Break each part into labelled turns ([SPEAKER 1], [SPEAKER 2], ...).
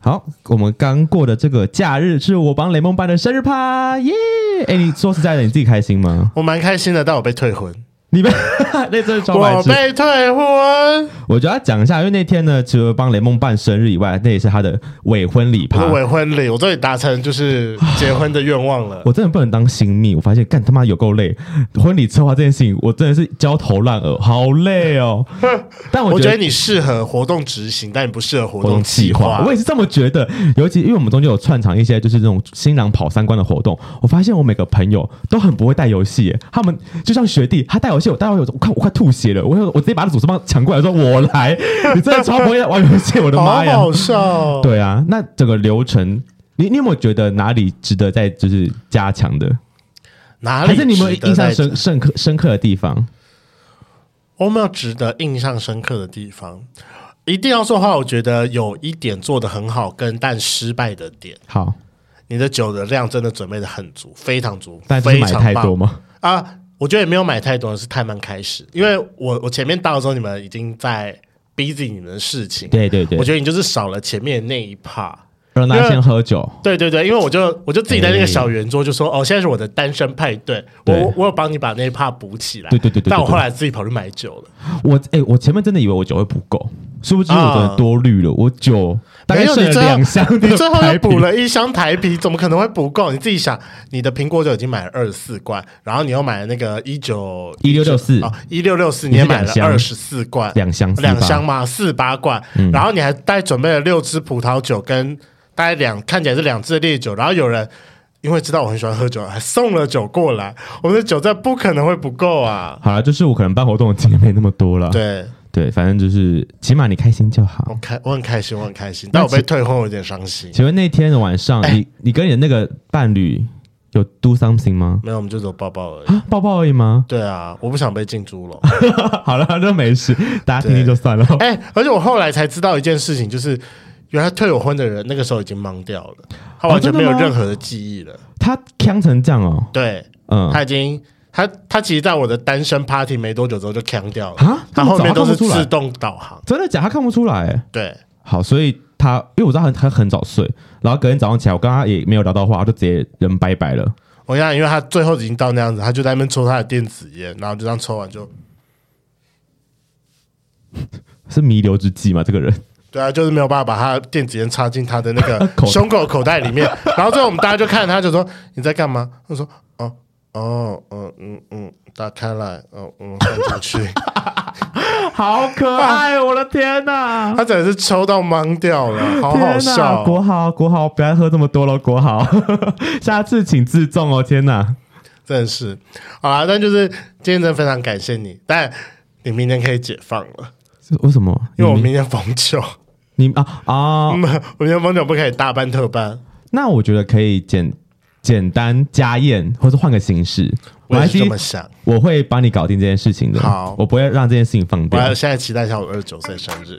[SPEAKER 1] 好，我们刚过的这个假日是我帮雷梦办的生日趴，耶！哎，你说实在的，你自己开心 吗？
[SPEAKER 2] 我蛮开心的，但我被退婚，
[SPEAKER 1] 你们 那真是超白
[SPEAKER 2] 我
[SPEAKER 1] 痴。
[SPEAKER 2] 被退婚，
[SPEAKER 1] 我就要讲一下，因为那天呢，除了帮雷梦办生日以外，那也是他的伪婚礼
[SPEAKER 2] 我
[SPEAKER 1] 趴
[SPEAKER 2] 的。伪婚礼，我终于达成就是结婚的愿望了。
[SPEAKER 1] 我真的不能当新密，我发现干他妈有够累。婚礼策划这件事情，我真的是焦头烂额，好累 哦。但我
[SPEAKER 2] 我
[SPEAKER 1] 觉
[SPEAKER 2] 觉
[SPEAKER 1] 得
[SPEAKER 2] 得你适合活动执行，但你不适合活
[SPEAKER 1] 活
[SPEAKER 2] 动
[SPEAKER 1] 动计
[SPEAKER 2] 计划
[SPEAKER 1] 划，我。也是这么觉得。尤其因为我们中间有串场一些就是这种新郎跑三关的活动，我发现我每个朋友都很不会带游戏耶，他们就像学弟，他带游戏，我带到有我看我快吐血了，我我直接把他的主持棒抢过来说我来， 你真的超不会玩游戏，我的
[SPEAKER 2] 好
[SPEAKER 1] 妈呀！
[SPEAKER 2] 好笑哦！
[SPEAKER 1] 对啊，那整个流程。你你有没有觉得哪里值得再就是加强的，
[SPEAKER 2] 哪里
[SPEAKER 1] 还是你们
[SPEAKER 2] 值得
[SPEAKER 1] 印象
[SPEAKER 2] 在
[SPEAKER 1] 深深刻深刻的地方？
[SPEAKER 2] 我没有值得印象深刻的地方。一定要说的话，我觉得有一点做的很好，跟但失败的点，
[SPEAKER 1] 好，
[SPEAKER 2] 你的酒的量真的准备的很足，非常足，
[SPEAKER 1] 但是
[SPEAKER 2] 非
[SPEAKER 1] 买
[SPEAKER 2] 常
[SPEAKER 1] 太
[SPEAKER 2] 棒
[SPEAKER 1] 多吗？
[SPEAKER 2] 啊！我觉得也没有买太多，是太慢开始，因为我我前面到的时候，你们已经在 busy 你们的事情，
[SPEAKER 1] 对对对，
[SPEAKER 2] 我
[SPEAKER 1] 得
[SPEAKER 2] 觉得你就是少了前面那一 part。
[SPEAKER 1] 让
[SPEAKER 2] 因
[SPEAKER 1] 他
[SPEAKER 2] 为
[SPEAKER 1] 先喝酒，
[SPEAKER 2] 对对对，因为我就我就自己在那个小圆桌就说，哦，现在是我的单身派对，我
[SPEAKER 1] 哎对
[SPEAKER 2] 我我有帮你把那一 part 补起来，
[SPEAKER 1] 对对对对对
[SPEAKER 2] 但我
[SPEAKER 1] 对
[SPEAKER 2] 后来自己跑去买酒了，
[SPEAKER 1] 我哎、我前面真的以为我酒会不够，殊不知我
[SPEAKER 2] 啊
[SPEAKER 1] 真的多虑了，我酒大概
[SPEAKER 2] 没有
[SPEAKER 1] 剩
[SPEAKER 2] 你
[SPEAKER 1] 了
[SPEAKER 2] 最后
[SPEAKER 1] 两箱的
[SPEAKER 2] 你最后
[SPEAKER 1] 白
[SPEAKER 2] 又
[SPEAKER 1] 啤
[SPEAKER 2] 补了一箱台啤，怎么可能会不够？你自己想，你的苹果酒已经买了二十四罐，然后你又买了那个一九
[SPEAKER 1] 1664
[SPEAKER 2] 哦，一六六四，
[SPEAKER 1] 你
[SPEAKER 2] 你
[SPEAKER 1] 是
[SPEAKER 2] 也买了
[SPEAKER 1] 两
[SPEAKER 2] 二
[SPEAKER 1] 箱
[SPEAKER 2] 十四罐，
[SPEAKER 1] 两箱嗯四八嗯
[SPEAKER 2] 两箱嘛，四八罐，然后你还大概准备了六支葡萄酒跟大概两看起来是两支烈酒，然后有人。因为知道我很喜欢喝酒，还送了酒过来。我们的酒量不可能会不够啊！
[SPEAKER 1] 好了，就是我可能办活动的经验没那么多了。
[SPEAKER 2] 对，哦
[SPEAKER 1] 对，反正就是起码你开心就好
[SPEAKER 2] 我。开我很开心，我很开心，
[SPEAKER 1] 那
[SPEAKER 2] 但我被
[SPEAKER 1] 其
[SPEAKER 2] 退婚，我有点伤心。
[SPEAKER 1] 请问那天的晚上，
[SPEAKER 2] 哎
[SPEAKER 1] 你你跟你的那个伴侣有 do something 吗？
[SPEAKER 2] 没有，我们就走抱抱而已。
[SPEAKER 1] 啊，抱抱而已吗？
[SPEAKER 2] 对啊，我不想被进猪 笼。
[SPEAKER 1] 好了，那没事，大家听听就算了。
[SPEAKER 2] 哎、而且我后来才知道一件事情，就是原来退我婚的人那个时候已经懵掉了，他完全
[SPEAKER 1] 哦真的
[SPEAKER 2] 没有
[SPEAKER 1] 吗
[SPEAKER 2] 任何的记忆了。
[SPEAKER 1] 他呛成这样哦，
[SPEAKER 2] 对，
[SPEAKER 1] 嗯，
[SPEAKER 2] 他已经他他其实在我的单身 party 没多久之后就腔掉了，
[SPEAKER 1] 啊
[SPEAKER 2] 他后面都是
[SPEAKER 1] 这么早他看不出来
[SPEAKER 2] 自动导航。
[SPEAKER 1] 真的假？他看不出来、哎
[SPEAKER 2] 对，
[SPEAKER 1] 好，所以他因为我知道他他很早睡，然后隔天早上起来，我跟他也没有聊到话，我就直接人拜拜了。
[SPEAKER 2] 我跟你讲，因为他最后已经到那样子，他就在那边抽他的电子烟，然后就这样抽完就。
[SPEAKER 1] 是弥留之际嘛？这个人，
[SPEAKER 2] 对啊，就是没有办法把他的电子烟插进他的那
[SPEAKER 1] 口
[SPEAKER 2] 个
[SPEAKER 1] 袋
[SPEAKER 2] 胸口口袋里面。然后最后我们大家就看他，就说你在干嘛？他说哦哦嗯嗯嗯，打开来，哦嗯放 进去。
[SPEAKER 1] 好可爱，我的天哪！
[SPEAKER 2] 他真的是抽到懵掉了，好好
[SPEAKER 1] 天
[SPEAKER 2] 笑哦、
[SPEAKER 1] 国豪，国豪，不要喝这么多了，国豪， 下次请自重哦！天哪，
[SPEAKER 2] 真的是。好啦，但就是今天真的非常感谢你，但你明天可以解放了，
[SPEAKER 1] 这为什么？
[SPEAKER 2] 因为我
[SPEAKER 1] 你
[SPEAKER 2] 明天逢九，
[SPEAKER 1] 你啊啊、
[SPEAKER 2] 嗯， 我明天逢九不可以大班特班，
[SPEAKER 1] 那我觉得可以简简单加宴，或是换个形式。
[SPEAKER 2] 我也是
[SPEAKER 1] 还
[SPEAKER 2] 这
[SPEAKER 1] 是
[SPEAKER 2] 么想。
[SPEAKER 1] 我会帮你搞定这件事情的。
[SPEAKER 2] 好
[SPEAKER 1] 我不会让这件事情放
[SPEAKER 2] 我
[SPEAKER 1] 掉
[SPEAKER 2] 要。现在期待一下我二十九岁生日。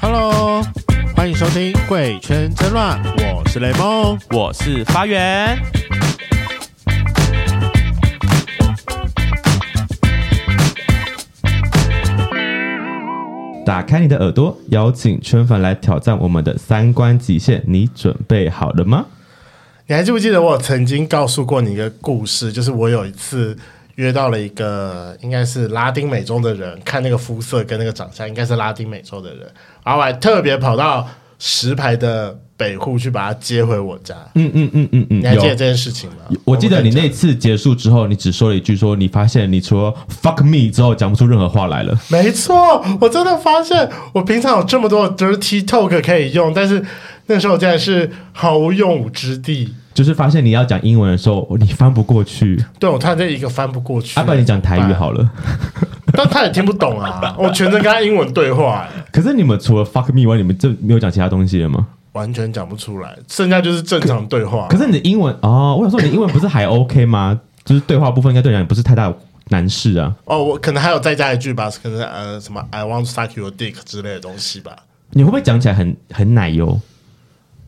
[SPEAKER 2] Hello，欢迎收听《贵圈真乱》，我是雷梦。
[SPEAKER 3] 我是发源。
[SPEAKER 1] 打开你的耳朵，邀请圈粉来挑战我们的三观极限，你准备好了吗？
[SPEAKER 2] 你还记不记得我曾经告诉过你一个故事？就是我有一次约到了一个应该是拉丁美洲的人，看那个肤色跟那个长相，应该是拉丁美洲的人，然后我还特别跑到石牌的北户去把他接回我家。
[SPEAKER 1] 嗯嗯嗯嗯嗯，
[SPEAKER 2] 你还记得
[SPEAKER 1] 有。
[SPEAKER 2] 这件事情吗？
[SPEAKER 1] 我记得你
[SPEAKER 2] 们可以
[SPEAKER 1] 那
[SPEAKER 2] 讲
[SPEAKER 1] 次结束之后，你只说了一句说你发现你除了 fuck me 之后讲不出任何话来了。
[SPEAKER 2] 没错，我真的发现我平常有这么多的 dirty talk 可以用，但是那时候竟然是毫无用武之地。
[SPEAKER 1] 就是发现你要讲英文的时候，你翻不过去。啊
[SPEAKER 2] 对我突然间一个翻不过去。
[SPEAKER 1] 阿爸，不然你讲台语好了。
[SPEAKER 2] 但他也听不懂啊，我全程跟他英文对话、哎
[SPEAKER 1] 可是你们除了 fuck me 以外，你们这没有讲其他东西了吗？
[SPEAKER 2] 完全讲不出来，剩下就是正常对话。
[SPEAKER 1] 可是你的英文哦，我想说你的英文不是还 OK 吗？ 就是对话部分应该对你来讲不是太大难事啊。
[SPEAKER 2] 哦，我可能还有再加一句吧，可能呃什么 I want to suck your dick 之类的东西吧，
[SPEAKER 1] 你会不会讲起来很很奶油？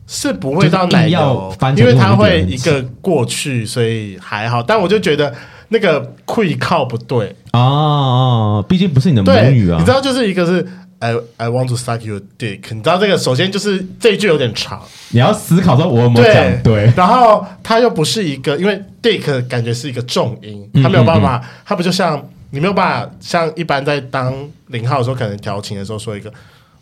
[SPEAKER 2] 是不会到奶
[SPEAKER 1] 就是硬要
[SPEAKER 2] 油
[SPEAKER 1] 翻，成
[SPEAKER 2] 因为
[SPEAKER 1] 英文
[SPEAKER 2] 他
[SPEAKER 1] 就觉得
[SPEAKER 2] 会
[SPEAKER 1] 很
[SPEAKER 2] 一个过去，所以还好。但我就觉得那个会靠不对，
[SPEAKER 1] 哦哦，毕竟不是你的母
[SPEAKER 2] 对，
[SPEAKER 1] 语啊
[SPEAKER 2] 你知。道就是一个是 I I want to suck your dick，你知道这个首先就是这一句有点长，
[SPEAKER 1] 你要思考说我有没有
[SPEAKER 2] 对
[SPEAKER 1] 讲对。
[SPEAKER 2] 然后它又不是一个，因为 dick 感觉是一个重音，它没有办法，它不就像你没有办法像一般在当零号的时候，可能调情的时候说一个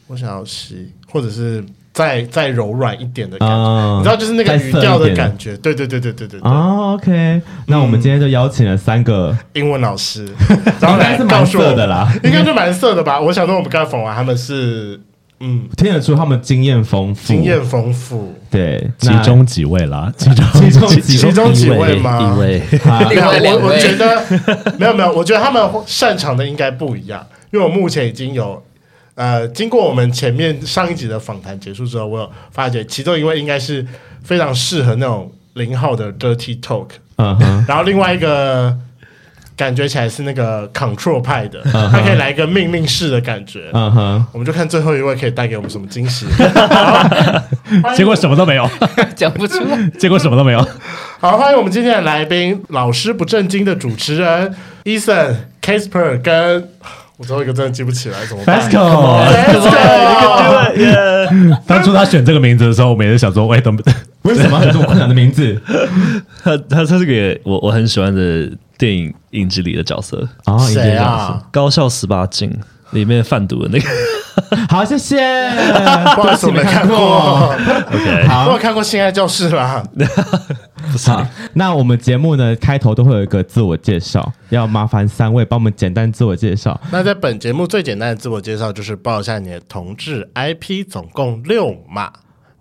[SPEAKER 2] 我想要吸，或者是再再柔软一点的感觉，
[SPEAKER 1] 啊
[SPEAKER 2] 你知道就是那个
[SPEAKER 1] 再
[SPEAKER 2] 语
[SPEAKER 1] 色
[SPEAKER 2] 调
[SPEAKER 1] 一
[SPEAKER 2] 的
[SPEAKER 1] 点
[SPEAKER 2] 感觉，对对对对对对对，
[SPEAKER 1] 哦，OK，那我们今天就邀请了三个，
[SPEAKER 2] 英文老师，然后
[SPEAKER 1] 应该
[SPEAKER 2] 来
[SPEAKER 1] 是
[SPEAKER 2] 告
[SPEAKER 1] 蛮
[SPEAKER 2] 诉我
[SPEAKER 1] 色的啦，
[SPEAKER 2] 应该就蛮色的吧？我想说我们刚才访完他们是嗯
[SPEAKER 1] 听得出他们经验丰富，
[SPEAKER 2] 经验丰富，
[SPEAKER 1] 对，
[SPEAKER 3] 其
[SPEAKER 1] 那
[SPEAKER 3] 中几位啦，其中
[SPEAKER 1] 其中几
[SPEAKER 2] 其中几位吗
[SPEAKER 3] 一？位，
[SPEAKER 1] 啊
[SPEAKER 2] 没有，
[SPEAKER 4] 另外两
[SPEAKER 2] 我
[SPEAKER 4] 位
[SPEAKER 2] 我觉得 没有没有，我觉得他们擅长的应该不一样，因为我目前已经有呃，经过我们前面上一集的访谈结束之后，我有发觉其中一位应该是非常适合那种零号的 dirty talk，
[SPEAKER 1] 嗯哼，
[SPEAKER 2] 然后另外一个。感觉起来是那个 control 派的，
[SPEAKER 4] 啊
[SPEAKER 2] 他可以来一个命令式的感觉。
[SPEAKER 1] 嗯哼，
[SPEAKER 2] 我们就看最后一位可以带给我们什么惊喜。
[SPEAKER 3] 结果什么都没有，
[SPEAKER 4] 讲不出来。
[SPEAKER 3] 结果什么都没有。
[SPEAKER 2] 好，欢迎我们今天的来宾，老师不正经的主持人 Eason、Casper 跟我最后一个真的记不起来，怎么办
[SPEAKER 3] Basco，
[SPEAKER 2] Casper，
[SPEAKER 3] 当初他选这个名字的时候，我们也是想说，喂，怎么？
[SPEAKER 1] 为什么要选这么困难的名 字？
[SPEAKER 5] 他他他是个我我很喜欢的电影影集里的角色，
[SPEAKER 1] 哦，已经
[SPEAKER 2] 谁
[SPEAKER 1] 这样子
[SPEAKER 2] 啊？
[SPEAKER 5] 高校十八禁里面贩毒的那个。
[SPEAKER 1] 好，谢谢，
[SPEAKER 2] 不好意思，我没看过，
[SPEAKER 5] OK，
[SPEAKER 2] 我有看过《性爱教室》啦。
[SPEAKER 1] 好，
[SPEAKER 3] 啊
[SPEAKER 1] 那我们节目呢开头都会有一个自我介绍，要麻烦三位帮我们简单自我介绍。
[SPEAKER 2] 那在本节目最简单的自我介绍就是报一下你的同志 IP，总共六码。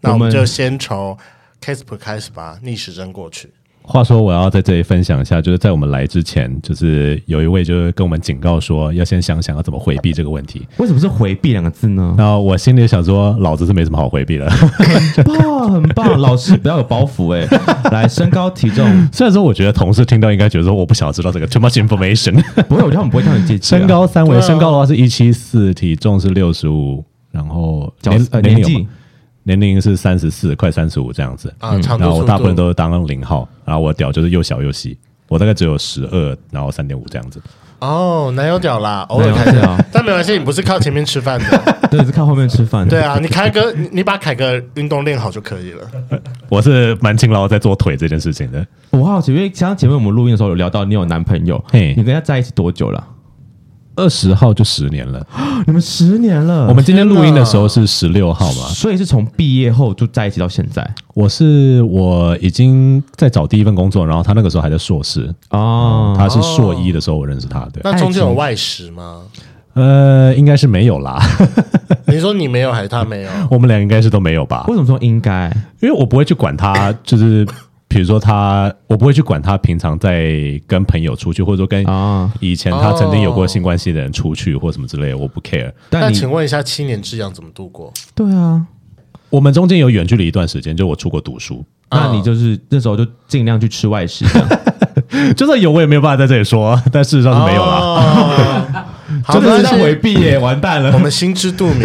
[SPEAKER 2] 那我
[SPEAKER 1] 我们
[SPEAKER 2] 们就先从 Casper 开始吧，逆时针过去。
[SPEAKER 3] 话说，我要在这里分享一下，就是在我们来之前，就是有一位就是跟我们警告说，要先想想要怎么回避这个问题。
[SPEAKER 1] 为什么是回避两个字 呢？
[SPEAKER 3] 然后我心里想说，老子是没什么好回避的。
[SPEAKER 1] 很棒，啊很棒，老师不要有包袱哎、来，身高体重，
[SPEAKER 3] 虽然说，我觉得同事听到应该觉得说，我不想要知道这个 too much information。
[SPEAKER 1] 不会，我觉得他们不会叫你姐姐、啊
[SPEAKER 3] 身，高三围，身高的话是一七四，体重是六十五，然后
[SPEAKER 1] 角
[SPEAKER 3] 年
[SPEAKER 1] 呃
[SPEAKER 3] 年
[SPEAKER 1] 年
[SPEAKER 3] 龄有
[SPEAKER 1] 纪
[SPEAKER 3] 吗，年龄是三十四，快三十五这样子。
[SPEAKER 2] 啊，长
[SPEAKER 3] 然
[SPEAKER 2] 度速
[SPEAKER 3] 后我
[SPEAKER 2] 度
[SPEAKER 3] 大部分都是当零号，然后我屌就是又小又细，我大概只有十二，然后三点五这样子。
[SPEAKER 2] 哦，男友屌啦，偶尔开
[SPEAKER 1] 男友屌
[SPEAKER 2] 始，但没关系，你不是靠前面吃饭的。
[SPEAKER 1] 啊对，是看后面吃饭。
[SPEAKER 2] 对，啊，你凯哥，你你把凯哥运动练好就可以了。
[SPEAKER 3] 我是蛮勤劳在做腿这件事情的，
[SPEAKER 1] 我好奇，因为像前面我们录音的时候有聊到你有男朋友，
[SPEAKER 3] 嘿
[SPEAKER 1] 你跟他在一起多久了？
[SPEAKER 3] 二十号就十年了。
[SPEAKER 1] 你们十年了，
[SPEAKER 3] 我们啊今天录音的时候是十六号嘛，
[SPEAKER 1] 所以是从毕业后就在一起到现在
[SPEAKER 3] 我是我已经在找第一份工作，然后他那个时候还在硕士，
[SPEAKER 1] 哦。
[SPEAKER 3] 他是硕一的时候我认识他的。
[SPEAKER 2] 那中间有外食吗？
[SPEAKER 3] 呃，应该是没有啦，
[SPEAKER 2] 你说你没有还是他没有？
[SPEAKER 3] 我们俩应该是都没有吧
[SPEAKER 1] 为，什么说应该？
[SPEAKER 3] 因为我不会去管他， 就是比如说他，我不会去管他平常在跟朋友出去，或者说跟
[SPEAKER 1] 啊
[SPEAKER 3] 以前他曾经有过性关系的人出去或什么之类的，我不 care。
[SPEAKER 2] 那
[SPEAKER 1] 但你
[SPEAKER 2] 请问一下，七年之痒怎么度过？
[SPEAKER 1] 对啊，
[SPEAKER 3] 我们中间有远距离一段时间，就我出国读书，
[SPEAKER 1] 那你就是那时候就尽量去吃外食这样，
[SPEAKER 3] 就算有我也没有办法在这里说，但事实上是没有 啦。
[SPEAKER 2] 啦。哦好，
[SPEAKER 1] 真的是
[SPEAKER 2] 那
[SPEAKER 1] 在回避耶，完蛋了
[SPEAKER 2] 我。们心知肚 明。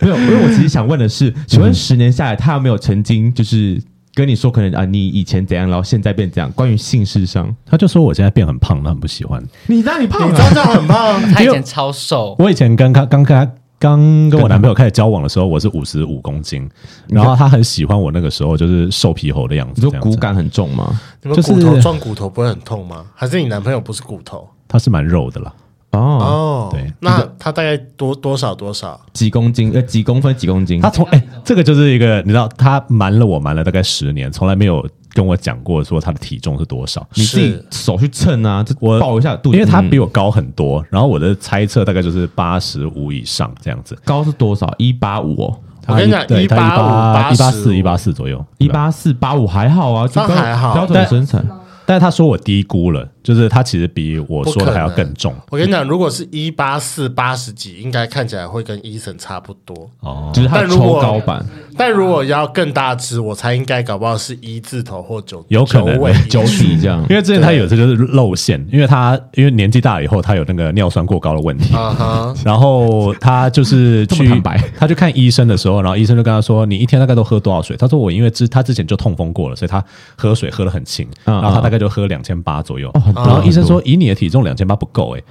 [SPEAKER 1] 没有，因为我其实想问的是，请问十年下来，他有没有曾经就是跟你说，可能啊，你以前怎样，然后现在变怎样？关于性事上，
[SPEAKER 3] 他就说我现在变很胖，他很不喜欢。
[SPEAKER 1] 你让你胖
[SPEAKER 2] 你
[SPEAKER 1] 了
[SPEAKER 2] 真的很胖，
[SPEAKER 4] 他以前超瘦，
[SPEAKER 3] 我以前刚刚刚刚刚跟我男朋友开始交往的时候，我是五十五公斤，然后他很喜欢我那个时候就是瘦皮猴的样
[SPEAKER 1] 你
[SPEAKER 3] 子，
[SPEAKER 1] 说
[SPEAKER 3] 这样
[SPEAKER 1] 骨
[SPEAKER 3] 子。
[SPEAKER 1] 感很重吗？
[SPEAKER 2] 你们
[SPEAKER 3] 就是
[SPEAKER 2] 骨头撞骨头不会很痛吗？还是你男朋友不是骨头？
[SPEAKER 3] 他是蛮肉的啦，
[SPEAKER 1] 哦，
[SPEAKER 2] 哦，
[SPEAKER 3] 对
[SPEAKER 2] 那他大概多多少多少？
[SPEAKER 1] 几公斤？呃，几公分？几公斤
[SPEAKER 3] 他？从哎、这个就是一个你知道，他瞒了我瞒了大概十年，从来没有跟我讲过说他的体重是多少。
[SPEAKER 1] 你自己手去称啊，这
[SPEAKER 3] 我
[SPEAKER 1] 抱一下肚子，嗯
[SPEAKER 3] 因为他比
[SPEAKER 1] 我
[SPEAKER 3] 我高很多，然后我的猜测大概就是八十五以上这样子。
[SPEAKER 1] 高是多少？一八五哦，
[SPEAKER 2] 我跟你讲，
[SPEAKER 3] 一
[SPEAKER 2] 八五、
[SPEAKER 3] 一八四、一
[SPEAKER 2] 十
[SPEAKER 3] 八四左右，
[SPEAKER 1] 一八四八五还好啊，就
[SPEAKER 2] 这样还好
[SPEAKER 1] 标准身材。
[SPEAKER 3] 但是他说我低估了，就是他其实比我
[SPEAKER 2] 不
[SPEAKER 3] 说
[SPEAKER 2] 可
[SPEAKER 3] 的还要
[SPEAKER 2] 能
[SPEAKER 3] 更重
[SPEAKER 2] 我跟你讲，如果是一八四八十几，应该看起来会跟 Eason 差不多。
[SPEAKER 3] 哦。
[SPEAKER 1] 就是他
[SPEAKER 2] 但
[SPEAKER 1] 的
[SPEAKER 2] 如
[SPEAKER 1] 超
[SPEAKER 2] 果
[SPEAKER 1] 高版，
[SPEAKER 2] 但如果要更大只，我猜应该搞不好是一字头或九，
[SPEAKER 3] 有可能
[SPEAKER 2] 九尾以
[SPEAKER 1] 九体这样。
[SPEAKER 3] 因为之前他有一次就是露馅，因为他因为年纪大了以后，他有那个尿酸过高的问题，
[SPEAKER 2] 啊哈，
[SPEAKER 3] 然后他就是
[SPEAKER 1] 这么
[SPEAKER 3] 去
[SPEAKER 1] 坦白
[SPEAKER 3] 他去看医生的时候，然后医生就跟他说：“你一天大概都喝多少水？”他说：“我因为之他之前就痛风过了，所以他喝水喝得很轻，
[SPEAKER 1] 嗯
[SPEAKER 3] 然后他
[SPEAKER 1] 嗯
[SPEAKER 3] 大概就喝两千八左右。
[SPEAKER 1] 哦很多
[SPEAKER 3] 然后医生
[SPEAKER 1] 很多
[SPEAKER 3] 说：以你的体重两千八不够哎、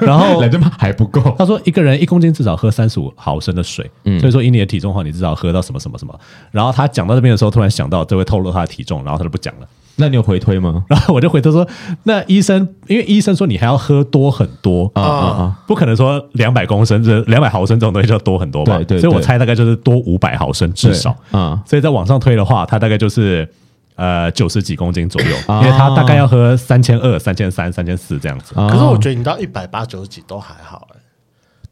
[SPEAKER 3] 然后
[SPEAKER 1] 来这么还不 够，
[SPEAKER 3] 他说一个人一公斤至少喝三十五毫升的水，
[SPEAKER 1] 嗯
[SPEAKER 3] 所以说以你的体重的话，你至少喝到什么什么什么。然后他讲到这边的时候，突然想到这会透露他的体重，然后他就不讲了。
[SPEAKER 1] 那你有回推吗？
[SPEAKER 3] 然后我就回头说，那医生，因为医生说你还要喝多很多啊
[SPEAKER 1] 啊啊！
[SPEAKER 3] 不可能说两百公升这两百毫升这种东西就多很多吧？
[SPEAKER 1] 对对
[SPEAKER 3] 所以我
[SPEAKER 1] 对
[SPEAKER 3] 猜大概就是多五百毫升至少
[SPEAKER 1] 对嗯
[SPEAKER 3] 所以在往上推的话，它大概就是呃九十几公斤左右，
[SPEAKER 1] 啊
[SPEAKER 3] 因为它大概要喝三千二、三千三、三千四这样子。
[SPEAKER 1] 可
[SPEAKER 2] 可是我觉得你到一百八九十几都还好哎、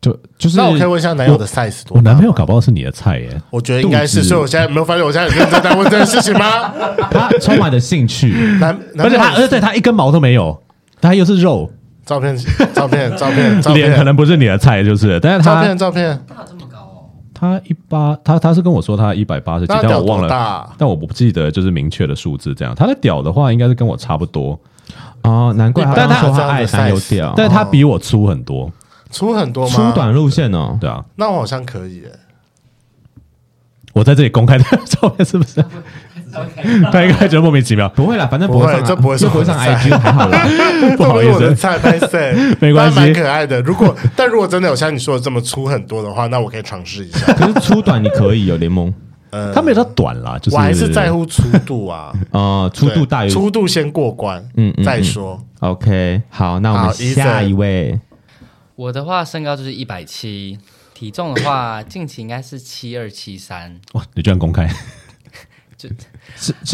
[SPEAKER 1] 就就是，
[SPEAKER 2] 那我可以问一下男友的 size 多
[SPEAKER 3] 我
[SPEAKER 2] 大？
[SPEAKER 3] 男朋友搞不好是你的菜耶，
[SPEAKER 2] 我觉得应该是，所以我现在有没有发现我现在很认真在问这件事情吗？
[SPEAKER 1] 他充满了兴趣，
[SPEAKER 2] 男，
[SPEAKER 3] 而且他，
[SPEAKER 2] 呃
[SPEAKER 3] 而且他一根毛都没有，他又是肉，
[SPEAKER 2] 照片，照 片，照片，照
[SPEAKER 3] 脸可
[SPEAKER 2] 片，
[SPEAKER 3] 能不是你的菜，就是，但是
[SPEAKER 2] 照
[SPEAKER 3] 他
[SPEAKER 2] 片，照片，
[SPEAKER 3] 他一八，他他是跟我说他一百八十几
[SPEAKER 2] 那，
[SPEAKER 3] 但
[SPEAKER 2] 屌
[SPEAKER 3] 我忘
[SPEAKER 2] 多大
[SPEAKER 3] 了
[SPEAKER 2] 啊，
[SPEAKER 3] 但我不记得就是明确的数字这样。他的屌的话，应该是跟我差不多，
[SPEAKER 1] 哦，难怪他
[SPEAKER 2] 但
[SPEAKER 1] 刚
[SPEAKER 2] 他
[SPEAKER 1] 说他爱
[SPEAKER 2] 这
[SPEAKER 1] 男
[SPEAKER 2] 样的
[SPEAKER 1] 友
[SPEAKER 2] size
[SPEAKER 1] 屌，
[SPEAKER 3] 但他比我粗很多，
[SPEAKER 2] 粗很多吗？
[SPEAKER 1] 粗短，路线哦，
[SPEAKER 3] 对啊。
[SPEAKER 2] 那我好像可以、欸。
[SPEAKER 3] 我在这里公开的照片是不是？他应该觉得莫名其妙。
[SPEAKER 1] 不会啦，反正不
[SPEAKER 2] 不
[SPEAKER 1] 会
[SPEAKER 2] 会
[SPEAKER 1] 上，
[SPEAKER 2] 这
[SPEAKER 3] 啊
[SPEAKER 2] 不会是
[SPEAKER 1] 这不会上
[SPEAKER 2] 我 的
[SPEAKER 1] IG 还好啦。
[SPEAKER 3] 不好意
[SPEAKER 2] 这不是我的
[SPEAKER 3] 思，，
[SPEAKER 2] 菜拍摄
[SPEAKER 3] 没关系
[SPEAKER 2] 但蛮可爱的。如果但如果真的有像你说的这么粗很多的话，那我可以尝试一下。
[SPEAKER 1] 可是粗短你可以有联盟，
[SPEAKER 2] 呃，
[SPEAKER 3] 他没有他短啦，就是
[SPEAKER 2] 我还是在乎粗 度啊，
[SPEAKER 1] 呃，粗度大于
[SPEAKER 2] 对粗度先过关，
[SPEAKER 1] 嗯嗯
[SPEAKER 2] 再说。
[SPEAKER 1] OK，好，那我们
[SPEAKER 2] 好
[SPEAKER 1] 下一位，
[SPEAKER 4] 我的话身高就是一百七，体重的话近期应该是七二七三，
[SPEAKER 3] 哇，你居然公开，
[SPEAKER 1] 是是
[SPEAKER 4] 还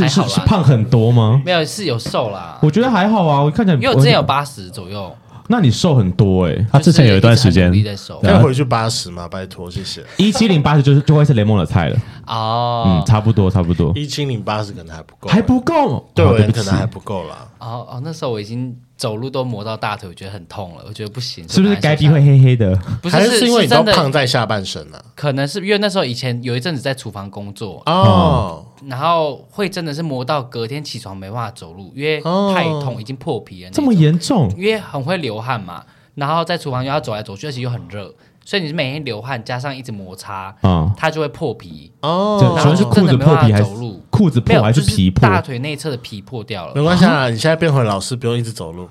[SPEAKER 1] 是
[SPEAKER 4] 好啦
[SPEAKER 1] 是胖很多吗？
[SPEAKER 4] 没有是有瘦啦，
[SPEAKER 1] 我觉得还好啊，我看起来
[SPEAKER 4] 因为我之前有
[SPEAKER 1] 我
[SPEAKER 4] 八十左右，
[SPEAKER 1] 那你瘦很多哎，
[SPEAKER 3] 啊他之前
[SPEAKER 4] 就是
[SPEAKER 3] 有一段时间
[SPEAKER 4] 直很努力在瘦
[SPEAKER 2] 可以回去八十吗？拜托，谢谢。
[SPEAKER 1] 一七零八十就是就会是联盟的菜了，嗯，
[SPEAKER 4] 哦
[SPEAKER 1] 差不多差不多，
[SPEAKER 2] 一七零八十可能还不够，
[SPEAKER 1] 还不够，
[SPEAKER 2] 对
[SPEAKER 1] 好
[SPEAKER 2] 我
[SPEAKER 1] 对
[SPEAKER 2] 人
[SPEAKER 1] 不
[SPEAKER 2] 可
[SPEAKER 1] 起
[SPEAKER 2] 能，还不够啦。
[SPEAKER 4] 哦哦，那时候我已经走路都磨到大腿，我觉得很痛了，我觉得不行，
[SPEAKER 1] 是不是
[SPEAKER 4] 就
[SPEAKER 1] 该
[SPEAKER 4] 赶
[SPEAKER 1] 逼会
[SPEAKER 4] 快瘦下来？
[SPEAKER 1] 黑黑的？
[SPEAKER 4] 不
[SPEAKER 2] 还
[SPEAKER 4] 是
[SPEAKER 2] 是因为你都
[SPEAKER 4] 真的
[SPEAKER 2] 胖在下半身啊了、
[SPEAKER 4] 可能是因为那时候以前有一阵子在厨房工作，
[SPEAKER 2] 哦，
[SPEAKER 4] 然后会真的是磨到隔天起床没办法走路，因为
[SPEAKER 2] 哦
[SPEAKER 4] 太痛，已经破皮了。
[SPEAKER 1] 这么？严重？
[SPEAKER 4] 因为很会流汗嘛，然后在厨房又要走来走去，而且又很热，所以你是每天流汗加上一直摩擦，
[SPEAKER 1] 啊，
[SPEAKER 4] 它就会破皮。
[SPEAKER 2] 哦，
[SPEAKER 1] 这主要是
[SPEAKER 4] 然后
[SPEAKER 1] 裤
[SPEAKER 4] 就真的
[SPEAKER 1] 子
[SPEAKER 4] 没
[SPEAKER 1] 破
[SPEAKER 4] 办法
[SPEAKER 1] 皮还是
[SPEAKER 4] 走路
[SPEAKER 1] 裤子
[SPEAKER 4] 没
[SPEAKER 1] 破
[SPEAKER 4] 有，
[SPEAKER 1] 还
[SPEAKER 4] 就是
[SPEAKER 1] 皮破？
[SPEAKER 4] 大腿内侧的皮破掉
[SPEAKER 2] 没
[SPEAKER 4] 了。
[SPEAKER 2] 关系啊，你现在变回老师，不用一直走路。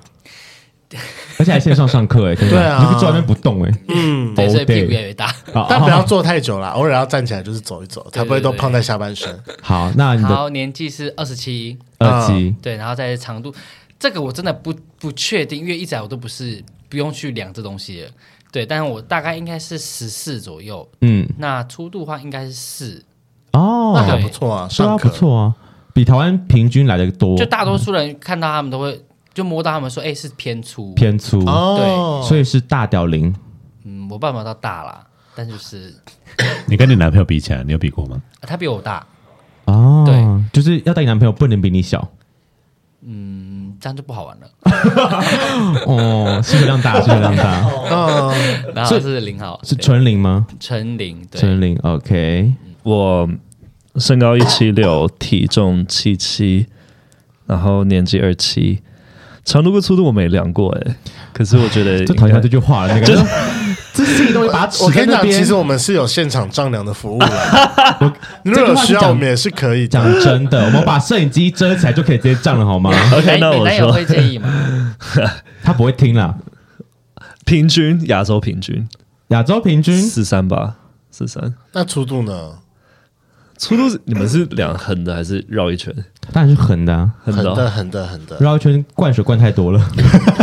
[SPEAKER 1] 而且还线上上课哎，真的
[SPEAKER 2] 对啊
[SPEAKER 1] 你就坐在那边不动哎，
[SPEAKER 2] 嗯，
[SPEAKER 4] 对，所以
[SPEAKER 1] Oh, damn
[SPEAKER 4] 屁股越来越大。
[SPEAKER 1] 啊
[SPEAKER 2] 但不要坐太久啦，偶尔要站起来就是走一走，才不会都胖在下半身。
[SPEAKER 1] 好，那你
[SPEAKER 4] 然
[SPEAKER 1] 的
[SPEAKER 4] 后年纪是二十七，
[SPEAKER 1] 耳机
[SPEAKER 4] 对，然后再是长度，这个我真的不不确定，因为一直来我都不是不用去量这东西的。对，但是我大概应该是十四左右，
[SPEAKER 1] 嗯，
[SPEAKER 4] 那粗度的话应该是四，
[SPEAKER 1] 哦，
[SPEAKER 2] 那还
[SPEAKER 4] 对
[SPEAKER 2] 不错啊，
[SPEAKER 1] 对啊，
[SPEAKER 2] 上
[SPEAKER 1] 不
[SPEAKER 2] 课。
[SPEAKER 1] 错啊，比台湾平均来的多，
[SPEAKER 4] 就大多数人看到他们都会就摸到他们说，哎、是偏粗，
[SPEAKER 1] 偏粗，
[SPEAKER 2] 哦，
[SPEAKER 1] 所以是大屌零。
[SPEAKER 4] 嗯，我爸爸到大啦，但就是、
[SPEAKER 3] 你跟你男朋友比起来，你有比过吗？
[SPEAKER 4] 啊他比我大，
[SPEAKER 1] 哦，
[SPEAKER 4] 对，
[SPEAKER 1] 就是要带你男朋友，不能比你小
[SPEAKER 4] 嗯，这样就不好玩了。
[SPEAKER 1] 哦，需求量大，需求量大，
[SPEAKER 4] 然后是零号，
[SPEAKER 1] 是
[SPEAKER 4] 对
[SPEAKER 1] 纯零吗？
[SPEAKER 4] 纯零，对，
[SPEAKER 1] 纯零，OK，
[SPEAKER 5] 我身高一七六，体重七七，然后年纪二七，长度跟粗度我没量过哎、可是我觉得
[SPEAKER 1] 就讨厌他
[SPEAKER 5] 应该
[SPEAKER 1] 这句话了，那个
[SPEAKER 5] 就是
[SPEAKER 1] 这是一东西把它吃
[SPEAKER 2] 我跟
[SPEAKER 1] 在
[SPEAKER 2] 你
[SPEAKER 1] 那
[SPEAKER 2] 讲，
[SPEAKER 1] 边
[SPEAKER 2] 其实我们是有现场丈量的服务的。 如果有需要，我们也是可以
[SPEAKER 1] 讲
[SPEAKER 2] 的。
[SPEAKER 1] 真的，我们把摄影机遮起来就可以直接站了，好吗？
[SPEAKER 5] OK，
[SPEAKER 4] 你
[SPEAKER 5] 那
[SPEAKER 4] 男你
[SPEAKER 5] 我
[SPEAKER 4] 男友
[SPEAKER 5] 说
[SPEAKER 4] 会介意吗？
[SPEAKER 1] 他不会听啦，
[SPEAKER 5] 平均亚洲平均
[SPEAKER 1] 亚洲平均
[SPEAKER 5] 四三吧，四三。
[SPEAKER 2] 那粗度呢？
[SPEAKER 5] 粗度是你们是量横的还是绕一圈？
[SPEAKER 1] 当然是横的啊，
[SPEAKER 5] 横
[SPEAKER 2] 很
[SPEAKER 5] 的哦、
[SPEAKER 2] 的，很的，很的。
[SPEAKER 1] 绕一圈灌水灌太多了，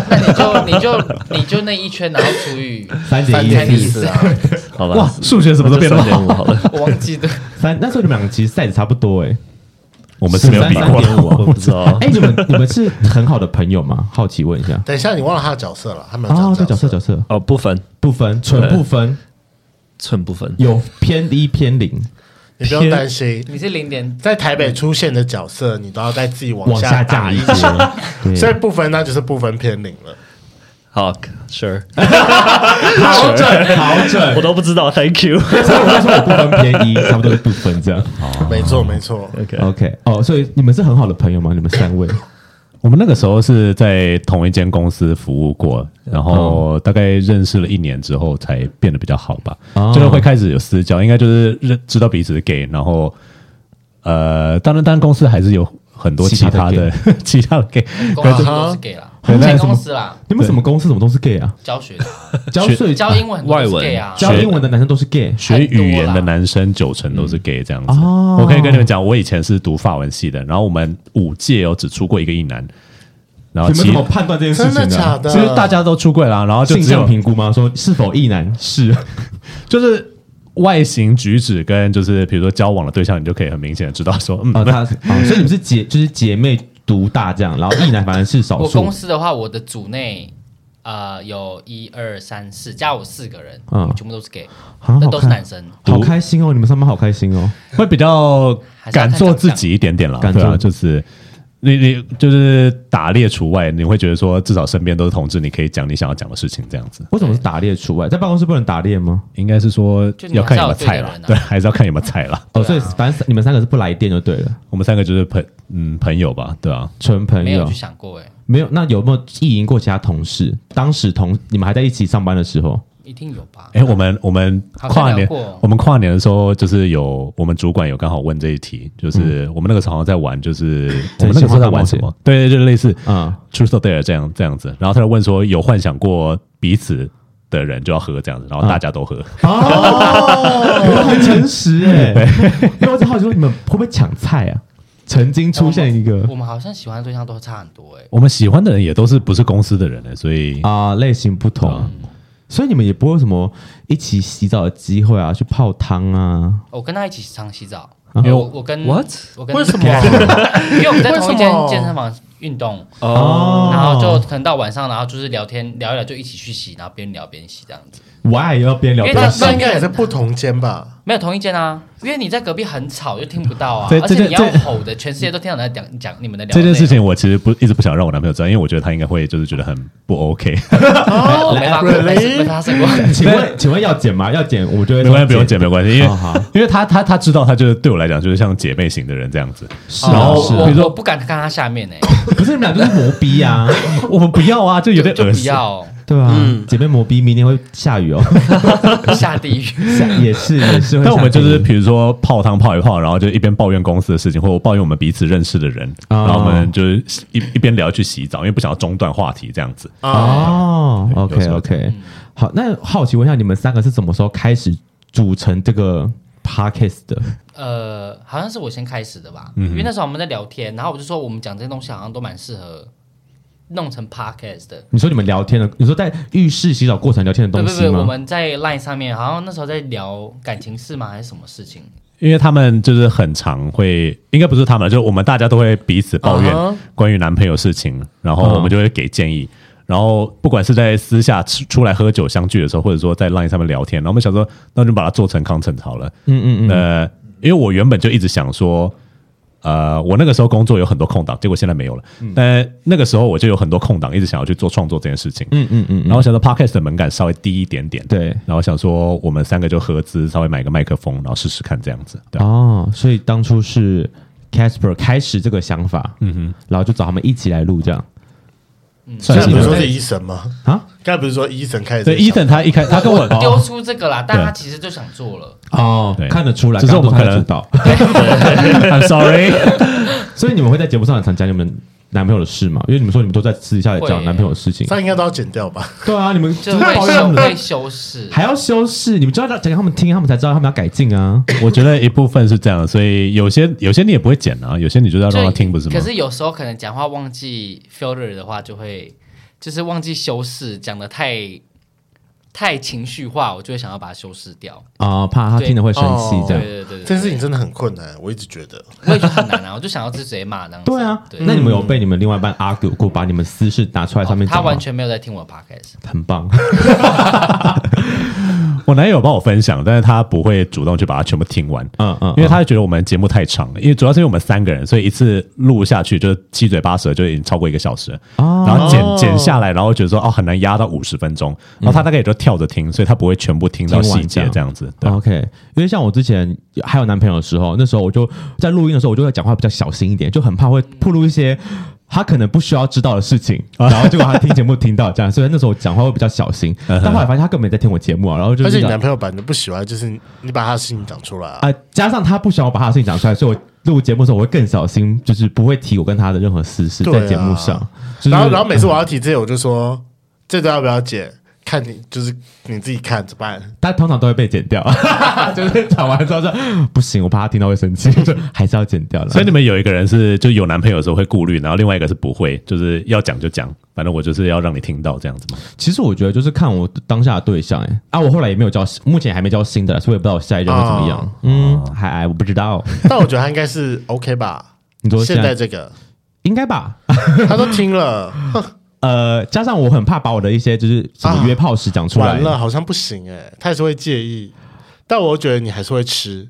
[SPEAKER 4] 那你就你就你就那一圈，然后除以
[SPEAKER 1] 三
[SPEAKER 2] 三
[SPEAKER 1] 点
[SPEAKER 2] 点
[SPEAKER 1] 一
[SPEAKER 2] 一
[SPEAKER 1] 四
[SPEAKER 2] 四啊，
[SPEAKER 5] 好吧？
[SPEAKER 3] 哇，数学怎么都变那么
[SPEAKER 5] 三点
[SPEAKER 3] 好
[SPEAKER 5] 五？好了，
[SPEAKER 4] 我忘记的，
[SPEAKER 1] 三，那时候你们两个其实 size 差不多哎，
[SPEAKER 3] 我们是没有比
[SPEAKER 1] 13.5啊
[SPEAKER 3] 过的，
[SPEAKER 5] 我不知道
[SPEAKER 1] 哎，。你们你们是很好的朋友吗？好奇问一下。
[SPEAKER 2] 等一下，你忘了他的角色了，他没有
[SPEAKER 1] 哦，对，
[SPEAKER 2] 讲
[SPEAKER 1] 角色角色
[SPEAKER 5] 哦，不分
[SPEAKER 1] 不分，纯不分，
[SPEAKER 5] 寸不分，
[SPEAKER 1] 有偏一偏零，
[SPEAKER 2] 你不用担心。
[SPEAKER 4] 你是零 点
[SPEAKER 2] 在台北出现的角色，你都要再自己往
[SPEAKER 1] 往下
[SPEAKER 2] 打
[SPEAKER 1] 降
[SPEAKER 2] 一
[SPEAKER 1] 一
[SPEAKER 2] 级，
[SPEAKER 1] 截，
[SPEAKER 2] 所以
[SPEAKER 1] 对，
[SPEAKER 2] 不分那就是不分偏零了。
[SPEAKER 5] 好，Sure，
[SPEAKER 2] 好准，
[SPEAKER 1] 好准
[SPEAKER 5] 我。都不知道，Thank you。
[SPEAKER 1] 所以我就说我不分偏一，差不多是不分这样。
[SPEAKER 2] 没错没错。
[SPEAKER 5] OK，
[SPEAKER 1] OK，哦，所以你们是很好的朋友吗？你们三位？
[SPEAKER 3] 我们那个时候是在同一间公司服务过，然
[SPEAKER 1] 嗯
[SPEAKER 3] 后大概认识了一年之后才变得比较好吧。
[SPEAKER 1] 哦
[SPEAKER 3] 就是会开始有私交，应该就是认知道彼此的 gay，然后呃，当然，当然公司还是有很多其他的 其他的 gay，
[SPEAKER 4] 公司都是给啦，
[SPEAKER 3] 对那
[SPEAKER 4] 前
[SPEAKER 3] 什么
[SPEAKER 4] 公司啦，
[SPEAKER 1] 你们什么公司什么都是 gay 啊？
[SPEAKER 4] 教学的，
[SPEAKER 1] 教税
[SPEAKER 4] 教英文很多
[SPEAKER 5] 外
[SPEAKER 4] 是
[SPEAKER 5] 文
[SPEAKER 4] gay 啊，
[SPEAKER 1] 教英文的男生都是 gay
[SPEAKER 3] 学语言的男生九成都是 gay 这样子。
[SPEAKER 1] 哦
[SPEAKER 3] 我可以跟你们讲，我以前是读法文系的，然后我们五届哦有只出过一个一男，然后
[SPEAKER 1] 你们怎
[SPEAKER 3] 其
[SPEAKER 1] 么判断这件事情
[SPEAKER 2] 真的假
[SPEAKER 1] 的？啊
[SPEAKER 2] 的？
[SPEAKER 3] 其实大家都出柜啦，然后就
[SPEAKER 1] 性
[SPEAKER 3] 只有
[SPEAKER 1] 向评估吗？说是否异男是？
[SPEAKER 3] 就是外形、举止跟就是比如说交往的对象，你就可以很明显的知道说，嗯，
[SPEAKER 1] 哦，他哦，所以你们是姐，就是姐妹独大这样，然后异男反而是少
[SPEAKER 4] 我
[SPEAKER 1] 数
[SPEAKER 4] 公。司的话，我的组内呃有一二三四，加我四个人，
[SPEAKER 1] 嗯
[SPEAKER 4] 全部都是 gay，
[SPEAKER 1] 好
[SPEAKER 4] 那
[SPEAKER 1] 好
[SPEAKER 4] 都是男
[SPEAKER 1] 看，
[SPEAKER 4] 生。
[SPEAKER 1] 好开心哦！你们上班好开心哦。
[SPEAKER 3] 会比较
[SPEAKER 4] 还是要
[SPEAKER 3] 敢
[SPEAKER 4] 看
[SPEAKER 3] 做自己一点点啦，
[SPEAKER 1] 敢
[SPEAKER 3] 对啊，
[SPEAKER 1] 做
[SPEAKER 3] 就是。你你就是打猎除外，你会觉得说至少身边都是同志，你可以讲你想要讲的事情，这样子
[SPEAKER 1] 为什么是打猎除外？在办公室不能打猎吗？
[SPEAKER 3] 应该是说
[SPEAKER 4] 就你
[SPEAKER 3] 要看有
[SPEAKER 4] 还
[SPEAKER 3] 没
[SPEAKER 4] 是
[SPEAKER 3] 有
[SPEAKER 4] 要
[SPEAKER 3] 菜
[SPEAKER 4] 有
[SPEAKER 3] 啦，
[SPEAKER 4] 对的人啊
[SPEAKER 3] 对，还是要看有没有菜啦。
[SPEAKER 4] 啊
[SPEAKER 1] 哦，所以反正你们三个是不来电就对了，
[SPEAKER 3] 我们三个就是朋嗯朋友吧，对啊，
[SPEAKER 1] 纯朋
[SPEAKER 4] 没有
[SPEAKER 1] 友
[SPEAKER 4] 去。想过哎、欸，
[SPEAKER 1] 没有，那有没有意淫过其他同事？当时同你们还在一起上班的时候，
[SPEAKER 4] 一定有吧？
[SPEAKER 3] 哎，我们我们
[SPEAKER 4] 好像
[SPEAKER 3] 跨年
[SPEAKER 4] 聊过
[SPEAKER 3] 我们跨年的时候就是有我们主管有刚好问这一题，就是
[SPEAKER 1] 嗯
[SPEAKER 3] 我们那个时候好像在 玩，就是我们那个时候在玩什么？对，对就类似
[SPEAKER 1] 嗯，
[SPEAKER 3] True or Dare 这样这样子，然后他就问说有幻想过彼此的人就要喝这样子，
[SPEAKER 1] 嗯
[SPEAKER 3] 然后大家都喝，
[SPEAKER 1] 哦，很诚实哎、 因为我只好奇说，你们会不会抢菜啊？曾经出现一个
[SPEAKER 4] 我们好像喜欢的对象都差很多哎、欸，
[SPEAKER 3] 我们喜欢的人也都是不是公司的人呢，欸所以
[SPEAKER 1] 啊、类型不同，所以你们也不会有什么一起洗澡的机会啊，去泡汤啊。
[SPEAKER 4] 哦我跟他一起常洗澡，
[SPEAKER 3] 因为
[SPEAKER 4] 我我跟
[SPEAKER 5] What？
[SPEAKER 4] 我跟
[SPEAKER 2] 为什么？
[SPEAKER 4] 因为我们在同
[SPEAKER 2] 为
[SPEAKER 4] 一
[SPEAKER 2] 什
[SPEAKER 4] 间
[SPEAKER 2] 么
[SPEAKER 4] 健身房运动，
[SPEAKER 1] 哦
[SPEAKER 4] 然后就可能到晚上，然后就是聊天聊一聊就一起去洗，然后边聊边洗这样子，
[SPEAKER 1] why 要边聊
[SPEAKER 4] 因为
[SPEAKER 1] 边
[SPEAKER 4] 他
[SPEAKER 1] 洗
[SPEAKER 2] 那应该也是不同间吧？
[SPEAKER 4] 没有同一间啊，因为你在隔壁很吵就听不到啊
[SPEAKER 3] 这，
[SPEAKER 4] 而
[SPEAKER 3] 这
[SPEAKER 4] 且你要
[SPEAKER 3] 这
[SPEAKER 4] 吼的，全世界都听到你在讲讲你们的聊
[SPEAKER 3] 这件事
[SPEAKER 4] 内
[SPEAKER 3] 情我其实不一直不想让我男朋友知道，因为我觉得他应该会就是觉得很不 OK，
[SPEAKER 4] 容我没发过，没没发生过。
[SPEAKER 1] 请问请问要剪吗？要剪，我觉得
[SPEAKER 3] 没关系不用剪没关系，因为
[SPEAKER 1] 哦好
[SPEAKER 3] 因为他他他知道他就是对我来讲就是像姐妹型的人这样子，
[SPEAKER 1] 是
[SPEAKER 4] 然
[SPEAKER 1] 啊
[SPEAKER 4] 后
[SPEAKER 1] 是
[SPEAKER 4] 哦我
[SPEAKER 1] 啊，
[SPEAKER 4] 我不敢看他下面欸呢，
[SPEAKER 1] 可是你们俩就是磨逼啊，
[SPEAKER 3] 我们不要啊，就有点
[SPEAKER 4] 就
[SPEAKER 3] 恶
[SPEAKER 4] 不
[SPEAKER 3] 心。
[SPEAKER 4] 要
[SPEAKER 1] 对吧、
[SPEAKER 4] 嗯
[SPEAKER 1] 姐妹磨逼，明天会下雨 哦，
[SPEAKER 4] 下地狱。
[SPEAKER 1] 下也是也是会下地狱。
[SPEAKER 3] 但我们就是比如说泡汤泡一泡，然后就一边抱怨公司的事情，或者抱怨我们彼此认识的人，
[SPEAKER 1] 哦
[SPEAKER 3] 然后我们就是一一边聊去洗澡，因为不想要中断话题这样子。
[SPEAKER 4] 啊
[SPEAKER 1] 哦
[SPEAKER 3] 对有
[SPEAKER 1] ，OK
[SPEAKER 3] 时候
[SPEAKER 1] OK，好，那好奇问一下，你们三个是什么时候开始组成这个 podcast 的？
[SPEAKER 4] 呃，好像是我先开始的吧，因为那时候我们在聊天，然后我就说我们讲这些东西好像都蛮适合弄成 podcast 的。
[SPEAKER 1] 你说你们聊天的，你说在浴室洗澡过程聊天的
[SPEAKER 4] 对
[SPEAKER 1] 东
[SPEAKER 4] 对
[SPEAKER 1] 西
[SPEAKER 4] 对，我
[SPEAKER 1] 吗？
[SPEAKER 4] 们在 LINE 上面好像那时候在聊感情事吗，还是什么事情？
[SPEAKER 3] 因为他们就是很常会，应该不是他们，就是我们大家都会彼此抱
[SPEAKER 2] 啊哈
[SPEAKER 1] 嗯
[SPEAKER 3] 怨关于男朋友事情，然后我们就会给建议。然后不管是在私下吃出来喝酒相聚的时候，或者说在 LINE 上面聊天，然后我们想说，那就把它做成 content 好了。
[SPEAKER 1] 嗯嗯嗯，
[SPEAKER 3] 呃，因为我原本就一直想说，呃，我那个时候工作有很多空档，结果现在没有了。
[SPEAKER 1] 嗯
[SPEAKER 3] 但那个时候我就有很多空档，一直想要去做创作这件事情。
[SPEAKER 1] 嗯嗯嗯，
[SPEAKER 3] 然后想说 podcast 的门槛稍微低一点点，
[SPEAKER 1] 对
[SPEAKER 3] 然后想说我们三个就合资，稍微买个麦克风，然后试试看这样子。对啊，
[SPEAKER 1] 哦，所以当初是 Casper 开始这个想法，嗯哼，然后就找他们一起来录这样
[SPEAKER 2] 现
[SPEAKER 3] 算
[SPEAKER 2] 在
[SPEAKER 3] 是
[SPEAKER 2] 不
[SPEAKER 3] 一
[SPEAKER 2] 是
[SPEAKER 3] 个
[SPEAKER 2] 说是医生吗？
[SPEAKER 1] 啊？
[SPEAKER 2] 刚才不是说医生开始？
[SPEAKER 3] 对，伊森他一开他跟 我
[SPEAKER 4] 丢出这个啦，但
[SPEAKER 3] 对
[SPEAKER 4] 他其实就想做了。
[SPEAKER 1] 哦
[SPEAKER 3] 对
[SPEAKER 1] 看得出来，
[SPEAKER 3] 只是我们
[SPEAKER 1] 刚刚都
[SPEAKER 3] 可能
[SPEAKER 1] 看得 到，
[SPEAKER 3] ，I'm sorry，
[SPEAKER 1] 所以你们会在节目上很常讲你们男朋友的事嘛？因为你们说你们都在私底下讲
[SPEAKER 4] 会
[SPEAKER 1] 男朋友的事情，
[SPEAKER 2] 这样应该都要剪掉吧？
[SPEAKER 1] 对啊，你们
[SPEAKER 4] 就
[SPEAKER 1] 抱怨
[SPEAKER 4] 会
[SPEAKER 1] 他
[SPEAKER 4] 修
[SPEAKER 1] 们的
[SPEAKER 4] 会修饰，
[SPEAKER 1] 还要修饰，你们就要讲给他们听，他们才知道他们要改进啊。
[SPEAKER 3] 我觉得一部分是这样，所以有些有些你也不会剪啊，有些你就是要
[SPEAKER 4] 就
[SPEAKER 3] 让他听，不是吗
[SPEAKER 4] 可？是有时候可能讲话忘记 filter 的话，就会就是忘记修饰，讲的太太情绪化，我就会想要把它修饰掉。
[SPEAKER 1] 啊、怕他听了会生气
[SPEAKER 2] 哦
[SPEAKER 1] 这
[SPEAKER 4] 对
[SPEAKER 1] 样。
[SPEAKER 4] 对对对，
[SPEAKER 2] 这件事情真的很困难，我一直觉得。
[SPEAKER 4] 我也觉得很难啊，我就想要直接骂这样子。
[SPEAKER 1] 对啊，
[SPEAKER 4] 对，
[SPEAKER 1] 那你们有被你们另外一半 argue 过，把你们私事拿出来上面
[SPEAKER 4] 哦他
[SPEAKER 1] 讲吗？
[SPEAKER 4] 完全没有在听我的 podcast，
[SPEAKER 1] 很棒，
[SPEAKER 3] 我男友有帮我分享，但是他不会主动去把它全部听完，
[SPEAKER 1] 嗯嗯
[SPEAKER 3] 因为他会觉得我们节目太长了，因为主要是因为我们三个人，所以一次录下去就是七嘴八舌，就已经超过一个小时，
[SPEAKER 1] 哦
[SPEAKER 3] 然后剪剪下来，然后觉得说哦很难压到五十分钟，然后他大概也就跳着听，所以他不会全部听到
[SPEAKER 1] 听完
[SPEAKER 3] 细节
[SPEAKER 1] 这样
[SPEAKER 3] 这样子，
[SPEAKER 2] 啊
[SPEAKER 3] 对。啊
[SPEAKER 1] OK，因为像我之前还有男朋友的时候，那时候我就在录音的时候，我就会讲话比较小心一点，就很怕会暴露一些他可能不需要知道的事 情，然后结果他听节目听到这样，所以那时候我讲话会比较小 心。但后来发现他根本没在听我节目啊，然后就
[SPEAKER 2] 嗯而且
[SPEAKER 1] 是
[SPEAKER 2] 你男朋友本来就不喜欢，就是你把他的事情讲出来啊。
[SPEAKER 1] 啊、加上他不喜欢我把他的事情讲出来，所以我录节目的时候我会更小心，就是不会提我跟他的任何私事
[SPEAKER 2] 对啊
[SPEAKER 1] 在节目上。就是
[SPEAKER 2] 然后，然后每次我要提这些，我就说这段要不要剪？看你就是你自己看着办。
[SPEAKER 1] 他通常都会被剪掉， 就是讲完之后说不行，我怕他听到会生气， 就还是要剪掉了。
[SPEAKER 3] 所以你们有一个人是就有男朋友的时候会顾虑，然后另外一个是不会，就是要讲就讲，反正我就是要让你听到这样子嘛。
[SPEAKER 1] 其实我觉得就是看我当下的对象、哎啊，我后来也没有交，目前还没交新的，所以我也不知道我下一任会怎么样。
[SPEAKER 2] 哦
[SPEAKER 1] 嗯，还我不知道，
[SPEAKER 2] 但我觉得他应该是 OK 吧。
[SPEAKER 1] 你说
[SPEAKER 2] 现
[SPEAKER 1] 现
[SPEAKER 2] 在
[SPEAKER 1] 在
[SPEAKER 2] 这个，
[SPEAKER 1] 应该吧？
[SPEAKER 2] 他都听了，
[SPEAKER 1] 呃，加上我很怕把我的一些就是什么约炮史讲 出来，
[SPEAKER 2] 完了好像不行哎、他还是会介意。但我觉得你还是会吃。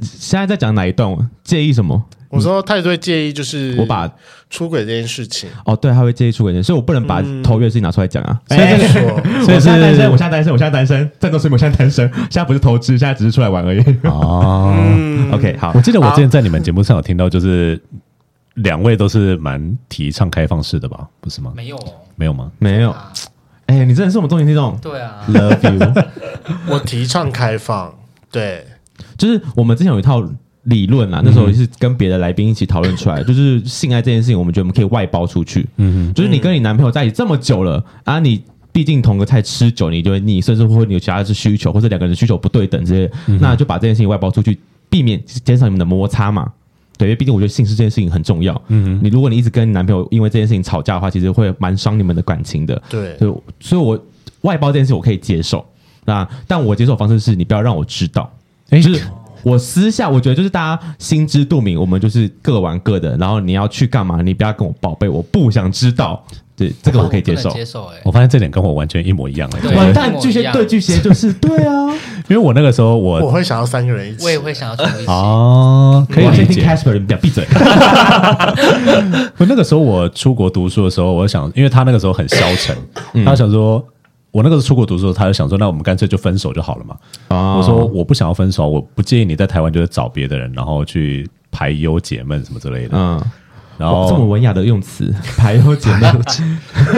[SPEAKER 1] 现在在讲哪一段？介意什么？
[SPEAKER 2] 我说他也是会介意，就是
[SPEAKER 1] 嗯我把
[SPEAKER 2] 出轨这件事情。
[SPEAKER 1] 哦，对，他会介意出轨人，所以我不能把
[SPEAKER 2] 嗯
[SPEAKER 1] 头越事情拿出来讲啊。
[SPEAKER 2] 所以这个
[SPEAKER 1] 所以
[SPEAKER 3] 是
[SPEAKER 1] 现在单 身，我现在单身，我现在单身，战斗水母现在单身，现在不是投资，现在只是出来玩而已。
[SPEAKER 3] 哦，
[SPEAKER 2] 嗯
[SPEAKER 1] OK，好
[SPEAKER 3] 我，记得我之前在你们节目上有听到，就是两位都是蛮提倡开放式的吧，不是吗？
[SPEAKER 4] 没有哦，
[SPEAKER 3] 没有吗？
[SPEAKER 1] 没有，哎，你真的是我们中年听 众
[SPEAKER 4] 对啊，
[SPEAKER 1] ，Love you。
[SPEAKER 2] 我提倡开放，对，
[SPEAKER 1] 就是我们之前有一套理论啊，那时候也是跟别的来宾一起讨论出 来，就是性爱这件事情，我们觉得我们可以外包出去。嗯就是你跟你男朋友在一起这么久了啊，你毕竟同个菜吃久，你就会腻，甚至会有其他的需求，或者两个人的需求不对等之类的，那就把这件事情外包出去，避免减少你们的摩擦嘛。对，因为毕竟我觉得性事这件事情很重要。嗯，你如果你一直跟你男朋友因为这件事情吵架的话，其实会蛮伤你们的感情的。
[SPEAKER 2] 对
[SPEAKER 1] 所以我所以我外包这件事我可以接受。那但我接受的方式是你不要让我知道，就是我私下我觉得就是大家心知肚明，我们就是各玩各的，然后你要去干嘛，你不要跟我报备，我不想知道。对，这个我可以接
[SPEAKER 4] 不
[SPEAKER 1] 受
[SPEAKER 3] 哦
[SPEAKER 4] 能。接受哎、
[SPEAKER 3] 我发现这点跟我完全一模一样哎、
[SPEAKER 4] 对
[SPEAKER 1] 完
[SPEAKER 4] 一
[SPEAKER 1] 蛋，
[SPEAKER 4] 模一
[SPEAKER 1] 巨蟹
[SPEAKER 4] 样
[SPEAKER 1] 对巨蟹就是对啊，
[SPEAKER 3] 因为我那个时候
[SPEAKER 2] 我
[SPEAKER 3] 我
[SPEAKER 2] 会想要三个人一起。
[SPEAKER 4] 我也会想要全部一起。
[SPEAKER 1] 啊
[SPEAKER 3] 哦，可以
[SPEAKER 1] 我先
[SPEAKER 3] 理
[SPEAKER 1] 听
[SPEAKER 3] 解。
[SPEAKER 1] Casper，你们俩闭嘴。
[SPEAKER 3] 我那个时候我出国读书的时候，我想，因为他那个时候很消沉，他想说。我那个时候出国读书的时候，他就想说，那我们干脆就分手就好了嘛。 我说
[SPEAKER 1] 哦
[SPEAKER 3] 我不想要分手，我不建议你在台湾就是找别的人，然后去排忧解闷什么之类的。
[SPEAKER 1] 嗯，
[SPEAKER 3] 然
[SPEAKER 1] 这么
[SPEAKER 3] 后
[SPEAKER 1] 文雅的用词，排忧解 闷。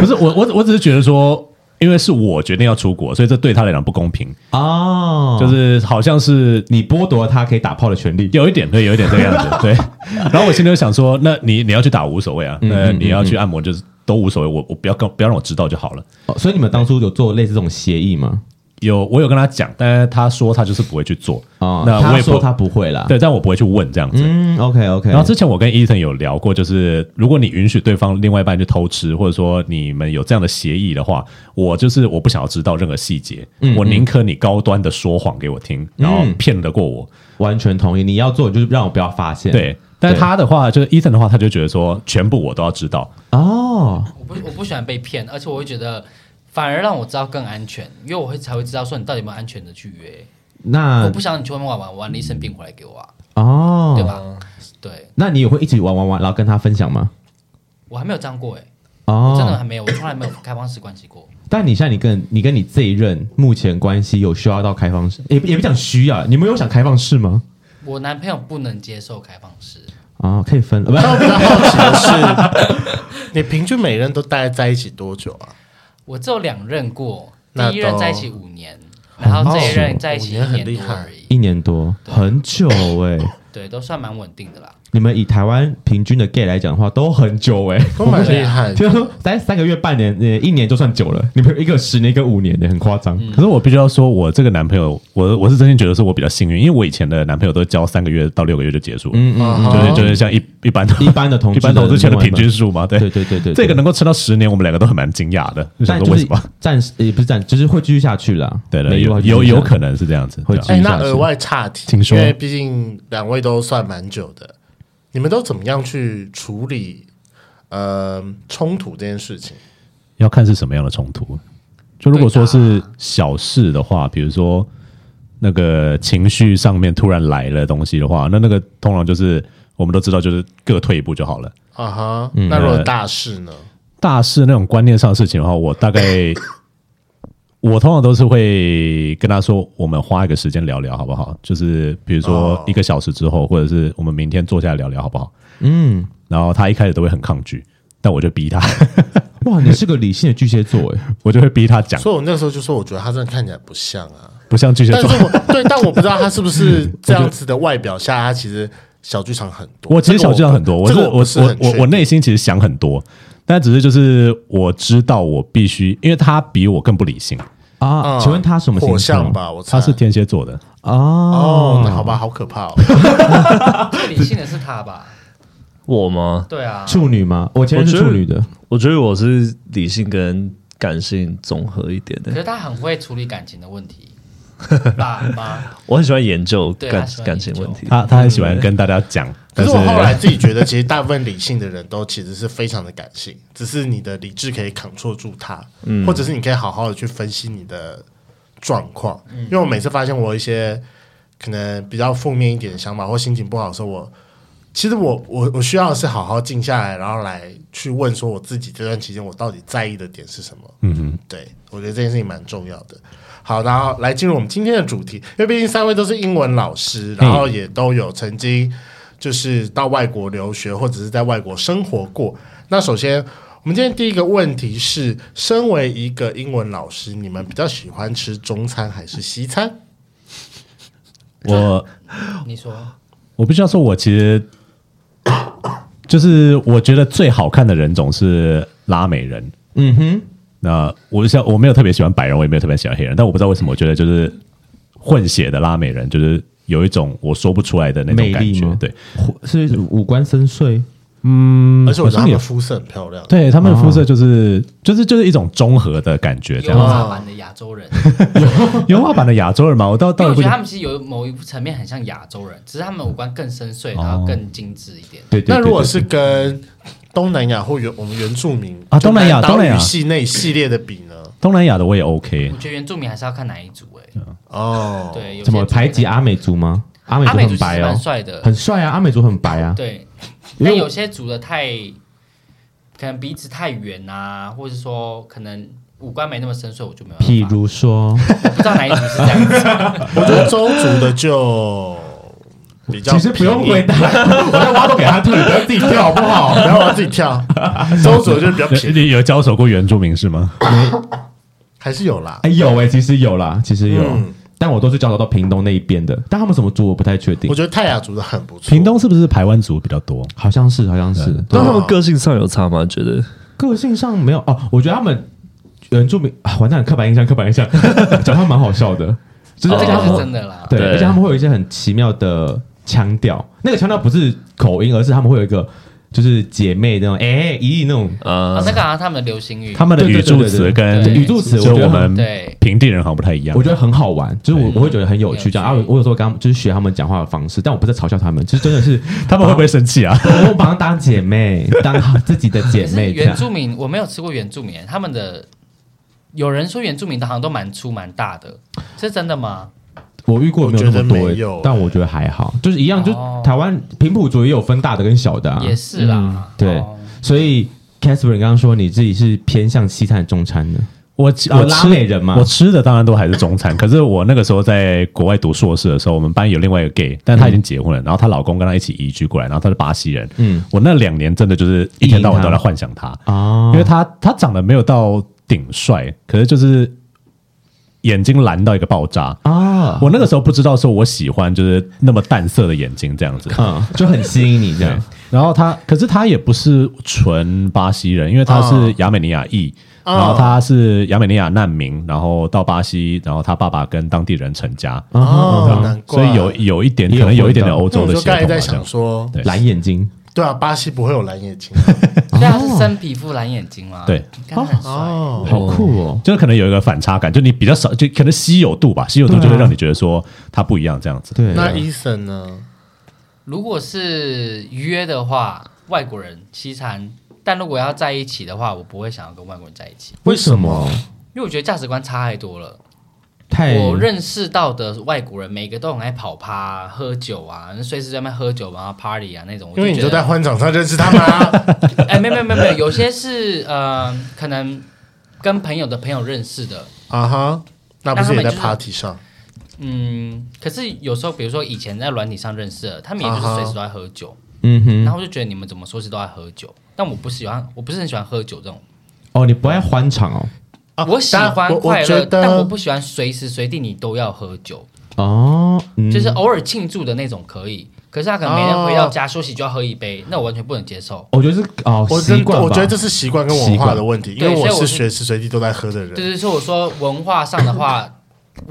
[SPEAKER 3] 不是我我我只是觉得说，因为是我决定要出国，所以这对他来讲不公平，
[SPEAKER 1] 哦，
[SPEAKER 3] 就是好像是
[SPEAKER 1] 你剥夺了他可以打炮的权利。
[SPEAKER 3] 有一点对，有一点这个样 子对。然后我心里就想说，那你你要去打无所谓啊，那你要去按摩就是都无所谓，我我不要跟不要让我知道就好了。
[SPEAKER 1] 哦所以你们当初有做类似这种协议吗？
[SPEAKER 3] 有我有跟他讲，但是他说他就是不会去做，
[SPEAKER 1] 哦，
[SPEAKER 3] 那我
[SPEAKER 1] 他
[SPEAKER 3] 也不
[SPEAKER 1] 说他不会啦。
[SPEAKER 3] 对，但我不会去问这样子。
[SPEAKER 1] 嗯，OK OK。
[SPEAKER 3] 然后之前我跟伊森有聊过，就是如果你允许对方另外一半去偷吃，或者说你们有这样的协议的话，我就是我不想要知道任何细节，
[SPEAKER 1] 嗯
[SPEAKER 3] 我宁可你高端的说谎给我听，然后骗得过我。
[SPEAKER 1] 完全同意，你要做就是让我不要发现。
[SPEAKER 3] 对，但是他的话就是伊森的话，他就觉得说全部我都要知道。
[SPEAKER 1] 哦，
[SPEAKER 4] 我不我不喜欢被骗，而且我会觉得反而让我知道更安全，因为我会才会知道说你到底有没有安全的去约。我
[SPEAKER 1] 那
[SPEAKER 4] 不想你去外面玩玩，玩了一身病回来给我啊，对
[SPEAKER 1] 哦，
[SPEAKER 4] 吧？对
[SPEAKER 1] 那你也会一起玩玩玩，然后跟他分享吗？
[SPEAKER 4] 我还没有这样过哎、真的
[SPEAKER 1] 哦，
[SPEAKER 4] 还没有，我从来没有开放式关系过。
[SPEAKER 1] 但你像你跟你跟你这一任目前关系有需要到开放式，也也不讲需要，你们有想开放式吗？
[SPEAKER 4] 我男朋友不能接受开放式，
[SPEAKER 1] 哦，可以分，不
[SPEAKER 2] 但我比较好奇的是， 你平均每人都待在一起多久啊？
[SPEAKER 4] 我只有两任过，第
[SPEAKER 2] 那
[SPEAKER 4] 一任
[SPEAKER 2] 都
[SPEAKER 4] 在一起五年，
[SPEAKER 1] 哦
[SPEAKER 4] 然后这一任在一起
[SPEAKER 2] 哦五年很
[SPEAKER 4] 一年多
[SPEAKER 2] 厉害
[SPEAKER 4] 而已，
[SPEAKER 1] 一年多，很久哎、
[SPEAKER 4] 对，都算蛮稳定的啦。
[SPEAKER 1] 你们以台湾平均的 gay 来讲的话，都很久哎、
[SPEAKER 2] 都蛮厉害
[SPEAKER 1] 就是
[SPEAKER 2] 的。
[SPEAKER 1] 说，待三个月、半年、呃，一年就算久了。嗯你们有一个十年，一个五年的，很夸张。
[SPEAKER 3] 可是我必须要说，我这个男朋友，我我是真心觉得说我比较幸运，因为我以前的男朋友都交三个月到六个月就结束了，
[SPEAKER 1] 嗯嗯，
[SPEAKER 2] 啊
[SPEAKER 3] 就是就是像一一般的
[SPEAKER 1] 一般的同
[SPEAKER 3] 一般投资圈的平均数嘛，对
[SPEAKER 1] 对对对对，
[SPEAKER 3] 这个能够撑到十年，我们两个都很蛮惊讶的，就想
[SPEAKER 1] 但
[SPEAKER 3] 说
[SPEAKER 1] 就
[SPEAKER 3] 为
[SPEAKER 1] 是
[SPEAKER 3] 什么？
[SPEAKER 1] 暂时也不是暂，就是会继续下去啦。
[SPEAKER 3] 对
[SPEAKER 1] 没
[SPEAKER 3] 对，
[SPEAKER 1] 意外
[SPEAKER 3] 有
[SPEAKER 1] 会继续
[SPEAKER 3] 有
[SPEAKER 1] 下
[SPEAKER 3] 有
[SPEAKER 1] 去
[SPEAKER 3] 可能是这样子，
[SPEAKER 1] 会
[SPEAKER 3] 对啊
[SPEAKER 1] 继
[SPEAKER 2] 哎、
[SPEAKER 1] 续
[SPEAKER 2] 那
[SPEAKER 1] 下
[SPEAKER 2] 额
[SPEAKER 1] 去。
[SPEAKER 2] 外岔题，
[SPEAKER 3] 请说
[SPEAKER 2] 因为毕竟两位都算蛮久的，你们都怎么样去处理呃冲突这件事情？
[SPEAKER 3] 要看是什么样的冲突。就如果
[SPEAKER 2] 啊
[SPEAKER 3] 说是呃小事的话，比如说那个情绪上面突然来了东西的话，那那个通常就是我们都知道，就是各退一步就好了。
[SPEAKER 2] 啊哈，
[SPEAKER 3] 嗯
[SPEAKER 2] 那如果大事呢？
[SPEAKER 3] 大事那种观念上的事情的话，我大概我通常都是会跟他说，我们花一个时间聊聊好不好？就是比如说
[SPEAKER 2] 哦
[SPEAKER 3] 一个小时之后，或者是我们明天坐下来聊聊好不好？
[SPEAKER 1] 嗯，
[SPEAKER 3] 然后他一开始都会很抗拒，但我就逼他，
[SPEAKER 1] 哇，你是个理性的巨蟹座哎，
[SPEAKER 3] 我就会逼他讲，
[SPEAKER 2] 所以我那时候就说，我觉得他真的看起来不像 啊。
[SPEAKER 3] 不像巨蟹
[SPEAKER 2] 但是
[SPEAKER 3] 座。
[SPEAKER 2] 我 对，但我不知道他是不是这样子的外表下，他其实小剧场很多。
[SPEAKER 3] 我其
[SPEAKER 2] 这
[SPEAKER 3] 实
[SPEAKER 2] 个
[SPEAKER 3] 小剧场很多，我
[SPEAKER 2] 这
[SPEAKER 3] 是
[SPEAKER 2] 个
[SPEAKER 3] 我
[SPEAKER 2] 不是
[SPEAKER 3] 我
[SPEAKER 2] 很确
[SPEAKER 3] 我
[SPEAKER 2] 定
[SPEAKER 3] 我内心其实想很多，但只是就是我知道我必须，因为他比我更不理性，
[SPEAKER 1] 啊，
[SPEAKER 2] 嗯
[SPEAKER 1] 请问他什么星
[SPEAKER 2] 火象
[SPEAKER 1] 座？啊
[SPEAKER 2] 吧？啊我猜
[SPEAKER 3] 啊他是天蝎座的，
[SPEAKER 2] 哦，那好吧，好可怕哦。
[SPEAKER 4] 最理性的是他吧？
[SPEAKER 5] 我吗？
[SPEAKER 4] 对啊，
[SPEAKER 1] 处女吗？我前任是处女的，
[SPEAKER 5] 我觉得我是理性跟感性综合一点的
[SPEAKER 4] 可，是他很会处理感情的问题，爸 妈。
[SPEAKER 5] 我很喜欢研究
[SPEAKER 4] 对
[SPEAKER 5] 感
[SPEAKER 4] 他喜欢
[SPEAKER 5] 感情
[SPEAKER 4] 研究
[SPEAKER 5] 问题。
[SPEAKER 3] 啊他他很喜欢
[SPEAKER 1] 嗯
[SPEAKER 3] 跟大家讲，
[SPEAKER 2] 可
[SPEAKER 3] 但
[SPEAKER 2] 是我后 来自己觉得，其实大部分理性的人都其实是非常的感性，只是你的理智可以 control 住它，或者是你可以好好的去分析你的状况。因为我每次发现我有一些可能比较负面一点的想法或心情不好的时候，我其实我我我需要的是好好静下来，然后来去问说我自己这段期间我到底在意的点是什么。嗯哼，对我觉得这件事情蛮重要的。好，然后来进入我们今天的主题，因为毕竟三位都是英文老师，然后也都有曾经就是到外国留学或者是在外国生活过。那首先，我们今天第一个问题是：身为一个英文老师，你们比较喜欢吃中餐还是西餐？
[SPEAKER 3] 我
[SPEAKER 4] 你说
[SPEAKER 3] 我必须要说，我其实就是我觉得最好看的人种是拉美人。嗯哼，那我像我没有特别喜欢白人，我也没有特别喜欢黑人，但我不知道为什么，我觉得就是混血的拉美人，就是有一种我说不出来的那种
[SPEAKER 1] 美
[SPEAKER 3] 感
[SPEAKER 1] 丽
[SPEAKER 3] 觉
[SPEAKER 1] 吗。？
[SPEAKER 3] 对，，
[SPEAKER 1] 是五官深邃嗯
[SPEAKER 2] 而且我觉得他们肤色很漂亮。
[SPEAKER 3] 对他们的肤
[SPEAKER 1] 哦
[SPEAKER 3] 色就是、就是就是一种综合的感觉，这
[SPEAKER 4] 优
[SPEAKER 3] 样
[SPEAKER 4] 化版的亚洲人，
[SPEAKER 1] 哦
[SPEAKER 3] 油画版的亚洲人嘛，我倒
[SPEAKER 4] 因
[SPEAKER 3] 倒
[SPEAKER 4] 为
[SPEAKER 3] 也
[SPEAKER 4] 我
[SPEAKER 3] 不觉
[SPEAKER 4] 觉得他
[SPEAKER 3] 得。
[SPEAKER 4] 们其实有某一层面很像亚洲人，只是他们五官更深邃，
[SPEAKER 1] 哦
[SPEAKER 4] 然后更精致一点。
[SPEAKER 3] 对对对
[SPEAKER 2] 那如果
[SPEAKER 3] 对
[SPEAKER 2] 是跟东南亚或原我们原住民
[SPEAKER 3] 啊东南
[SPEAKER 2] 就南
[SPEAKER 3] 亚
[SPEAKER 2] 岛
[SPEAKER 3] 东南
[SPEAKER 2] 语
[SPEAKER 3] 亚
[SPEAKER 2] 系那一系列的比呢？
[SPEAKER 3] 东南亚的我也 OK，
[SPEAKER 4] 我觉得原住民还是要看哪一组哎、
[SPEAKER 2] 哦，
[SPEAKER 4] 对，有些
[SPEAKER 1] 怎么
[SPEAKER 4] 族群
[SPEAKER 1] 排挤阿美族吗？阿美
[SPEAKER 4] 阿
[SPEAKER 1] 族
[SPEAKER 4] 美族
[SPEAKER 1] 很
[SPEAKER 4] 其
[SPEAKER 1] 白
[SPEAKER 4] 实蛮
[SPEAKER 1] 哦，
[SPEAKER 4] 帅的，
[SPEAKER 1] 很帅啊，阿美族很白啊。
[SPEAKER 4] 对，
[SPEAKER 1] 因为
[SPEAKER 4] 但
[SPEAKER 1] 我
[SPEAKER 4] 有些组的太，可能鼻子太圆啊，或者是说可能五官没那么深邃，我就没有。
[SPEAKER 1] 譬，如说，
[SPEAKER 4] 我不知道哪一组是这样子。
[SPEAKER 2] 我觉得周族的就比较
[SPEAKER 1] 其实不用
[SPEAKER 2] 便宜
[SPEAKER 1] 回答，我在挖洞给他跳，你不要自己跳好不好？
[SPEAKER 2] 然后我要自己 跳，周族就比较便宜，
[SPEAKER 3] 呃你有交手过原住民是吗？
[SPEAKER 2] 还是有啦。
[SPEAKER 1] 哎，有哎，其实有啦，其实有
[SPEAKER 2] 嗯，
[SPEAKER 1] 但我都是交流到屏东那一边的，但他们什么族我不太确定
[SPEAKER 2] 我，觉得泰雅族的很不错，
[SPEAKER 3] 屏东是不是排湾族比较多？
[SPEAKER 1] 好像是，好像是。对
[SPEAKER 5] 那他们个性上有差吗？觉得
[SPEAKER 1] 个性上没有哦，我觉得他们原住民啊，完蛋，刻板印象，刻板印象， 讲他们蛮好笑的， 就是而
[SPEAKER 4] 哦这
[SPEAKER 1] 且他
[SPEAKER 4] 个是
[SPEAKER 1] 们
[SPEAKER 4] 真的啦。
[SPEAKER 1] 对，
[SPEAKER 5] 对
[SPEAKER 1] 而且他们会有一些很奇妙的腔调，那个腔调不是口音，而是他们会有一个就是姐妹那种哎咦那种
[SPEAKER 4] 啊
[SPEAKER 5] 啊，，
[SPEAKER 4] 那个好像他们的流行语，
[SPEAKER 3] 他们的
[SPEAKER 1] 对对
[SPEAKER 3] 语助
[SPEAKER 1] 对对
[SPEAKER 3] 词
[SPEAKER 1] 对
[SPEAKER 3] 跟
[SPEAKER 4] 对
[SPEAKER 1] 语助词，
[SPEAKER 3] 就
[SPEAKER 1] 我觉
[SPEAKER 3] 我
[SPEAKER 1] 得很
[SPEAKER 3] 们
[SPEAKER 4] 对
[SPEAKER 3] 平地人好像不太一样
[SPEAKER 1] 我。觉得很好玩，就是我我会觉得很有趣这样啊。
[SPEAKER 4] 有
[SPEAKER 1] 我
[SPEAKER 4] 趣
[SPEAKER 1] 我有时候跟他们就是学他们讲话的方式，但我不是在嘲笑他们，就是真的是
[SPEAKER 3] 他们会不会生气啊？
[SPEAKER 1] 我我把他当姐妹，当好自己的姐
[SPEAKER 4] 可是
[SPEAKER 1] 妹这
[SPEAKER 4] 原
[SPEAKER 1] 样。
[SPEAKER 4] 住民，我没有吃过原住民，他们的有人说原住民的好像都蛮粗蛮大的，这是真的吗？
[SPEAKER 1] 我遇过没有那么
[SPEAKER 2] 我觉得没
[SPEAKER 1] 多
[SPEAKER 2] 有
[SPEAKER 1] 欸，但我觉得还好，就是一样，就
[SPEAKER 4] 哦
[SPEAKER 1] 台湾平埔族也有分大的跟小的啊，
[SPEAKER 4] 也是啦
[SPEAKER 1] 嗯，对
[SPEAKER 4] 哦，
[SPEAKER 1] 所以 Catherine 刚刚说你自己是偏向西餐还是中餐的，
[SPEAKER 3] 我我
[SPEAKER 1] 哦拉
[SPEAKER 3] 吃
[SPEAKER 1] 美人嘛
[SPEAKER 3] 我吃的当然都还是中餐。可是我那个时候在国外读硕士的时候，我们班有另外一个 gay，但他已经结婚了，然后她老公跟她一起移居过来，然后他是巴西人。
[SPEAKER 1] 嗯
[SPEAKER 3] 嗯，我那两年真的就是一天到晚都在幻想他，
[SPEAKER 1] 哦
[SPEAKER 3] 因为他他长得没有到顶帅，可是就是眼睛蓝到一个爆炸。
[SPEAKER 1] 啊，
[SPEAKER 3] 我那个时候不知道说我喜欢就是那么淡色的眼睛这 样子。
[SPEAKER 1] 嗯，就很吸引你这样，
[SPEAKER 3] 然后他，可是他也不是纯巴西人，因为他是
[SPEAKER 2] 哦
[SPEAKER 3] 亚美尼亚裔，
[SPEAKER 2] 哦
[SPEAKER 3] 然后他是亚美尼亚难民，然后到巴西，然后他爸爸跟当地人成家，
[SPEAKER 1] 啊
[SPEAKER 2] 哦，难怪。
[SPEAKER 3] 嗯所以有有一点
[SPEAKER 1] 也
[SPEAKER 3] 可
[SPEAKER 1] 有
[SPEAKER 3] 能有一点
[SPEAKER 1] 混到
[SPEAKER 3] 点欧
[SPEAKER 2] 那
[SPEAKER 3] 洲
[SPEAKER 2] 我
[SPEAKER 3] 的
[SPEAKER 2] 就
[SPEAKER 3] 血
[SPEAKER 2] 嗯刚才
[SPEAKER 3] 统
[SPEAKER 2] 在
[SPEAKER 3] 吧这
[SPEAKER 2] 想
[SPEAKER 3] 样。
[SPEAKER 2] 说，
[SPEAKER 3] 对
[SPEAKER 1] 蓝眼睛
[SPEAKER 2] 对啊，巴西不会有蓝眼 睛
[SPEAKER 4] 对啊，是深皮肤蓝眼睛吗？
[SPEAKER 3] 对，
[SPEAKER 4] 看他很帅。
[SPEAKER 2] 哦。
[SPEAKER 1] 好酷哦，
[SPEAKER 3] 就是可能有一个反差感，就你比较少，就可能稀有度吧，稀有度
[SPEAKER 1] 对啊
[SPEAKER 3] 就会让你觉得说他不一样这样子。
[SPEAKER 1] 对，
[SPEAKER 2] 那 Eason 呢？
[SPEAKER 4] 如果是约的话，外国人西餐；但如果要在一起的话，我不会想要跟外国人在一起。
[SPEAKER 1] 为什么？
[SPEAKER 4] 因为我觉得价值观差太多了。
[SPEAKER 2] 哎
[SPEAKER 1] 太
[SPEAKER 4] 我认识到的外国人，每个都很爱跑趴、喝酒啊，随时在那边喝酒啊、party 啊那种。我
[SPEAKER 2] 因为你
[SPEAKER 4] 觉
[SPEAKER 2] 就
[SPEAKER 4] 得
[SPEAKER 2] 在欢场上认识他们 啊。
[SPEAKER 4] 哎，没有没有没有没有，有些是呃，可能跟朋友的朋友认识的，
[SPEAKER 2] 啊哈，那不是也
[SPEAKER 4] 那他们
[SPEAKER 2] 在
[SPEAKER 4] 就是
[SPEAKER 2] party 上？
[SPEAKER 4] 嗯，可是有时候，比如说以前在软体上认识的，他们也就是
[SPEAKER 2] 啊哈
[SPEAKER 4] 随时都在喝酒，
[SPEAKER 1] 嗯
[SPEAKER 4] 然
[SPEAKER 1] 哼，
[SPEAKER 4] 后我就觉得你们怎么说是都在喝酒，但我不喜欢，我不是很喜欢喝酒这种，
[SPEAKER 1] 哦，你不爱欢场哦，
[SPEAKER 2] 啊
[SPEAKER 4] 我喜
[SPEAKER 2] 当然
[SPEAKER 4] 欢
[SPEAKER 2] 我我
[SPEAKER 4] 快乐
[SPEAKER 2] 觉，
[SPEAKER 4] 但我
[SPEAKER 2] 得
[SPEAKER 4] 不喜欢随时随地你都要喝酒，
[SPEAKER 1] 哦，嗯
[SPEAKER 4] 就是偶尔庆祝的那种可以，可是他可能每天回到
[SPEAKER 2] 哦
[SPEAKER 4] 家休息就要喝一杯，那我完全不能接受。
[SPEAKER 1] 我觉得是哦
[SPEAKER 2] 我
[SPEAKER 1] 习
[SPEAKER 2] 真
[SPEAKER 1] 惯吧，
[SPEAKER 2] 我觉得这是习惯跟文化的问题，因
[SPEAKER 4] 习惯
[SPEAKER 2] 为我
[SPEAKER 4] 对所以
[SPEAKER 2] 是
[SPEAKER 4] 我是
[SPEAKER 2] 随时随地都在喝的人。
[SPEAKER 4] 对对，所以我说文化上的话，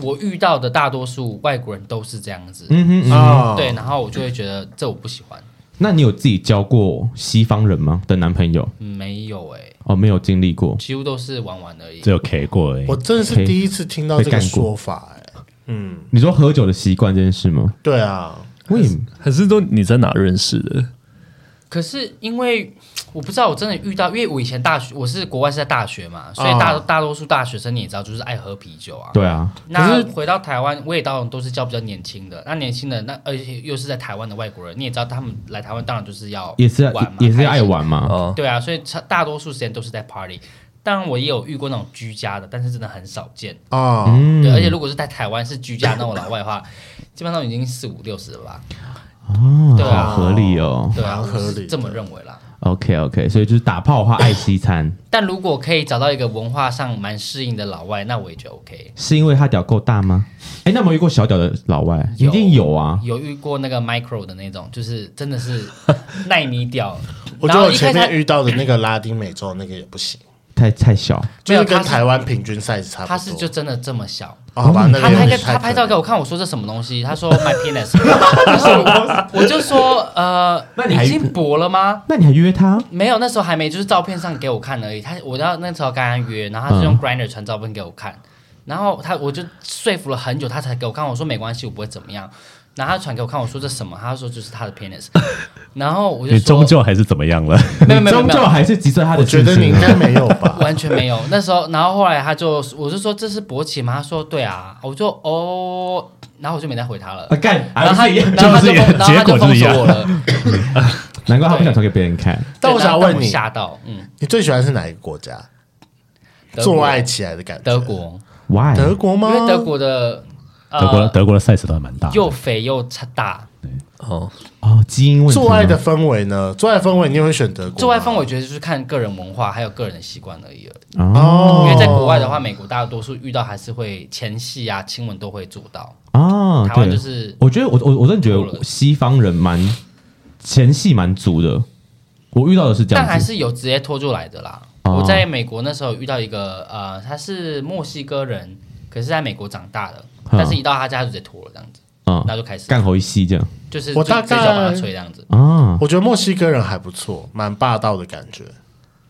[SPEAKER 4] 我遇到的大多数外国人都是这样子，
[SPEAKER 1] 嗯哼嗯哼，
[SPEAKER 2] 啊，
[SPEAKER 4] 对，然后我就会觉得这我不喜欢，
[SPEAKER 1] 那你有自己交过西方人吗？的男朋友
[SPEAKER 4] 没有哎、
[SPEAKER 1] 哦，没有经历过，
[SPEAKER 4] 几乎都是玩玩而已
[SPEAKER 3] 只。有 K 过而已
[SPEAKER 2] 我。真的是第一次听到这个说法，哎，嗯，
[SPEAKER 1] 你说喝酒的习惯这件事吗？
[SPEAKER 2] 对啊，
[SPEAKER 1] 我也
[SPEAKER 5] 还是都你在哪认识的？
[SPEAKER 4] 可是因为我不知道，我真的遇到，因为我以前大学我是国外是在大学嘛，所以大、
[SPEAKER 2] 啊
[SPEAKER 4] 大多数大学生你也知道，就是爱喝啤酒啊。
[SPEAKER 1] 嗯对啊，
[SPEAKER 4] 那回到台湾，我也当然都是教比较年轻的，那年轻的那而且又是在台湾的外国人，你也知道他们来台湾当然就是要
[SPEAKER 1] 也是
[SPEAKER 4] 玩嘛，
[SPEAKER 1] 也是
[SPEAKER 4] 开心
[SPEAKER 1] 爱。玩嘛，
[SPEAKER 5] 哦，
[SPEAKER 4] 对啊，所以差大多数时间都是在 party。当然我也有遇过那种居家的，但是真的很少见。
[SPEAKER 2] 啊，
[SPEAKER 1] 嗯
[SPEAKER 4] 对，而且如果是在台湾是居家那种老外的话， 基本上已经四五六十了吧？
[SPEAKER 1] 哦
[SPEAKER 4] 对啊
[SPEAKER 1] 好合理哦
[SPEAKER 4] 对啊，
[SPEAKER 2] 蛮
[SPEAKER 4] 我
[SPEAKER 2] 合理的
[SPEAKER 4] 是这么认为啦。
[SPEAKER 1] ，OK OK，所以就是打炮的话爱西餐，
[SPEAKER 4] 但如果可以找到一个文化上蛮适应的老外，那我也觉得 OK。
[SPEAKER 1] 是因为他屌够大吗？哎，那有没有遇过小屌的老外？一
[SPEAKER 4] 有
[SPEAKER 1] 定有啊，
[SPEAKER 4] 有遇过那个 micro 的那种，就是真的是 耐米屌，
[SPEAKER 2] 我
[SPEAKER 4] 然
[SPEAKER 2] 觉得
[SPEAKER 4] 后
[SPEAKER 2] 我
[SPEAKER 4] 一
[SPEAKER 2] 前
[SPEAKER 4] 开
[SPEAKER 2] 面
[SPEAKER 4] 始
[SPEAKER 2] 遇到的那个拉丁美洲那个也不行，
[SPEAKER 1] 太太小，
[SPEAKER 4] 没
[SPEAKER 2] 就
[SPEAKER 4] 有
[SPEAKER 2] 是跟
[SPEAKER 4] 他是
[SPEAKER 2] 台湾平均 size 差不多。
[SPEAKER 4] 他是就真的这么小，
[SPEAKER 2] 哦好吧，那个
[SPEAKER 4] 他拍
[SPEAKER 2] 有
[SPEAKER 4] 个
[SPEAKER 2] 点太
[SPEAKER 4] 他拍照给
[SPEAKER 2] 可
[SPEAKER 4] 我看，我说这什么东西？他说 my penis，然后我我就说呃，
[SPEAKER 1] 那你还
[SPEAKER 4] 已经薄了吗？
[SPEAKER 1] 那你还约他？
[SPEAKER 4] 没有，那时候还没，就是照片上给我看而已。他我到那时候跟他约，然后他就
[SPEAKER 3] 嗯
[SPEAKER 4] 用 Grinder 传照片给我看，然后他我就说服了很久，他才给我看。我说没关系，我不会怎么样。然后他传给我看，我说这什么？他说就是他的 penis。然 后我就
[SPEAKER 3] 你
[SPEAKER 4] 说
[SPEAKER 3] 终究还是怎么样了？
[SPEAKER 4] 没有没有
[SPEAKER 1] 终
[SPEAKER 4] 没
[SPEAKER 1] 究
[SPEAKER 4] 有。
[SPEAKER 1] 还是击碎他的
[SPEAKER 2] 我觉
[SPEAKER 1] 自
[SPEAKER 2] 得你
[SPEAKER 1] 信
[SPEAKER 2] 应
[SPEAKER 1] 啊。
[SPEAKER 2] 该没有 吧？
[SPEAKER 4] 完全没有，那时候，然后后来他就，我就说这是勃起吗？他说对啊，我就哦，然后我就没再回他了
[SPEAKER 1] 啊，干，
[SPEAKER 4] 然后他，
[SPEAKER 1] 还不是一样
[SPEAKER 4] 然后他
[SPEAKER 3] 就是
[SPEAKER 4] 就
[SPEAKER 3] 一样
[SPEAKER 4] 封，然后他
[SPEAKER 3] 结
[SPEAKER 4] 就
[SPEAKER 3] 果
[SPEAKER 4] 封
[SPEAKER 3] 是一
[SPEAKER 4] 锁
[SPEAKER 3] 样
[SPEAKER 4] 我 了。
[SPEAKER 1] 难怪他不想传给别人看。
[SPEAKER 2] 但
[SPEAKER 4] 对
[SPEAKER 2] 我想
[SPEAKER 4] 然后
[SPEAKER 2] 问你，
[SPEAKER 4] 吓到，嗯，
[SPEAKER 2] 你最喜欢是哪一个国家？
[SPEAKER 4] 德国
[SPEAKER 2] 做爱起来的感觉？
[SPEAKER 4] 德，国，
[SPEAKER 1] Why？
[SPEAKER 2] 德国吗？
[SPEAKER 4] 因为德国的呃
[SPEAKER 3] 德国德国的 size 都还蛮大的，
[SPEAKER 4] 又肥又大，
[SPEAKER 5] 哦，
[SPEAKER 1] 哦，基因问题吗。
[SPEAKER 2] 做爱的氛围呢？做爱氛围，你也会选德国吗？
[SPEAKER 4] 做外风我觉得就是看个人文化还有个人的习惯而已了。
[SPEAKER 1] 哦
[SPEAKER 4] 因为在国外的话，美国大多数遇到还是会前戏啊、亲吻都会做到，
[SPEAKER 1] 哦，
[SPEAKER 4] 台湾
[SPEAKER 1] 对
[SPEAKER 4] 就是
[SPEAKER 1] 我觉得我我我真的觉得西方人蛮前戏蛮足的，我遇到的是这
[SPEAKER 4] 但还
[SPEAKER 1] 样子。
[SPEAKER 4] 是有直接拖出来的啦。
[SPEAKER 1] 哦
[SPEAKER 4] 我在美国那时候遇到一个呃，他是墨西哥人，可是在美国长大的，
[SPEAKER 1] 嗯
[SPEAKER 4] 但是一到他家就直接脱了这样子，
[SPEAKER 1] 嗯，
[SPEAKER 4] 那就开始
[SPEAKER 1] 干猴一吸这样
[SPEAKER 4] 就是
[SPEAKER 2] 我
[SPEAKER 4] 就
[SPEAKER 2] 大
[SPEAKER 4] 直接脚把他
[SPEAKER 2] 概
[SPEAKER 4] 吹这样子，
[SPEAKER 1] 啊，
[SPEAKER 2] 我觉得墨西哥人还不错，蛮霸道的感觉。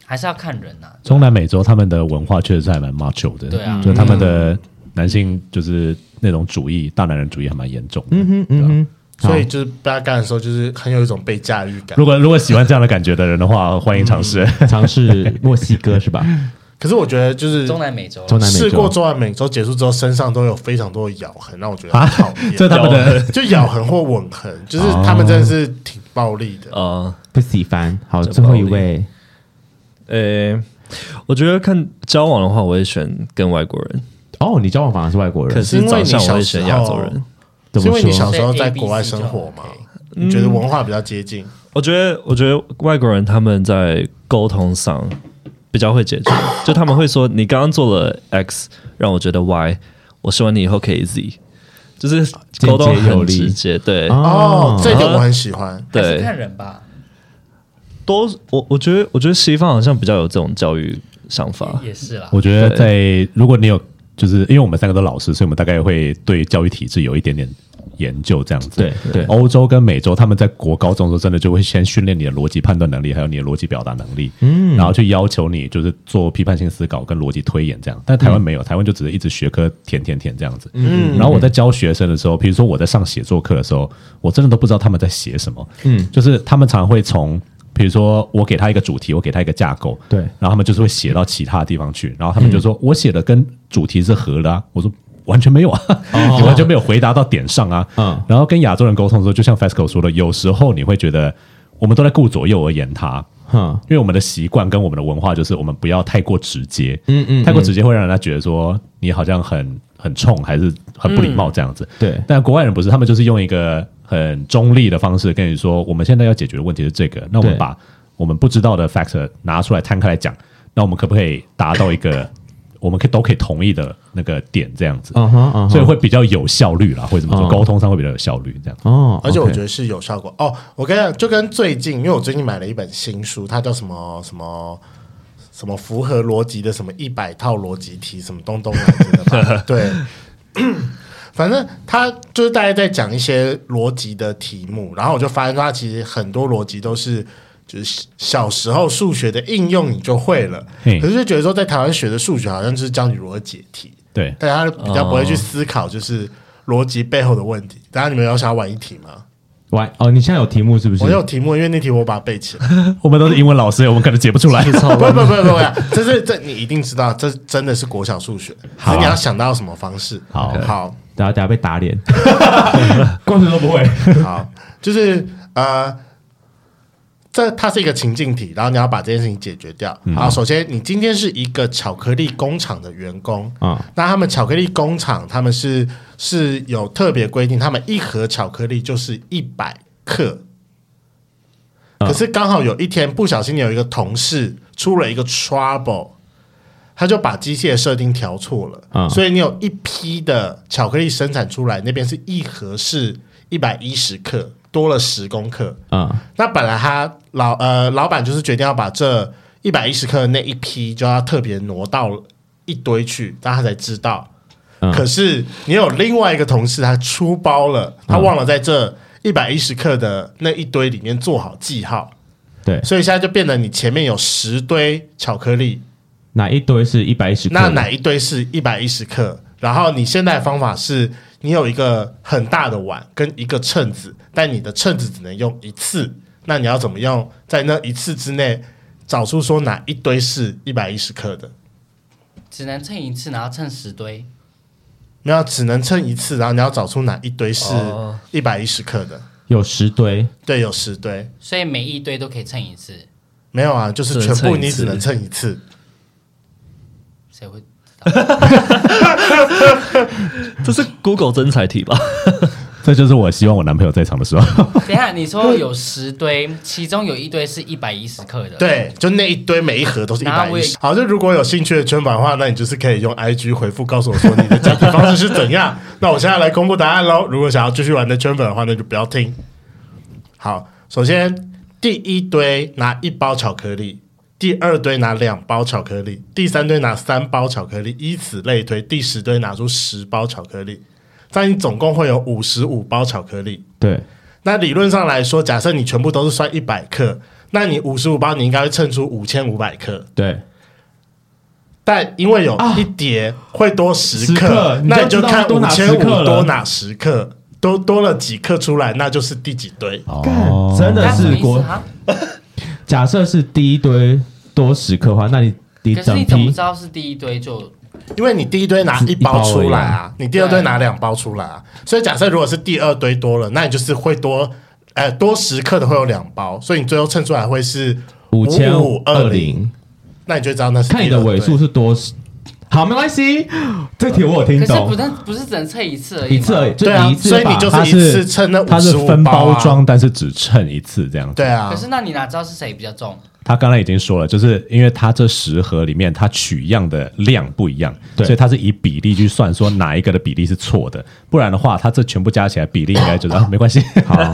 [SPEAKER 4] 还是要看人呐。
[SPEAKER 3] 中南美洲他们的文化确实是还蛮 macho 的，
[SPEAKER 4] 对啊
[SPEAKER 3] 就他们的男性就是那种主义，大男人主义还蛮严重的。
[SPEAKER 1] 嗯哼嗯
[SPEAKER 4] 啊
[SPEAKER 1] 哼，
[SPEAKER 2] 所以就是被他干的时候，就是很有一种被驾驭感
[SPEAKER 3] 如。果如果喜欢这样的感觉的人的话，欢迎尝试。
[SPEAKER 1] 尝试墨西哥 是吧？
[SPEAKER 2] 可是我觉得就是
[SPEAKER 4] 中南美洲
[SPEAKER 1] 中南美
[SPEAKER 2] 试过
[SPEAKER 1] 洲
[SPEAKER 2] 做完美洲结束之后，身上都有非常多的咬痕，让我觉
[SPEAKER 1] 啊
[SPEAKER 2] 得很 讨厌。
[SPEAKER 3] 这是他们的
[SPEAKER 2] 就咬痕或吻痕，就是他们真的是挺暴力的。
[SPEAKER 5] 哦，
[SPEAKER 1] 不喜欢。好，
[SPEAKER 5] 这
[SPEAKER 1] 最后一
[SPEAKER 5] 暴力
[SPEAKER 1] 位，
[SPEAKER 5] 诶，我觉得看交往的话，我会选跟外国人，
[SPEAKER 1] 哦，你交往反而是外国
[SPEAKER 5] 可
[SPEAKER 1] 人，
[SPEAKER 5] 是
[SPEAKER 2] 因为
[SPEAKER 5] 长
[SPEAKER 2] 你
[SPEAKER 5] 相我
[SPEAKER 2] 小
[SPEAKER 5] 会
[SPEAKER 2] 时
[SPEAKER 5] 选
[SPEAKER 2] 候
[SPEAKER 5] 亚洲人。
[SPEAKER 1] 怎
[SPEAKER 2] 是因
[SPEAKER 1] 么
[SPEAKER 2] 为你
[SPEAKER 1] 说？
[SPEAKER 2] 小时候在国外生活嘛
[SPEAKER 4] 所以 ABC 就，
[SPEAKER 2] 你觉得文化比较接近？
[SPEAKER 5] 我觉得，我觉得外国人他们在沟通上比较会解决，就他们会说：“你刚刚做了 X，让我觉得 Y，我希望你以后可以 Z。”就是沟通
[SPEAKER 1] 简洁有
[SPEAKER 5] 很
[SPEAKER 1] 力
[SPEAKER 5] 直接，对
[SPEAKER 1] 嗯
[SPEAKER 2] 哦，这
[SPEAKER 1] 啊
[SPEAKER 2] 个我很喜欢。
[SPEAKER 4] 还是
[SPEAKER 5] 对，
[SPEAKER 4] 看人吧，
[SPEAKER 5] 多我我觉得，我觉得西方好像比较有这种教育想法。
[SPEAKER 4] 也是啦。
[SPEAKER 3] 我觉得在如果你有，就是因为我们三个都老师，所以我们大概会对教育体制有一点点研究这样子。
[SPEAKER 1] 对对
[SPEAKER 3] 欧洲跟美洲他们在国高中的时候，真的就会先训练你的逻辑判断能力，还有你的逻辑表达能力，嗯，然后去要求你就是做批判性思考跟逻辑推演这样。但台湾没有，台湾就只是一直学科填填填这样子。嗯，然后我在教学生的时候，比如说我在上写作课的时候，我真的都不知道他们在写什么。嗯，就是他们常会从。比如说我给他一个主题，我给他一个架构，
[SPEAKER 1] 对
[SPEAKER 3] 然后他们就是会写到其他地方去，然后他们就说、我写的跟主题是合的、啊，我说。完全没有啊，你完全没有回答到点上啊。
[SPEAKER 1] 嗯
[SPEAKER 3] 然后跟亚洲人沟通的时候，就像 FESCO 说的，有时候你会觉得我们都在顾左右而言他，
[SPEAKER 1] 哼，
[SPEAKER 3] 因为我们的习惯跟我们的文化就是我们不要太过直接，
[SPEAKER 1] 嗯嗯
[SPEAKER 3] 太过直接会让人家觉得说你好像很很冲，还是很不礼貌这样子。
[SPEAKER 1] 嗯对
[SPEAKER 3] 但国外人不是，他们就是用一个很中立的方式跟你说，我们现在要解决的问题是这个，那我们
[SPEAKER 1] 对
[SPEAKER 3] 把我们不知道的 factor 拿出来摊开来讲，那我们可不可以达到一个我们可以都可以同意的那个点这样子？
[SPEAKER 1] 嗯哼嗯哼
[SPEAKER 3] 所以会比较有效率啦，会怎么说？
[SPEAKER 1] 嗯
[SPEAKER 3] 沟通上会比较有效率这样。
[SPEAKER 1] 哦，
[SPEAKER 2] 而且我觉
[SPEAKER 1] 得
[SPEAKER 2] 得是有效果哦。我跟你讲，就跟最近，因为我最近买了一本新书，它叫什么什么什么符合逻辑的什么一百套逻辑题什么东东来着的吧？对， 反正他就是大家在讲一些逻辑的题目，然后我就发现说，他其实很多逻辑都是。就是小时候数学的应用你就会了，
[SPEAKER 3] 嘿
[SPEAKER 2] 可是就觉得说在台湾学的数学好像就是教你如何解题，
[SPEAKER 3] 对，
[SPEAKER 2] 大家比较不会去思考就是逻辑背后的问题。大家你们有想要玩一题吗？
[SPEAKER 1] 玩哦，你现在有题目是不是？
[SPEAKER 2] 我有题目，因为那题我把它背起来。
[SPEAKER 3] 我们都是英文老师，我们可能解不 出来。
[SPEAKER 2] 不不不不不，这是这你一定知道，这真的是国小数学。
[SPEAKER 3] 好啊
[SPEAKER 2] 所以你要想到什么方式？
[SPEAKER 3] 好
[SPEAKER 2] 好
[SPEAKER 1] 等下等下被打脸，光头都不会。
[SPEAKER 2] 好，就是呃，这它是一个情境题，然后你要把这件事情解决掉。好，首先你今天是一个巧克力工厂的员工，
[SPEAKER 1] 嗯
[SPEAKER 2] 那他们巧克力工厂他们是是有特别规定，他们一盒巧克力就是一百克。可是刚好有一天不小心有一个同事出了一个 trouble，他就把机械设定调错了，
[SPEAKER 1] 嗯
[SPEAKER 2] 所以你有一批的巧克力生产出来，那边是一盒是一百一十克，多了十公克。
[SPEAKER 1] 嗯
[SPEAKER 2] 那本来他老呃老板就是决定要把这一百一十克的那一批就要特别挪到一堆去，但他才知道。
[SPEAKER 1] 嗯
[SPEAKER 2] 可是你有另外一个同事，他出包了，
[SPEAKER 1] 嗯
[SPEAKER 2] 他忘了在这一百一十克的那一堆里面做好记号，
[SPEAKER 1] 对，
[SPEAKER 2] 所以现在就变得你前面有十堆巧克力，
[SPEAKER 1] 哪一堆是一百一十？
[SPEAKER 2] 那哪一堆是一百一十克？然后你现在的方法是你有一个很大的碗跟一个秤子，但你的秤子只能用一次。那你要怎么样在那一次之内找出说哪一堆是一百一十克的？
[SPEAKER 4] 只能称一次，然后称十堆。
[SPEAKER 2] 没有，啊只能称一次，然后你要找出哪一堆是
[SPEAKER 5] 哦
[SPEAKER 2] 一百一十克的。
[SPEAKER 1] 有十堆？
[SPEAKER 2] 对，有十堆。
[SPEAKER 4] 所以每一堆都可以称一次，
[SPEAKER 2] 没有啊，就是
[SPEAKER 5] 只
[SPEAKER 2] 全
[SPEAKER 5] 能
[SPEAKER 2] 部
[SPEAKER 5] 称一
[SPEAKER 2] 你
[SPEAKER 5] 次
[SPEAKER 2] 只能称一次。
[SPEAKER 4] 谁会？
[SPEAKER 5] 这是 Google 真才题吧？
[SPEAKER 3] 这就是我希望我男朋友在场的时候。
[SPEAKER 4] 等一下你说有十堆，其中有一堆是一百一十克的，，
[SPEAKER 2] 对，就那一堆每一盒都是一
[SPEAKER 4] 然后
[SPEAKER 2] 百
[SPEAKER 4] 我
[SPEAKER 2] 一
[SPEAKER 4] 也
[SPEAKER 2] 十。好，就如果有兴趣的圈粉的话，那你就是可以用 IG 回复告诉我说你的解决方式是怎 样。那我现在来公布答案喽。如果想要继续玩的圈粉的话，那就不要听。好，首先第一堆拿一包巧克力，第二堆拿两包巧克力，第三堆拿三包巧克力，以此类推，第十堆拿出十包巧克力，这样你总共会有五十五包巧克力。
[SPEAKER 1] 对，
[SPEAKER 2] 那理论上来说，假设你全部都是算一百克，那你五十五包你应该会称出五千五百克，
[SPEAKER 1] 对，
[SPEAKER 2] 但因为有一叠会多十
[SPEAKER 1] 10
[SPEAKER 2] 克，
[SPEAKER 1] 克
[SPEAKER 2] 那
[SPEAKER 1] 你就知
[SPEAKER 2] 你就
[SPEAKER 1] 道
[SPEAKER 2] 看
[SPEAKER 1] 多
[SPEAKER 2] 五
[SPEAKER 1] 拿
[SPEAKER 2] 千
[SPEAKER 1] 10
[SPEAKER 2] 五
[SPEAKER 1] 克了
[SPEAKER 2] 多哪十克，多多了几克出来，那就是第几堆。
[SPEAKER 3] 哦
[SPEAKER 1] 干真的
[SPEAKER 4] 那哦什么
[SPEAKER 1] 是
[SPEAKER 4] 意思
[SPEAKER 1] 国。
[SPEAKER 4] 啊？
[SPEAKER 1] 假设是第一堆多十克的话，那你你
[SPEAKER 4] 可是
[SPEAKER 1] 整
[SPEAKER 4] 你怎么
[SPEAKER 1] 批
[SPEAKER 4] 知道是第一堆就？
[SPEAKER 2] 因为你第一堆拿一包
[SPEAKER 1] 一包而已
[SPEAKER 2] 出来啊，你第二堆拿两包出来啊，所以假设如果是第二堆多了，那你就是会多，呃，多十克的会有两包，所以你最后称出来会是
[SPEAKER 1] 五千
[SPEAKER 2] 五
[SPEAKER 1] 二
[SPEAKER 2] 二零，
[SPEAKER 1] 零，
[SPEAKER 2] 那你就知道那是
[SPEAKER 1] 看你的
[SPEAKER 2] 第二堆
[SPEAKER 1] 尾数是多少。好，没关系，这题我有听
[SPEAKER 4] 可是不
[SPEAKER 1] 懂，
[SPEAKER 4] 但不是只能测一次而已
[SPEAKER 1] 一
[SPEAKER 4] 吗
[SPEAKER 1] 次而已，就
[SPEAKER 2] 对啊
[SPEAKER 1] 你一，次
[SPEAKER 2] 所以
[SPEAKER 1] 吧
[SPEAKER 2] 你就是
[SPEAKER 3] 它
[SPEAKER 2] 一
[SPEAKER 3] 是
[SPEAKER 2] 次称那
[SPEAKER 3] 它
[SPEAKER 2] 五
[SPEAKER 3] 是
[SPEAKER 2] 十五
[SPEAKER 3] 分
[SPEAKER 2] 包
[SPEAKER 3] 包
[SPEAKER 2] 啊
[SPEAKER 3] 装，但是只称一次这样子。
[SPEAKER 2] 对啊
[SPEAKER 4] 可，是那你哪知道是谁比较重？
[SPEAKER 3] 他刚才已经说了，就是因为他这十盒里面，他取样的量不一样，
[SPEAKER 1] 对
[SPEAKER 3] 所以他是以比例去算，说哪一个的比例是错的，不然的话，他这全部加起来比例应该就是、啊、没关系。好，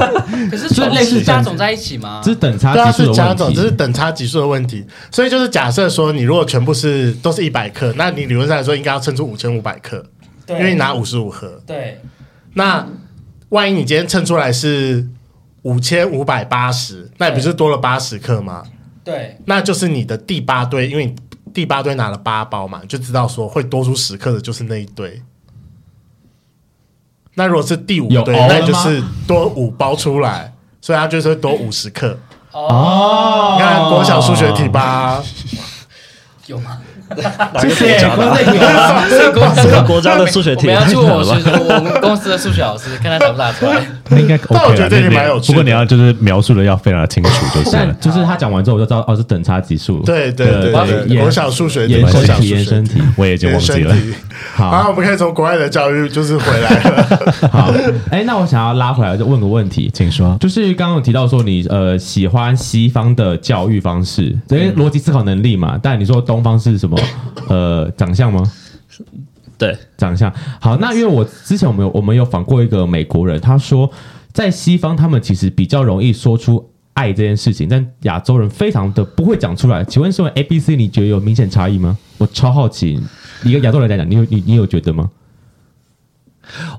[SPEAKER 4] 可
[SPEAKER 1] 就
[SPEAKER 4] 是
[SPEAKER 1] 是
[SPEAKER 4] 总
[SPEAKER 1] 类似
[SPEAKER 4] 是加
[SPEAKER 1] 像
[SPEAKER 4] 总在一起吗？
[SPEAKER 1] 这是等
[SPEAKER 2] 对啊，
[SPEAKER 1] 差
[SPEAKER 2] 是
[SPEAKER 1] 级数
[SPEAKER 2] 加
[SPEAKER 1] 的
[SPEAKER 2] 总，
[SPEAKER 1] 问
[SPEAKER 2] 这是
[SPEAKER 1] 题。
[SPEAKER 2] 等差级数的问题。所以就是假设说，你如果全部是都是一百克，那你理论上来说应该要称出五千五百克，因
[SPEAKER 4] 对
[SPEAKER 2] 为你拿五十五盒。
[SPEAKER 4] 对，
[SPEAKER 2] 那万一你今天称出来是五千五百八十，那你不是多了八十克吗？
[SPEAKER 4] 对，
[SPEAKER 2] 那就是你的第八堆，因为你第八堆拿了八包嘛，你就知道说会多出十克的就是那一堆。那如果是第五
[SPEAKER 1] 有
[SPEAKER 2] 堆，
[SPEAKER 1] 熬了
[SPEAKER 2] 那你就
[SPEAKER 1] 吗
[SPEAKER 2] 是多五包出来，所以它就是会多五十克。你看国小数学题
[SPEAKER 1] 哦
[SPEAKER 2] 吧，
[SPEAKER 4] 有吗？
[SPEAKER 5] 谢谢
[SPEAKER 4] 这
[SPEAKER 5] 个国家的数学题
[SPEAKER 4] 我们要去问我
[SPEAKER 5] 太
[SPEAKER 4] 学我们公司的数学老师，看他答不答出 来。
[SPEAKER 3] 那应该 OK 啦。
[SPEAKER 2] 但我觉得这题蛮有趣的
[SPEAKER 3] 不过你要就是描述的要非常的清楚就是
[SPEAKER 1] 但
[SPEAKER 3] 了。
[SPEAKER 1] 就是他讲完之后，我就知道哦，是等差级数。
[SPEAKER 2] 对对对对对，
[SPEAKER 1] 延
[SPEAKER 2] 国小数学题，
[SPEAKER 1] 延
[SPEAKER 2] 国
[SPEAKER 1] 伸
[SPEAKER 2] 小数
[SPEAKER 1] 题，
[SPEAKER 2] 学
[SPEAKER 1] 延伸
[SPEAKER 2] 题，
[SPEAKER 1] 题。
[SPEAKER 3] 我也已经忘
[SPEAKER 2] 延伸
[SPEAKER 3] 记了。
[SPEAKER 2] 题。
[SPEAKER 1] 好
[SPEAKER 2] 啊，我们可以从国外的教育就是回来 了，
[SPEAKER 1] 好，哎，那我想要拉回来，就问个问题，
[SPEAKER 3] 请说。
[SPEAKER 1] 就是刚刚有提到说你呃喜欢西方的教育方式，因为逻辑思考能力嘛，但你说东方是什么？呃，长相吗？
[SPEAKER 5] 对，
[SPEAKER 1] 长相。好，那因为我之前我们有我们有访过一个美国人，他说在西方他们其实比较容易说出爱这件事情，但亚洲人非常的不会讲出来。请问身为 A B C，你觉得有明显差异吗？我超好奇，一个亚洲人来讲，你有你你有觉得吗？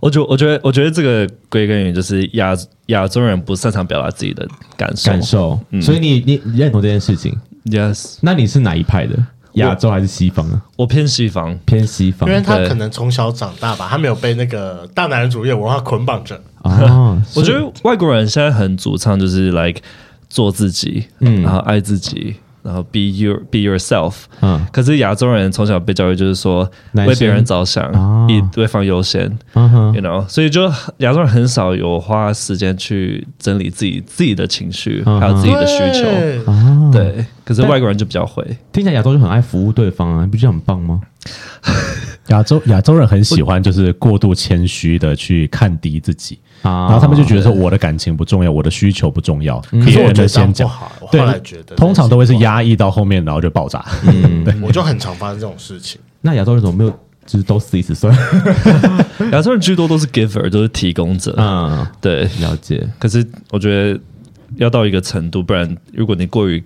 [SPEAKER 5] 我觉我觉得我觉得这个归根于就是亚亚洲人不擅长表达自己的感受。
[SPEAKER 1] 感受，所以你你你认同这件事情？
[SPEAKER 5] Yes，
[SPEAKER 1] 那你是哪一派的？亚洲还是西方啊？
[SPEAKER 5] 我偏西方。
[SPEAKER 1] 偏西方
[SPEAKER 2] 因为他
[SPEAKER 5] 对
[SPEAKER 2] 可能从小长大吧，他没有被那个大男人主义的文化捆绑着。
[SPEAKER 1] 哦，
[SPEAKER 5] 我觉
[SPEAKER 1] 所以
[SPEAKER 5] 得外国人现在很主唱就是 like 做自己，
[SPEAKER 1] 嗯
[SPEAKER 5] 然后爱自己，然后 be your be yourself。
[SPEAKER 1] 嗯
[SPEAKER 5] 可是亚洲人从小被教育就是说
[SPEAKER 1] 男生
[SPEAKER 5] 为别人着想
[SPEAKER 1] 哦，
[SPEAKER 5] 以对方优先
[SPEAKER 1] 嗯哼
[SPEAKER 5] ，you know，所以就亚洲人很少有花时间去整理自己自己的情绪，
[SPEAKER 1] 嗯哼
[SPEAKER 5] 还有自己的需求。
[SPEAKER 2] 对
[SPEAKER 1] 哦，
[SPEAKER 5] 对，可是外国人就比较会。
[SPEAKER 1] 听起来亚洲就很爱服务对方啊，你不觉得很棒吗？
[SPEAKER 3] 亚洲亚洲人很喜欢就是过度谦虚的去看低自己，
[SPEAKER 1] 啊，嗯
[SPEAKER 3] 然后他们就觉得说我的感情不重要，我的需求不重要，可
[SPEAKER 2] 可是我觉得这
[SPEAKER 3] 先
[SPEAKER 2] 样不
[SPEAKER 3] 讲。
[SPEAKER 1] 啊
[SPEAKER 2] 好，我
[SPEAKER 3] 对
[SPEAKER 2] 后来觉得，
[SPEAKER 3] 通常都会是，压抑到后面，然后就爆炸。
[SPEAKER 2] 我就很常发生这种事情。
[SPEAKER 1] 那亚洲人怎么没有就是都死一死算？
[SPEAKER 5] 亚洲人居多都是 giver，都是提供者。
[SPEAKER 1] 嗯，
[SPEAKER 5] 对，
[SPEAKER 1] 了解。
[SPEAKER 5] 可是我觉得要到一个程度，不然如果你过于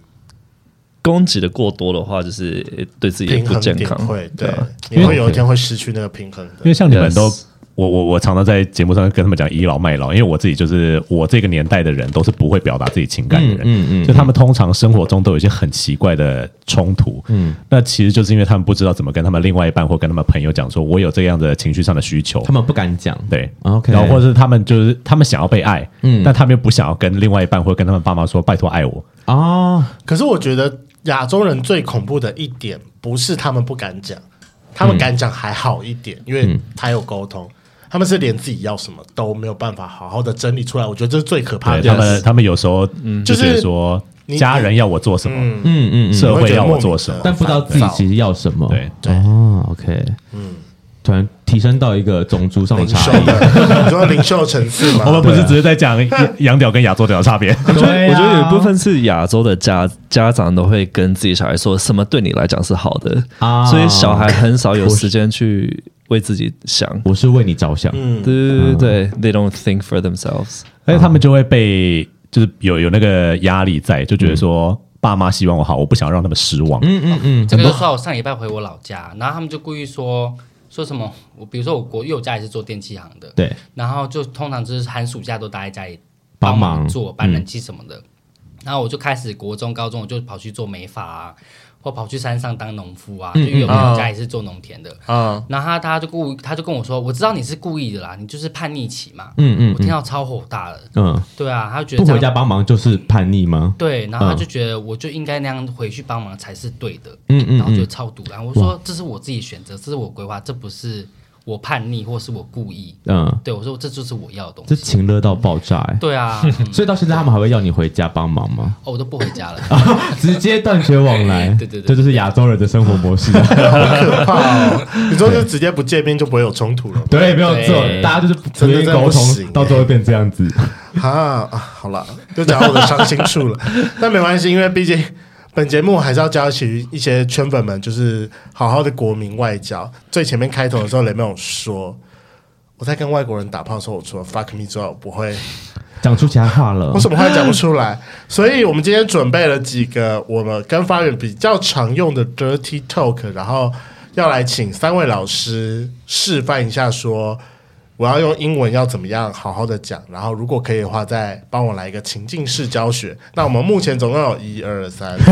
[SPEAKER 5] 供给的过多的话，就是对自己也
[SPEAKER 2] 平
[SPEAKER 5] 不
[SPEAKER 2] 衡
[SPEAKER 5] 健
[SPEAKER 2] 点
[SPEAKER 5] 康。
[SPEAKER 2] 会对
[SPEAKER 5] 啊，
[SPEAKER 2] 你会有一天会失去那个平衡
[SPEAKER 3] 因为
[SPEAKER 2] 的。
[SPEAKER 3] 像你们都
[SPEAKER 5] Yes，
[SPEAKER 3] 我我我常常在节目上跟他们讲倚老卖老，因为我自己就是我这个年代的人都是不会表达自己情感的人，
[SPEAKER 1] 嗯
[SPEAKER 3] 嗯
[SPEAKER 1] 嗯嗯
[SPEAKER 3] 嗯，就他们通常生活中都有一些很奇怪的冲突，嗯，那其实就是因为他们不知道怎么跟他们另外一半或跟他们朋友讲，说我有这样的情绪上的需求
[SPEAKER 1] 他，们不敢讲，
[SPEAKER 3] 对
[SPEAKER 1] OK
[SPEAKER 3] 然后或者是他们就是他们想要被爱，
[SPEAKER 1] 嗯
[SPEAKER 3] 嗯，但他们又不想要跟另外一半或跟他们爸妈说拜托爱我，
[SPEAKER 1] 哦，
[SPEAKER 2] 可是我觉得亚洲人最恐怖的一点，不是他们不敢讲，他们敢讲还好一
[SPEAKER 3] 嗯
[SPEAKER 2] 点，因为他有沟通。他们是连自己要什么都没有办法好好的整理出来，我觉得这是最可
[SPEAKER 1] 啊
[SPEAKER 2] 怕
[SPEAKER 3] 对
[SPEAKER 2] 的。
[SPEAKER 3] 他们他们有时候
[SPEAKER 2] 就
[SPEAKER 3] 就
[SPEAKER 2] 是
[SPEAKER 3] 是说
[SPEAKER 2] 你
[SPEAKER 3] 家人要我做什么，
[SPEAKER 1] 嗯嗯嗯，
[SPEAKER 3] 社
[SPEAKER 2] 你会
[SPEAKER 3] 会
[SPEAKER 2] 觉得
[SPEAKER 3] 要
[SPEAKER 2] 莫
[SPEAKER 3] 我
[SPEAKER 2] 名
[SPEAKER 3] 做
[SPEAKER 2] 其
[SPEAKER 3] 什么
[SPEAKER 2] 妙，
[SPEAKER 1] 但不知道自己其实要什么，
[SPEAKER 3] 对
[SPEAKER 2] 对
[SPEAKER 1] 哦，OK，嗯，突然提升到一个种族上的
[SPEAKER 2] 领袖
[SPEAKER 1] 差异，
[SPEAKER 2] 的，你说领袖层次嘛？
[SPEAKER 3] 我们不是只是在讲洋屌跟亚洲屌的差 别。
[SPEAKER 5] 我觉得，我觉得有一部分是亚洲的家家长都会跟自己小孩说什么对你来讲是好的，
[SPEAKER 1] 啊
[SPEAKER 5] 所以小孩很少有时间去为自己想。
[SPEAKER 1] 我是为你着想，
[SPEAKER 5] 对对对对，They don't think for themselves。
[SPEAKER 3] 而且哎他们就会被就是有有那个压力在，就觉得说、爸妈希望我好，我不想让他们失望。
[SPEAKER 1] 嗯嗯嗯，
[SPEAKER 4] 这个就说我哦上礼拜回我老家，然后他们就故意说说什么，我比如说我国，因为我家也是做电器行的，
[SPEAKER 1] 对，
[SPEAKER 4] 然后就通常就是寒暑假都待在家里
[SPEAKER 1] 帮
[SPEAKER 4] 帮
[SPEAKER 1] 忙嗯
[SPEAKER 4] 忙做搬冷气什么的。然后我就开始国中、高中，我就跑去做美发啊，或跑去山上当农夫啊，
[SPEAKER 1] 嗯
[SPEAKER 4] 就有朋友家也是做农田的。
[SPEAKER 2] 啊，
[SPEAKER 4] 然后他他就故意他就跟我说，我知道你是故意的啦，你就是叛逆期嘛。
[SPEAKER 1] 嗯嗯
[SPEAKER 4] 我听到超火大的，
[SPEAKER 1] 嗯，
[SPEAKER 4] 对啊，他就觉
[SPEAKER 1] 不
[SPEAKER 4] 得这
[SPEAKER 1] 回
[SPEAKER 4] 样
[SPEAKER 1] 家帮忙就是叛逆吗？
[SPEAKER 4] 对，然后他
[SPEAKER 1] 嗯
[SPEAKER 4] 就觉得我就应该那样回去帮忙才是对的，
[SPEAKER 1] 嗯嗯
[SPEAKER 4] 然后
[SPEAKER 1] 嗯
[SPEAKER 4] 就超堵然后我说这是我自己选择，这是我规划，这不是我叛逆或是我故意。
[SPEAKER 1] 嗯，
[SPEAKER 4] 对我说这就是我要的东
[SPEAKER 1] 这
[SPEAKER 4] 西。
[SPEAKER 1] 情勒到爆炸，哎，
[SPEAKER 4] 对啊，嗯
[SPEAKER 1] 所以到现在他们还会要你回家帮忙吗？
[SPEAKER 4] 哦，我都不回家了。
[SPEAKER 3] 啊
[SPEAKER 1] 直接断绝往来，
[SPEAKER 4] 对对对对
[SPEAKER 1] 这就是亚洲人的生活模式。
[SPEAKER 2] 啊可怕哦！你说就直接不见面就不会有冲突了吗
[SPEAKER 1] 对，没有错，
[SPEAKER 4] 对
[SPEAKER 1] 大家就是不愿意
[SPEAKER 2] 真的真的
[SPEAKER 1] 沟
[SPEAKER 2] 不行
[SPEAKER 1] 通，
[SPEAKER 2] 欸
[SPEAKER 1] 到最后变这样子。
[SPEAKER 2] 啊啊！好了，就讲我的伤心处了。但没关系，因为毕竟本节目还是要教起一些圈粉们，就是好好的国民外交。最前面开头的时候，雷梦有说，我在跟外国人打炮的时候，我除了 fuck me 之外，我不会，
[SPEAKER 1] 讲出其他话了
[SPEAKER 2] 我，什么话也讲不出来。所以我们今天准备了几个我们跟发源比较常用的 dirty talk，然后要来请三位老师示范一下说。我要用英文要怎么样好好的讲，然后如果可以的话，再帮我来一个情境式教学。那我们目前总共有一二三四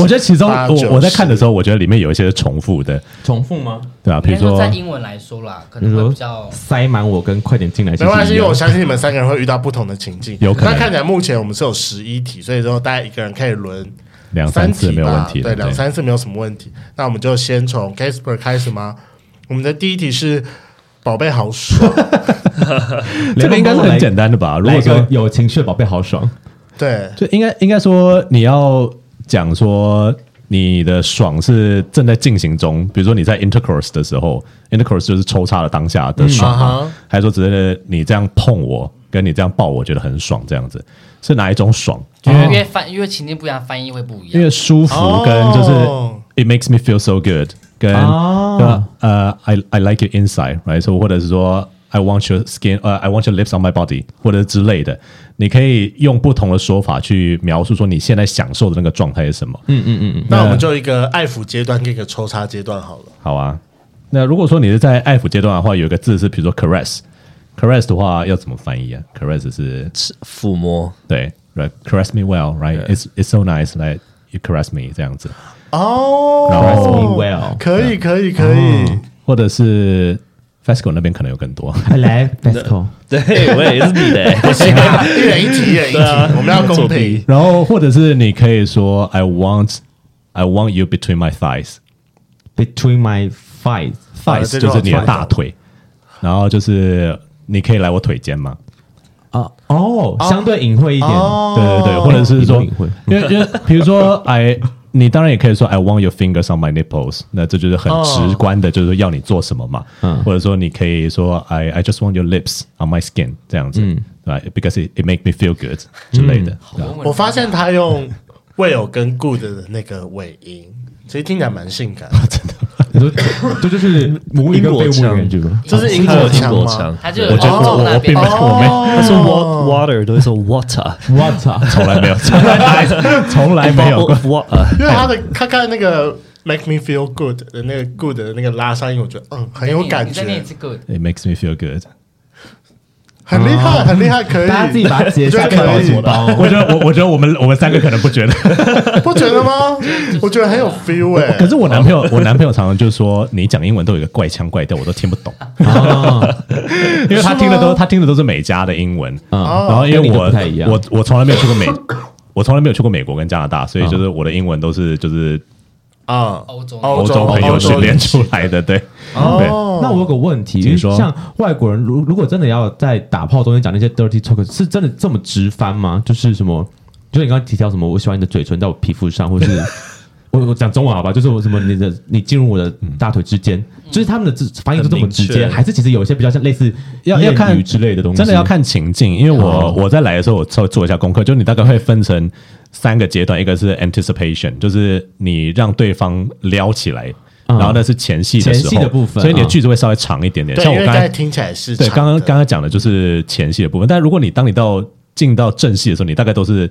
[SPEAKER 2] 五六七，
[SPEAKER 3] 我觉得其中
[SPEAKER 2] 八九
[SPEAKER 3] 我我在看的时
[SPEAKER 2] 候，
[SPEAKER 3] 候，我觉得里面有一些是重复的，
[SPEAKER 1] 重复吗？
[SPEAKER 3] 对啊吧、比如
[SPEAKER 4] 应该说
[SPEAKER 3] 说
[SPEAKER 4] 在英文来说啦，可
[SPEAKER 1] 你
[SPEAKER 4] 能会
[SPEAKER 1] 说
[SPEAKER 4] 比较
[SPEAKER 1] 塞满我跟快点进来其
[SPEAKER 2] 没
[SPEAKER 1] 实
[SPEAKER 2] 关系，
[SPEAKER 1] 一
[SPEAKER 2] 因为
[SPEAKER 1] 样
[SPEAKER 2] 我相信你们三个人会遇到不同的情境。
[SPEAKER 3] 有可能
[SPEAKER 2] 那看起来目前我们是有十一题，所以说大家一个人可以轮
[SPEAKER 3] 两
[SPEAKER 2] 三
[SPEAKER 3] 三次
[SPEAKER 2] 题
[SPEAKER 3] 没有
[SPEAKER 2] 吧
[SPEAKER 3] 问题的，
[SPEAKER 2] 对，两三次没有什么问题。那我们就先从 Casper 开始吗？我们的第一题是宝贝好爽，
[SPEAKER 3] 这个应该是很简单的吧？如
[SPEAKER 1] 来
[SPEAKER 3] 果
[SPEAKER 1] 一
[SPEAKER 3] 说
[SPEAKER 1] 个有情绪的宝贝好爽，
[SPEAKER 2] 对，
[SPEAKER 3] 就应该应该说你要讲说你的爽是正在进行中，比如说你在 intercourse 的时候，intercourse 就是抽插的当下的爽
[SPEAKER 2] 嗯
[SPEAKER 3] 嘛，
[SPEAKER 2] 啊哈
[SPEAKER 3] 还是说只是你这样碰我，跟你这样抱我觉得很爽，这样子是哪一种爽？
[SPEAKER 2] 哦
[SPEAKER 4] 因为翻因为情境不一样，翻译会不一
[SPEAKER 3] 因
[SPEAKER 4] 样。
[SPEAKER 3] 为舒服跟就是、
[SPEAKER 2] 哦
[SPEAKER 3] it makes me feel so good 跟、
[SPEAKER 1] 哦
[SPEAKER 3] 对吧呃、I I like it inside right 所以或者是说 I want your skin 呃、I want your lips on my body 或者之类的，你可以用不同的说法去描述说你现在享受的那个状态是什么。嗯，
[SPEAKER 2] 那我们就一个爱抚阶段跟一个抽插阶段好了。
[SPEAKER 3] 好啊。那如果说你是在爱抚阶段的话，有一个字是比如说 caress。caress 的话要怎么翻译啊？caress 是
[SPEAKER 5] 抚摸，
[SPEAKER 3] 对，right caress me well right it's it's so nice like you caress me 这样子。
[SPEAKER 2] 哦
[SPEAKER 3] Caress
[SPEAKER 1] me well
[SPEAKER 2] 可以可以可以，
[SPEAKER 3] 或者是 FESCO 那边可能有更多。
[SPEAKER 1] 快来 Fesco，
[SPEAKER 5] 对我也是你的、欸，
[SPEAKER 2] 一人一题，一人一题，
[SPEAKER 3] 啊
[SPEAKER 2] 我们要公
[SPEAKER 5] 作
[SPEAKER 2] 平
[SPEAKER 5] 弊。
[SPEAKER 3] 然后或者是你可以说 I want I want you between my thighs
[SPEAKER 1] Between my thighs，
[SPEAKER 2] 这句
[SPEAKER 3] thighs 啊就
[SPEAKER 2] 话我
[SPEAKER 3] 是你的
[SPEAKER 2] 知道
[SPEAKER 3] 大腿，然后就是你可以来我腿间吗？
[SPEAKER 1] 啊哦，相对隐晦一点，
[SPEAKER 3] 对对对，或者是说，
[SPEAKER 1] 隐晦
[SPEAKER 3] 因为因为比如说 I 你当然也可以说 I want your fingers on my nipples，那这就是很直观的，就是要你做什么嘛。
[SPEAKER 1] 嗯
[SPEAKER 3] 或者说你可以说 I I just want your lips on my skin 这样子，对吧？Because it it make me feel good 之类的。对吧
[SPEAKER 2] 我发现他用 will 跟 good 的那个尾音，其实听起来蛮性 感的，
[SPEAKER 1] 你说这就是母语跟非母语原句吗？
[SPEAKER 2] 这是英
[SPEAKER 5] 还有
[SPEAKER 2] 国
[SPEAKER 5] 英
[SPEAKER 2] 腔
[SPEAKER 5] 国
[SPEAKER 2] 吗
[SPEAKER 5] 腔？，
[SPEAKER 4] 他就有
[SPEAKER 3] 我觉得
[SPEAKER 4] 欧
[SPEAKER 3] 我
[SPEAKER 4] 洲
[SPEAKER 3] 我
[SPEAKER 4] 哦那
[SPEAKER 3] 我并
[SPEAKER 4] 边
[SPEAKER 3] 没有， 我没
[SPEAKER 5] 他说
[SPEAKER 2] 哦
[SPEAKER 5] wa- water 都会说 water，
[SPEAKER 1] 我操！
[SPEAKER 3] 从来没有，从来从来没有过。
[SPEAKER 5] 过 water，
[SPEAKER 2] 因为他的他看那个 make me feel good 的那个 good 的那个拉上音，我觉得嗯很有感
[SPEAKER 4] 你再念一
[SPEAKER 2] 觉，
[SPEAKER 4] 次 good，
[SPEAKER 3] It makes me feel good。
[SPEAKER 2] 很厉害，很厉害，可以。
[SPEAKER 1] 大家自己把它截下
[SPEAKER 2] 我
[SPEAKER 1] 来
[SPEAKER 2] 觉得可
[SPEAKER 1] 保
[SPEAKER 2] 以
[SPEAKER 1] 存包。
[SPEAKER 3] 哦我觉得我我觉得我们我们三个可能不觉得，
[SPEAKER 2] 不觉得吗？我觉得很有 feel 哎、
[SPEAKER 3] 可是我男朋友我男朋友常常就说你讲英文都有一个怪腔怪调，我都听不懂，
[SPEAKER 1] 哦
[SPEAKER 3] 因为他听的都他听的都是美加的英文，
[SPEAKER 1] 嗯
[SPEAKER 3] 然后因为
[SPEAKER 1] 跟你的
[SPEAKER 3] 我
[SPEAKER 1] 不太一样
[SPEAKER 3] 我我从来没有去 过美，我从来没有去过美国跟加拿大，所以
[SPEAKER 1] 哦
[SPEAKER 3] 就是我的英文都是就是
[SPEAKER 2] 啊，
[SPEAKER 4] 欧洲
[SPEAKER 2] 欧哦
[SPEAKER 3] 欧洲朋友训练出来的，对
[SPEAKER 1] 哦
[SPEAKER 3] 对。
[SPEAKER 1] 那我有个问题，因为
[SPEAKER 3] 哦请说
[SPEAKER 1] 像外国人，如如果真的要在打炮中间讲那些 dirty talk，是真的这么直翻吗？就是什么，就是你刚刚提到什么，我喜欢你的嘴唇在我皮肤上，或 是我我讲中文好吧，就是我什么你的你进入我的
[SPEAKER 3] 嗯
[SPEAKER 1] 大腿之间，就是他们的字反应就这么直
[SPEAKER 5] 很
[SPEAKER 1] 接，
[SPEAKER 5] 明确
[SPEAKER 1] 还是其实有一些比较像类似
[SPEAKER 3] 要要
[SPEAKER 1] 谚
[SPEAKER 3] 看
[SPEAKER 1] 语之类的东西，
[SPEAKER 3] 真的要看情境，因为我我在来的时候，我稍微做一下功课，就你大概会分成三个阶段，一个是 anticipation，就是你让对方撩起来，
[SPEAKER 1] 嗯
[SPEAKER 3] 然后那是前戏的时
[SPEAKER 1] 前
[SPEAKER 3] 候
[SPEAKER 1] 戏的部分
[SPEAKER 3] 所以你的
[SPEAKER 1] 嗯
[SPEAKER 3] 句子会稍微长一点点。
[SPEAKER 2] 对，
[SPEAKER 3] 像
[SPEAKER 2] 因
[SPEAKER 3] 我
[SPEAKER 2] 为
[SPEAKER 3] 刚
[SPEAKER 2] 刚才
[SPEAKER 3] 才
[SPEAKER 2] 听起来是
[SPEAKER 3] 对啊
[SPEAKER 2] 长
[SPEAKER 3] 刚刚
[SPEAKER 2] 的
[SPEAKER 3] 刚刚讲的就是前戏的部分，但如果你当你到进到正戏的时候，你大概都是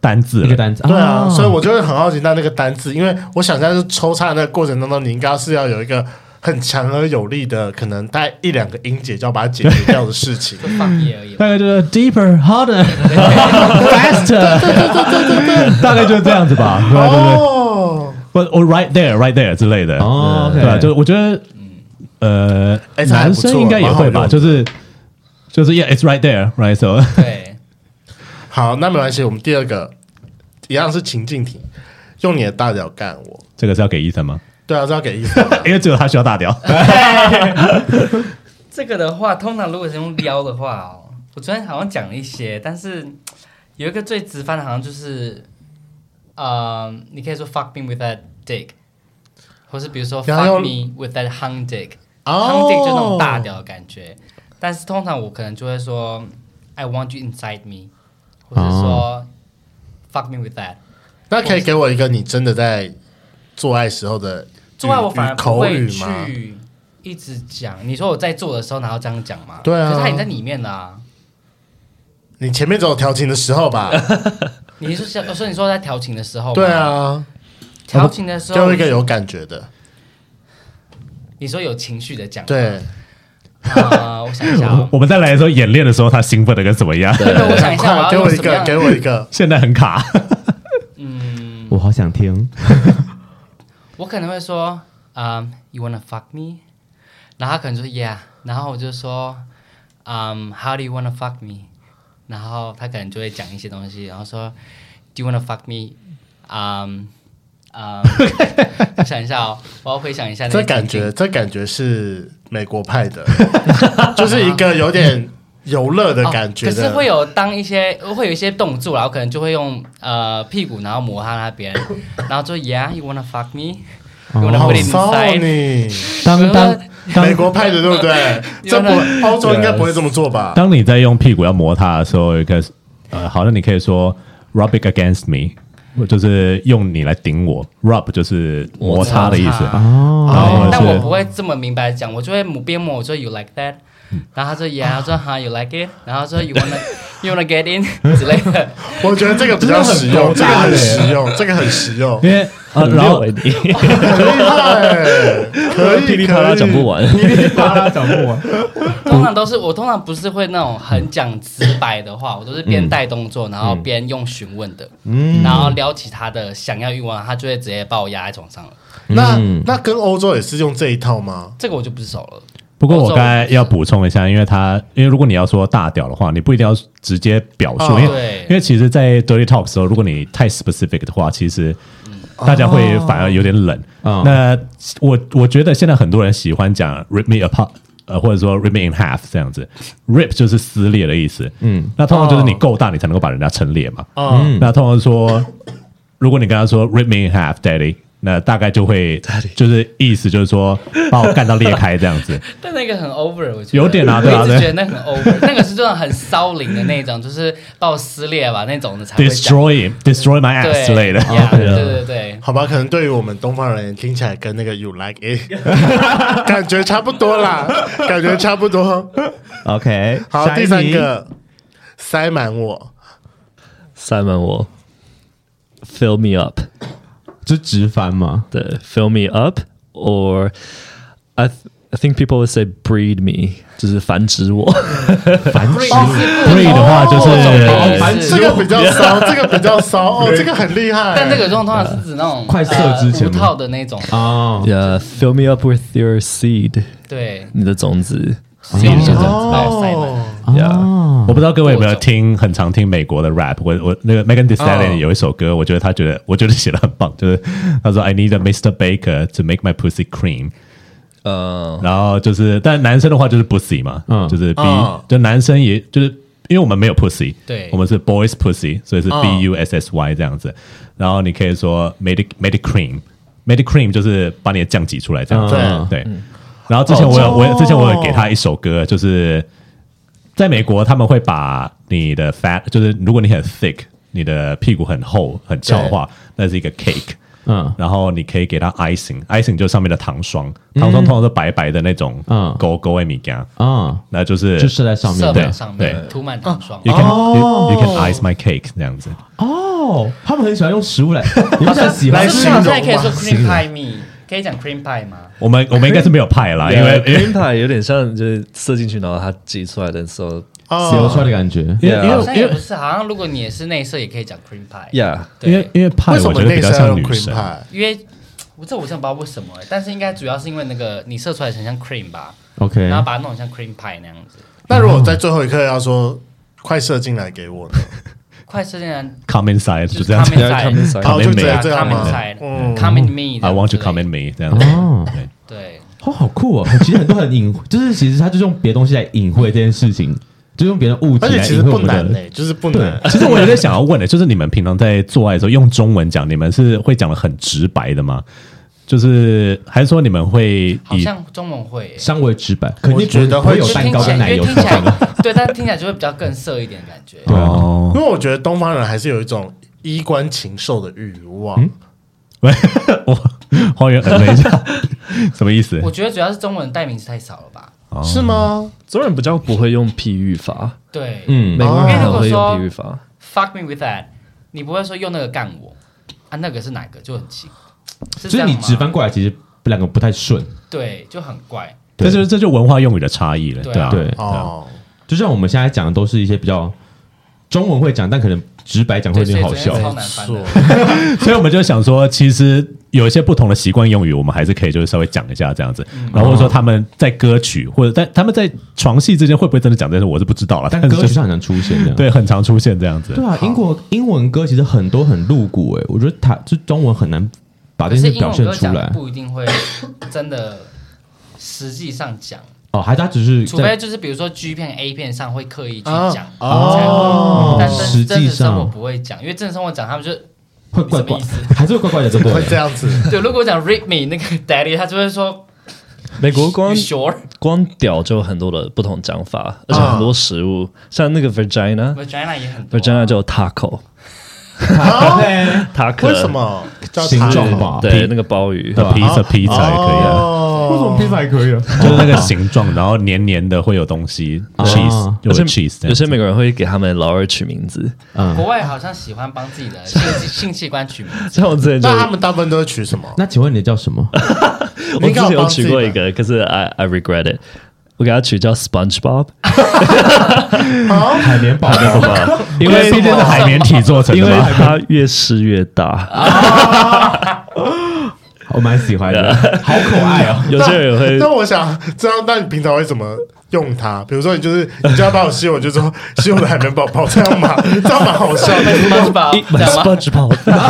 [SPEAKER 3] 单字
[SPEAKER 1] 一个
[SPEAKER 3] 了。
[SPEAKER 1] 单词，
[SPEAKER 2] 对啊，所以
[SPEAKER 1] 以
[SPEAKER 2] 我就会很好奇那那个单字，因为我想象是抽插的那个过程当中，你应该是要有一个很强而有力的，可能带一两个音节就要把它解决掉的事 情。
[SPEAKER 4] 就放夜而已。
[SPEAKER 3] 大概就是 deeper, harder, faster，大 概就是这样子吧。对对对，
[SPEAKER 2] 哦，
[SPEAKER 3] 或或 oh, right there, right there 之类的。
[SPEAKER 1] 哦，
[SPEAKER 3] 对啊，就我觉得，呃，
[SPEAKER 2] 哎这还
[SPEAKER 3] 男
[SPEAKER 2] 不错
[SPEAKER 3] 生应该也会
[SPEAKER 2] 蛮好
[SPEAKER 3] 吧，
[SPEAKER 2] 用
[SPEAKER 3] 就是就是 yeah, it's right there, right so
[SPEAKER 4] 对，
[SPEAKER 2] 好，那没关系，我们第二个一样是情境题，用你的大脚干我。
[SPEAKER 3] 这个是要给医生吗？
[SPEAKER 2] 对啊，是要给医生。
[SPEAKER 3] 因为只有他需要大屌，
[SPEAKER 4] 这个的话，通常如果是用撩的话哦，我昨天好像讲了一些，但是嗯有一个最直翻的，好像就是，呃，你可以说 fuck me with that dick，或是比如说
[SPEAKER 2] 然后
[SPEAKER 4] fuck
[SPEAKER 2] 用
[SPEAKER 4] me with that hung dick，hung
[SPEAKER 2] 哦
[SPEAKER 4] dick 就那种大屌的感觉。但是通常我可能就会说 I want you inside me，或者说 fuck me with that。
[SPEAKER 2] 哦那可以给我一个你真的在做爱时候的
[SPEAKER 4] 做爱
[SPEAKER 2] 语
[SPEAKER 4] 我反而
[SPEAKER 2] 语
[SPEAKER 4] 不
[SPEAKER 2] 口
[SPEAKER 4] 会
[SPEAKER 2] 语吗？
[SPEAKER 4] 去一直讲。你说我在做的时候，然后这样讲嘛？
[SPEAKER 2] 对啊
[SPEAKER 4] 可是他已经在里面了、啊。
[SPEAKER 2] 你前面只有调情的时候吧？
[SPEAKER 4] 你是想，我说你说在调情的时候，
[SPEAKER 2] 对，啊，
[SPEAKER 4] 调情的时
[SPEAKER 2] 给
[SPEAKER 4] 候，
[SPEAKER 2] 我一个有感觉的。
[SPEAKER 4] 你说有情绪的讲，
[SPEAKER 2] 对，
[SPEAKER 4] 啊，我想一下 哦，
[SPEAKER 3] 我们在来的时候演练的时候，他兴奋的跟什么一样？
[SPEAKER 4] 对对，我想一下，我
[SPEAKER 2] 快
[SPEAKER 4] 要
[SPEAKER 2] 给我
[SPEAKER 4] 用
[SPEAKER 2] 一
[SPEAKER 4] 什么
[SPEAKER 2] 个，
[SPEAKER 4] 样
[SPEAKER 2] 给我一个。
[SPEAKER 3] 现在很卡，
[SPEAKER 1] 我好想听，
[SPEAKER 4] 我可能会说，嗯、y o u wanna fuck me？然后他可能就说 Yeah，然后我就说，嗯、h o w do you wanna fuck me？然后他可能就会讲一些东西，然后说，Do you wanna fuck me？嗯、嗯，我 想一下哦，我要回想一下那个
[SPEAKER 2] 这感
[SPEAKER 4] 情
[SPEAKER 2] 觉，
[SPEAKER 4] 景，
[SPEAKER 2] 这感觉是美国派 的，就是一个有点游乐的感觉
[SPEAKER 4] 哦可
[SPEAKER 2] 的。
[SPEAKER 4] 是会有当一些会有一些动作啦，我可能就会用呃屁股，然后摩擦那边，然后就 Yeah，you wanna fuck me？You
[SPEAKER 1] 哦
[SPEAKER 4] wanna
[SPEAKER 2] 好
[SPEAKER 4] put it
[SPEAKER 2] 骚
[SPEAKER 4] inside？
[SPEAKER 2] 你，
[SPEAKER 1] 当当
[SPEAKER 2] 美
[SPEAKER 1] 当
[SPEAKER 2] 国派的对不对？这不，欧洲应该不会这么做吧？
[SPEAKER 3] 当你在用屁股要磨它的时候，有一个呃，好像你可以说 rub it against me，就是用你来顶我，rub 就是摩擦的意思。
[SPEAKER 1] 哦，
[SPEAKER 3] 然后或者
[SPEAKER 4] 但我
[SPEAKER 3] 是
[SPEAKER 4] 不会这么明白讲，我就会抹边抹，我说 you like that，
[SPEAKER 3] 嗯
[SPEAKER 4] 然后他说 yeah，我说哈 you like it，然后说 you wanna you wanna get in 之类的，
[SPEAKER 2] 我觉得这个比较实用，这个很实用，这个很实用，
[SPEAKER 3] 因为呃，然后
[SPEAKER 5] 很六欸
[SPEAKER 2] 很厉害，可以
[SPEAKER 5] 你噼里啪啦讲不。完，
[SPEAKER 3] 嗯
[SPEAKER 4] 通常都是我通常不是会那种很讲直白的话，我都是
[SPEAKER 3] 嗯
[SPEAKER 4] 边带动作，然后边用询问的，然后撩起他的想要欲望，他就会直接把我压在床上了。
[SPEAKER 2] 可以那那跟欧洲也是用这一套吗？
[SPEAKER 4] 这个我就不熟了。
[SPEAKER 3] 不过我刚才要补充一下，因为他，因为如果你要说大屌的话，你不一定要直接表述，
[SPEAKER 2] 哦
[SPEAKER 3] 因
[SPEAKER 4] 对
[SPEAKER 3] 为因为其实，在 dirty talk 的时候，如果你太 specific 的话，其实大家会反而有点冷。
[SPEAKER 1] 哦
[SPEAKER 3] 那我我觉得现在很多人喜欢讲 rip me apart，呃，或者说 rip me in half 这样子，rip 就是撕裂的意思。嗯，那通常就是你够大，你才能够把人家撑裂嘛。嗯，那通常说，如果你跟他说 rip me in half, daddy。那大概就会，就是意思就是说把我干到裂开这样子。
[SPEAKER 4] 但那个很 over，我觉得
[SPEAKER 3] 有点啊对啊
[SPEAKER 4] 我一直
[SPEAKER 3] 对
[SPEAKER 4] 觉得那个很 over，那个 是这种很骚灵的那种，就是把我撕裂吧那种的才会讲。
[SPEAKER 3] destroy it, destroy my
[SPEAKER 4] 对
[SPEAKER 3] ass 之类的。 啊
[SPEAKER 4] 呀对对对，
[SPEAKER 2] 好吧，可能对于我们东方人听起来跟那个 “you like it” 感觉差不多啦，感觉差不多。
[SPEAKER 1] ，OK，
[SPEAKER 2] 好，
[SPEAKER 1] 下一
[SPEAKER 2] 第三
[SPEAKER 1] 题
[SPEAKER 2] 个塞满我，
[SPEAKER 5] 塞满我，fill me up，
[SPEAKER 1] 就直翻嘛，
[SPEAKER 5] 对，fill me up，or I th- I think people would say breed me，就是繁殖我。
[SPEAKER 3] breed 的
[SPEAKER 1] 啊
[SPEAKER 3] 话就
[SPEAKER 4] 哦
[SPEAKER 3] 是
[SPEAKER 4] 繁殖
[SPEAKER 2] 这个比较骚，这个比较骚哦，这个很厉害。
[SPEAKER 4] 但这个这种通常是指那种
[SPEAKER 1] 快射
[SPEAKER 4] 呃
[SPEAKER 1] 之前
[SPEAKER 4] 无套的那种，
[SPEAKER 3] 啊
[SPEAKER 1] 哦，
[SPEAKER 5] Yeah，fill me up with your seed，
[SPEAKER 4] 对，
[SPEAKER 3] 哦
[SPEAKER 5] 你的种子。
[SPEAKER 4] 所以就是把我塞满。
[SPEAKER 2] 哦，
[SPEAKER 5] Yeah，
[SPEAKER 3] 我不知道各位有没有听，很常听美国的 rap。我我那个 Megan Thee
[SPEAKER 1] 哦
[SPEAKER 3] Stallion 有一首歌，我觉得他觉得我觉得写的很棒，就是他说 I need a Mr. Baker to make my pussy cream。
[SPEAKER 5] 呃，
[SPEAKER 3] 然后就是，但男生的话就是 pussy 嘛，
[SPEAKER 1] 嗯
[SPEAKER 3] 就是 b，、
[SPEAKER 2] 嗯
[SPEAKER 3] 就男生也就是因为我们没有 pussy，
[SPEAKER 4] 哦对哦
[SPEAKER 3] 我们是 boys pussy，所以是
[SPEAKER 2] 嗯
[SPEAKER 3] b u s s y 这样子。然后你可以说 made it- made it cream，made it cream 就是把你的酱挤出来这样子，
[SPEAKER 2] 嗯
[SPEAKER 3] 对。然后之前我有我有之前我有给他一首歌，就是在美国他们会把你的 fat，就是如果你很 thick，你的屁股很厚很翘的话，那是一个 cake。
[SPEAKER 1] 嗯
[SPEAKER 3] 然后你可以给它 icing，icing 就是上面的糖霜，糖霜通常是白白的那种，
[SPEAKER 1] 嗯
[SPEAKER 3] 嗯，勾勾的米羹，
[SPEAKER 1] 嗯，
[SPEAKER 3] 那就是
[SPEAKER 1] 就射在上
[SPEAKER 4] 射
[SPEAKER 1] 面
[SPEAKER 4] 满
[SPEAKER 1] 的
[SPEAKER 4] 上面，
[SPEAKER 3] 对
[SPEAKER 4] 涂满糖霜。
[SPEAKER 3] you can you, you can ice my cake 这样子，
[SPEAKER 1] 哦，他们很喜欢用食物 来，你们想喜
[SPEAKER 4] 是
[SPEAKER 1] 欢
[SPEAKER 4] 不
[SPEAKER 2] 形
[SPEAKER 4] 是
[SPEAKER 2] 容
[SPEAKER 4] 好
[SPEAKER 2] 吧
[SPEAKER 4] 像也可以说 cream pie me？可以讲 cream pie 吗？
[SPEAKER 3] 我们我们应该是没有派啦，因为因为
[SPEAKER 5] cream pie 有点像就是射进去，然后它挤出来的时候
[SPEAKER 2] 哦
[SPEAKER 1] 流出来的感觉，
[SPEAKER 3] 因为因
[SPEAKER 4] 好像
[SPEAKER 3] 为
[SPEAKER 4] 也
[SPEAKER 3] 因
[SPEAKER 4] 不
[SPEAKER 3] 为
[SPEAKER 4] 是，好像如果你也是内射，也可以讲 cream pie。
[SPEAKER 5] ，Yeah，
[SPEAKER 3] 因为
[SPEAKER 4] 对，
[SPEAKER 3] 因为派
[SPEAKER 2] 为什
[SPEAKER 3] 我
[SPEAKER 2] 么
[SPEAKER 3] 觉得
[SPEAKER 2] 内
[SPEAKER 3] 比较
[SPEAKER 2] 射要
[SPEAKER 3] 像
[SPEAKER 2] 用
[SPEAKER 3] 女
[SPEAKER 2] cream
[SPEAKER 3] 生，
[SPEAKER 2] pie？
[SPEAKER 4] 因为我这我真的不知道为什么欸，但是应该主要是因为那个你射出来很像 cream 吧，
[SPEAKER 1] OK，
[SPEAKER 4] 然后把它弄得像 cream pie 那样子。
[SPEAKER 2] 那如果在最后一刻要说快射进来给我呢，
[SPEAKER 4] 快射进来
[SPEAKER 3] come inside 就
[SPEAKER 4] 就
[SPEAKER 3] 是这样子
[SPEAKER 4] come
[SPEAKER 5] Yeah，come
[SPEAKER 4] inside，
[SPEAKER 2] 然后
[SPEAKER 3] Come
[SPEAKER 2] 就
[SPEAKER 3] in
[SPEAKER 2] 这样
[SPEAKER 3] me，I
[SPEAKER 2] 这样
[SPEAKER 4] come
[SPEAKER 2] 吗
[SPEAKER 4] inside，？
[SPEAKER 2] 嗯，
[SPEAKER 4] come in me 这样
[SPEAKER 3] want you
[SPEAKER 4] 之类的
[SPEAKER 3] come in me 这样子，
[SPEAKER 1] 哦
[SPEAKER 3] 对
[SPEAKER 4] 对，
[SPEAKER 1] 哦，好酷哦！其实很多很隐， 就是其实他就是用别的东西来隐晦这件事情，就用别人的 误解
[SPEAKER 2] 而且
[SPEAKER 1] 来
[SPEAKER 2] 其
[SPEAKER 1] 隐
[SPEAKER 2] 实
[SPEAKER 1] 晦
[SPEAKER 2] 不
[SPEAKER 1] 我
[SPEAKER 2] 难欸
[SPEAKER 1] 们的。
[SPEAKER 2] 诶，就是不
[SPEAKER 1] 对
[SPEAKER 2] 难。
[SPEAKER 3] 其实我有点想要问的，就是你们平常在做爱的时候用中文讲，你们是会讲的很直白的吗？就是还是说你们会
[SPEAKER 4] 好
[SPEAKER 3] 以
[SPEAKER 4] 像中文会欸。
[SPEAKER 1] 稍微直白，肯定不
[SPEAKER 2] 觉得
[SPEAKER 1] 不会
[SPEAKER 2] 会哦
[SPEAKER 1] 有
[SPEAKER 4] 就
[SPEAKER 1] 蛋
[SPEAKER 4] 听
[SPEAKER 1] 糕啊
[SPEAKER 4] 起
[SPEAKER 1] 跟
[SPEAKER 4] 来，
[SPEAKER 1] 奶
[SPEAKER 4] 因
[SPEAKER 1] 油
[SPEAKER 4] 为听起
[SPEAKER 1] 口感
[SPEAKER 4] 来， 对，但听起来就会比较更涩一点的感觉。
[SPEAKER 3] 哦
[SPEAKER 2] 因为我觉得东方人还是有一种衣冠禽兽的欲望，
[SPEAKER 3] 喂， 我花园嗯了一下，什么意思
[SPEAKER 4] 我？觉得主要是中文代名词太少了吧？
[SPEAKER 2] 是吗？
[SPEAKER 5] 中人比较不会用譬喻法，
[SPEAKER 4] 对，
[SPEAKER 1] 嗯
[SPEAKER 5] 美国人
[SPEAKER 4] 因为如
[SPEAKER 5] 很
[SPEAKER 4] 果
[SPEAKER 5] 会用
[SPEAKER 4] 说
[SPEAKER 5] 譬喻法。
[SPEAKER 4] fuck me with that，你不会说用那个干我啊，那个是哪个就很奇，是
[SPEAKER 1] 所
[SPEAKER 4] 这
[SPEAKER 1] 以
[SPEAKER 4] 样
[SPEAKER 1] 你
[SPEAKER 4] 吗
[SPEAKER 1] 直翻过来，其实两个不太顺。
[SPEAKER 4] 对就很怪。
[SPEAKER 3] 这就是这就文化用语的差异了，
[SPEAKER 4] 对啊
[SPEAKER 3] 对啊，
[SPEAKER 1] 对，
[SPEAKER 2] 哦，
[SPEAKER 1] 就像我们现在讲的都是一些比较中文会讲，但可能直白讲会有点好笑
[SPEAKER 4] 对。超难翻的
[SPEAKER 2] 没错
[SPEAKER 3] 所以我们就想说，其实有一些不同的习惯用语，我们还是可以就是稍微讲一下这样子，然后或者说他们在歌曲或者在他们在床戏之间会不会真的讲这些，我是不知道了。
[SPEAKER 1] 但
[SPEAKER 3] 是
[SPEAKER 1] 歌
[SPEAKER 3] 就
[SPEAKER 1] 曲上很常出现这样。
[SPEAKER 3] 对很常出现这样子
[SPEAKER 1] 对，啊，英国英文歌其实很多很露骨哎、我觉得它就中文很难把
[SPEAKER 4] 可
[SPEAKER 1] 这件
[SPEAKER 4] 是
[SPEAKER 1] 事
[SPEAKER 4] 英
[SPEAKER 1] 表
[SPEAKER 4] 文
[SPEAKER 1] 现
[SPEAKER 4] 歌
[SPEAKER 1] 出
[SPEAKER 4] 讲的
[SPEAKER 1] 来。
[SPEAKER 4] 不一定会真的实际上讲，
[SPEAKER 1] 哦，还是他只是
[SPEAKER 4] 除非
[SPEAKER 1] 在
[SPEAKER 4] 就是比如说 G 片 A 片上会刻意去
[SPEAKER 2] 啊
[SPEAKER 4] 讲，
[SPEAKER 2] 哦
[SPEAKER 4] 但
[SPEAKER 1] 实
[SPEAKER 4] 是真
[SPEAKER 1] 际
[SPEAKER 4] 实生活
[SPEAKER 1] 上
[SPEAKER 4] 不会讲，因为真实生活讲他们就
[SPEAKER 1] 会怪怪
[SPEAKER 4] 你什么意，
[SPEAKER 1] 还是会怪怪的，对不
[SPEAKER 2] 会这
[SPEAKER 1] 对？
[SPEAKER 2] 样子，
[SPEAKER 4] 对。如果我讲 Read me 那个 Daddy，他就会说
[SPEAKER 5] 美国光
[SPEAKER 4] You sure
[SPEAKER 5] 光屌就有很多的不同讲法，而且很多食物，
[SPEAKER 2] 啊
[SPEAKER 5] 像那个 vagina。
[SPEAKER 4] vagina 也很多啊
[SPEAKER 5] vagina 叫 taco
[SPEAKER 2] 啊
[SPEAKER 5] taco，
[SPEAKER 2] 为什么叫
[SPEAKER 1] 形
[SPEAKER 2] 他
[SPEAKER 1] 状吧
[SPEAKER 5] 对，那个鲍鱼，
[SPEAKER 3] 那披萨披萨也可以啊，
[SPEAKER 2] 哦，为什么
[SPEAKER 1] 披萨还可以啊？
[SPEAKER 3] 就是那个形状，然后黏黏的会有东西
[SPEAKER 1] 啊
[SPEAKER 3] ，cheese 有
[SPEAKER 5] 有些
[SPEAKER 3] cheese，这样
[SPEAKER 5] 有些
[SPEAKER 3] 子
[SPEAKER 5] 美国人会给他们老二取名字，
[SPEAKER 1] 嗯，
[SPEAKER 4] 国外好像喜欢帮自己的性器性器官取名字，
[SPEAKER 5] 像我之前就
[SPEAKER 2] 那他们大部分都会 取什么？
[SPEAKER 1] 那请问你叫什么？
[SPEAKER 5] 我
[SPEAKER 2] 你刚
[SPEAKER 5] 之前
[SPEAKER 2] 好
[SPEAKER 5] 有
[SPEAKER 2] 帮自
[SPEAKER 5] 取
[SPEAKER 2] 己
[SPEAKER 5] 过
[SPEAKER 2] 的
[SPEAKER 5] 一个，可是 I I regret it，我给他取叫 SpongeBob，
[SPEAKER 1] 海绵宝宝吧？
[SPEAKER 3] 因为毕竟是海绵体做成
[SPEAKER 5] 因
[SPEAKER 3] 的
[SPEAKER 5] 为
[SPEAKER 3] 嘛，
[SPEAKER 5] 他越吃越
[SPEAKER 2] 啊
[SPEAKER 5] 大。
[SPEAKER 1] 我蛮喜欢的，好可爱哦。
[SPEAKER 5] 有些人会
[SPEAKER 2] 那我 想知道，那你平常会怎么用它？比如说，你就是你就要把我吸，我就说吸我的海绵宝宝，这样嘛，这样蛮好笑的，
[SPEAKER 4] SpongeBob 这样 吗？
[SPEAKER 5] SpongeBob，
[SPEAKER 2] 这样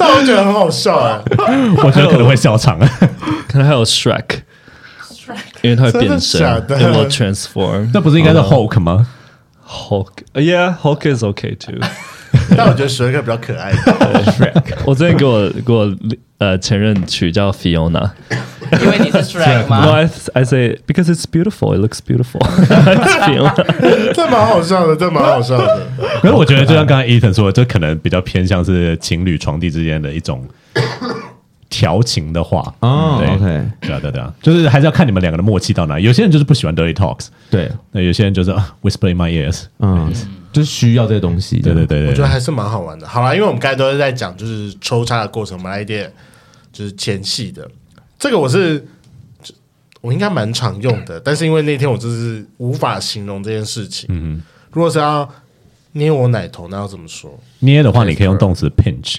[SPEAKER 2] 我觉得很好笑哎、
[SPEAKER 3] 我觉得可能会笑 场。啊
[SPEAKER 5] 可能还有 Shrek，因为他会变
[SPEAKER 2] 真的
[SPEAKER 5] 身
[SPEAKER 2] 假的
[SPEAKER 5] ，It will transform。
[SPEAKER 3] 那不是应该是 Hulk 吗？
[SPEAKER 5] Hulk，Yeah，Hulk is okay too。
[SPEAKER 2] 但我觉得史瑞克比较可爱一点。
[SPEAKER 5] 我之前给我给我呃前任取叫 Fiona，
[SPEAKER 4] 因为你是 Shrek
[SPEAKER 5] No,
[SPEAKER 4] 吗？
[SPEAKER 5] I, I say because it's beautiful. It looks beautiful. It's Fiona.
[SPEAKER 2] 这蛮好笑的，这蛮好笑 的。
[SPEAKER 3] 可是我觉得，就像刚才 Ethan 说的，这可能比较偏向是情侣床地之间的一种调情的话。
[SPEAKER 1] 哦
[SPEAKER 3] 对
[SPEAKER 1] ，OK，
[SPEAKER 3] 对啊，对啊对啊，就是还是要看你们两个的默契到哪。有些人就是不喜欢 dirty talks，
[SPEAKER 1] 对，
[SPEAKER 3] 那有些人就是啊 whisper in my ears。
[SPEAKER 1] 嗯，就是需要这些东西。
[SPEAKER 3] 对对对
[SPEAKER 2] 我
[SPEAKER 3] 对
[SPEAKER 2] 觉得
[SPEAKER 3] 对，
[SPEAKER 2] 还是蛮好玩的。好啦，因为我们刚才都是在讲就是抽插的过程，我们来一点就是前戏的。这个我是我应该蛮常用的，但是因为那天我就是无法形容这件事情。嗯，如果是要捏我奶头，那要怎么说？
[SPEAKER 3] 捏的话你可以用动词 pinch。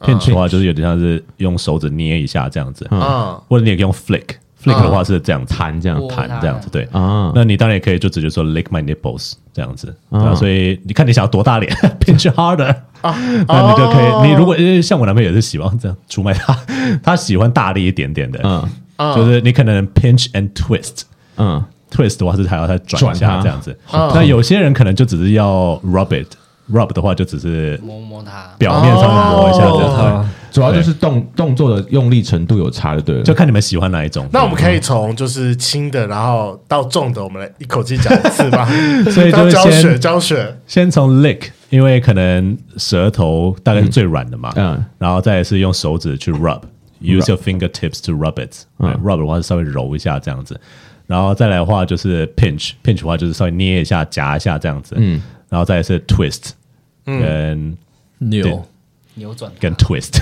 [SPEAKER 3] pinch
[SPEAKER 1] 啊
[SPEAKER 3] 的话就是有点像是用手指捏一下这样子，
[SPEAKER 2] 啊、
[SPEAKER 3] 或者你也可以用 flick。flick 的话是这样子
[SPEAKER 1] 弹这样
[SPEAKER 4] 我
[SPEAKER 3] 弹这样子，对
[SPEAKER 1] 啊
[SPEAKER 3] 那你当然也可以就直接说 lick my nipples 这样子，对啊，所以你看你想要多大脸 ，pinch harder 啊，那你就可
[SPEAKER 1] 哦
[SPEAKER 3] 以，你如果因为像我男朋友也是喜欢这样， 出卖他，他喜欢大力一点点的，
[SPEAKER 1] 嗯
[SPEAKER 3] 就是你可能 pinch and twist。
[SPEAKER 1] 嗯
[SPEAKER 3] twist 的话是还要再转一
[SPEAKER 1] 转
[SPEAKER 3] 下
[SPEAKER 1] 它
[SPEAKER 3] 这样子，那有些人可能就只是要 rub it，rub 的话就只是
[SPEAKER 4] 摸摸它，
[SPEAKER 3] 表面上面磨一下这样子，
[SPEAKER 5] 啊，
[SPEAKER 1] 主要就是动动作的用力程度有差就对了。
[SPEAKER 3] 就看你们喜欢哪一种。。
[SPEAKER 2] 那我们可以从就是轻的，然后到重的，我们来一口气讲一次吧
[SPEAKER 3] 所以就是
[SPEAKER 2] 教学
[SPEAKER 3] 先
[SPEAKER 2] 教学，
[SPEAKER 3] 先从 lick，因为可能舌头大概是最软的嘛，
[SPEAKER 1] 嗯嗯
[SPEAKER 3] 然后再来是用手指去 rub，use your fingertips to rub it，
[SPEAKER 1] 嗯
[SPEAKER 3] r u b 的话是稍微揉一下这样子，然后再来的话就是 pinch，pinch 的话就是稍微捏一下、夹一下这样子，嗯，然后再来是 twist，跟
[SPEAKER 5] 牛
[SPEAKER 4] 扭转它
[SPEAKER 3] 跟 twist，pinch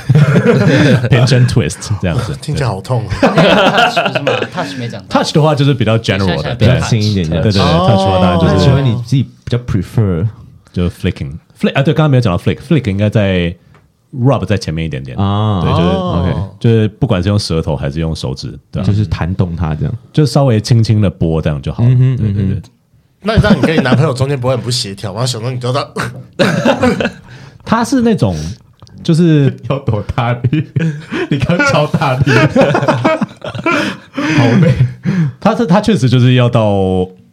[SPEAKER 3] and twist 这样子。
[SPEAKER 2] 听起来好痛哦。
[SPEAKER 4] touch 是吗？touch 没讲到
[SPEAKER 3] touch 的话就是比较 general 的，
[SPEAKER 4] 比
[SPEAKER 1] 比
[SPEAKER 3] 对
[SPEAKER 1] 较轻一点这样。
[SPEAKER 3] 对对对，touch 的话当然
[SPEAKER 1] 那
[SPEAKER 3] 就
[SPEAKER 1] 请问
[SPEAKER 3] 是
[SPEAKER 1] 你自己比较 prefer
[SPEAKER 3] 就是 flicking flick 啊，对，刚刚没有讲到 flick，flick 应该在 rub 在前面一点点
[SPEAKER 1] 啊
[SPEAKER 3] 对，就是 OK，
[SPEAKER 2] 哦
[SPEAKER 3] 就是不管是用舌头还是用手指，对啊，
[SPEAKER 1] 嗯就是嗯弹动它这样？
[SPEAKER 3] 就稍微轻轻的拨这样就好了，对对对。
[SPEAKER 2] 那你让你跟你男朋友中间不会很不协调吗？想说你都到
[SPEAKER 3] 他是那种就是
[SPEAKER 1] 要多大力？你刚超大 力，好累。
[SPEAKER 3] 他是他确实就是要到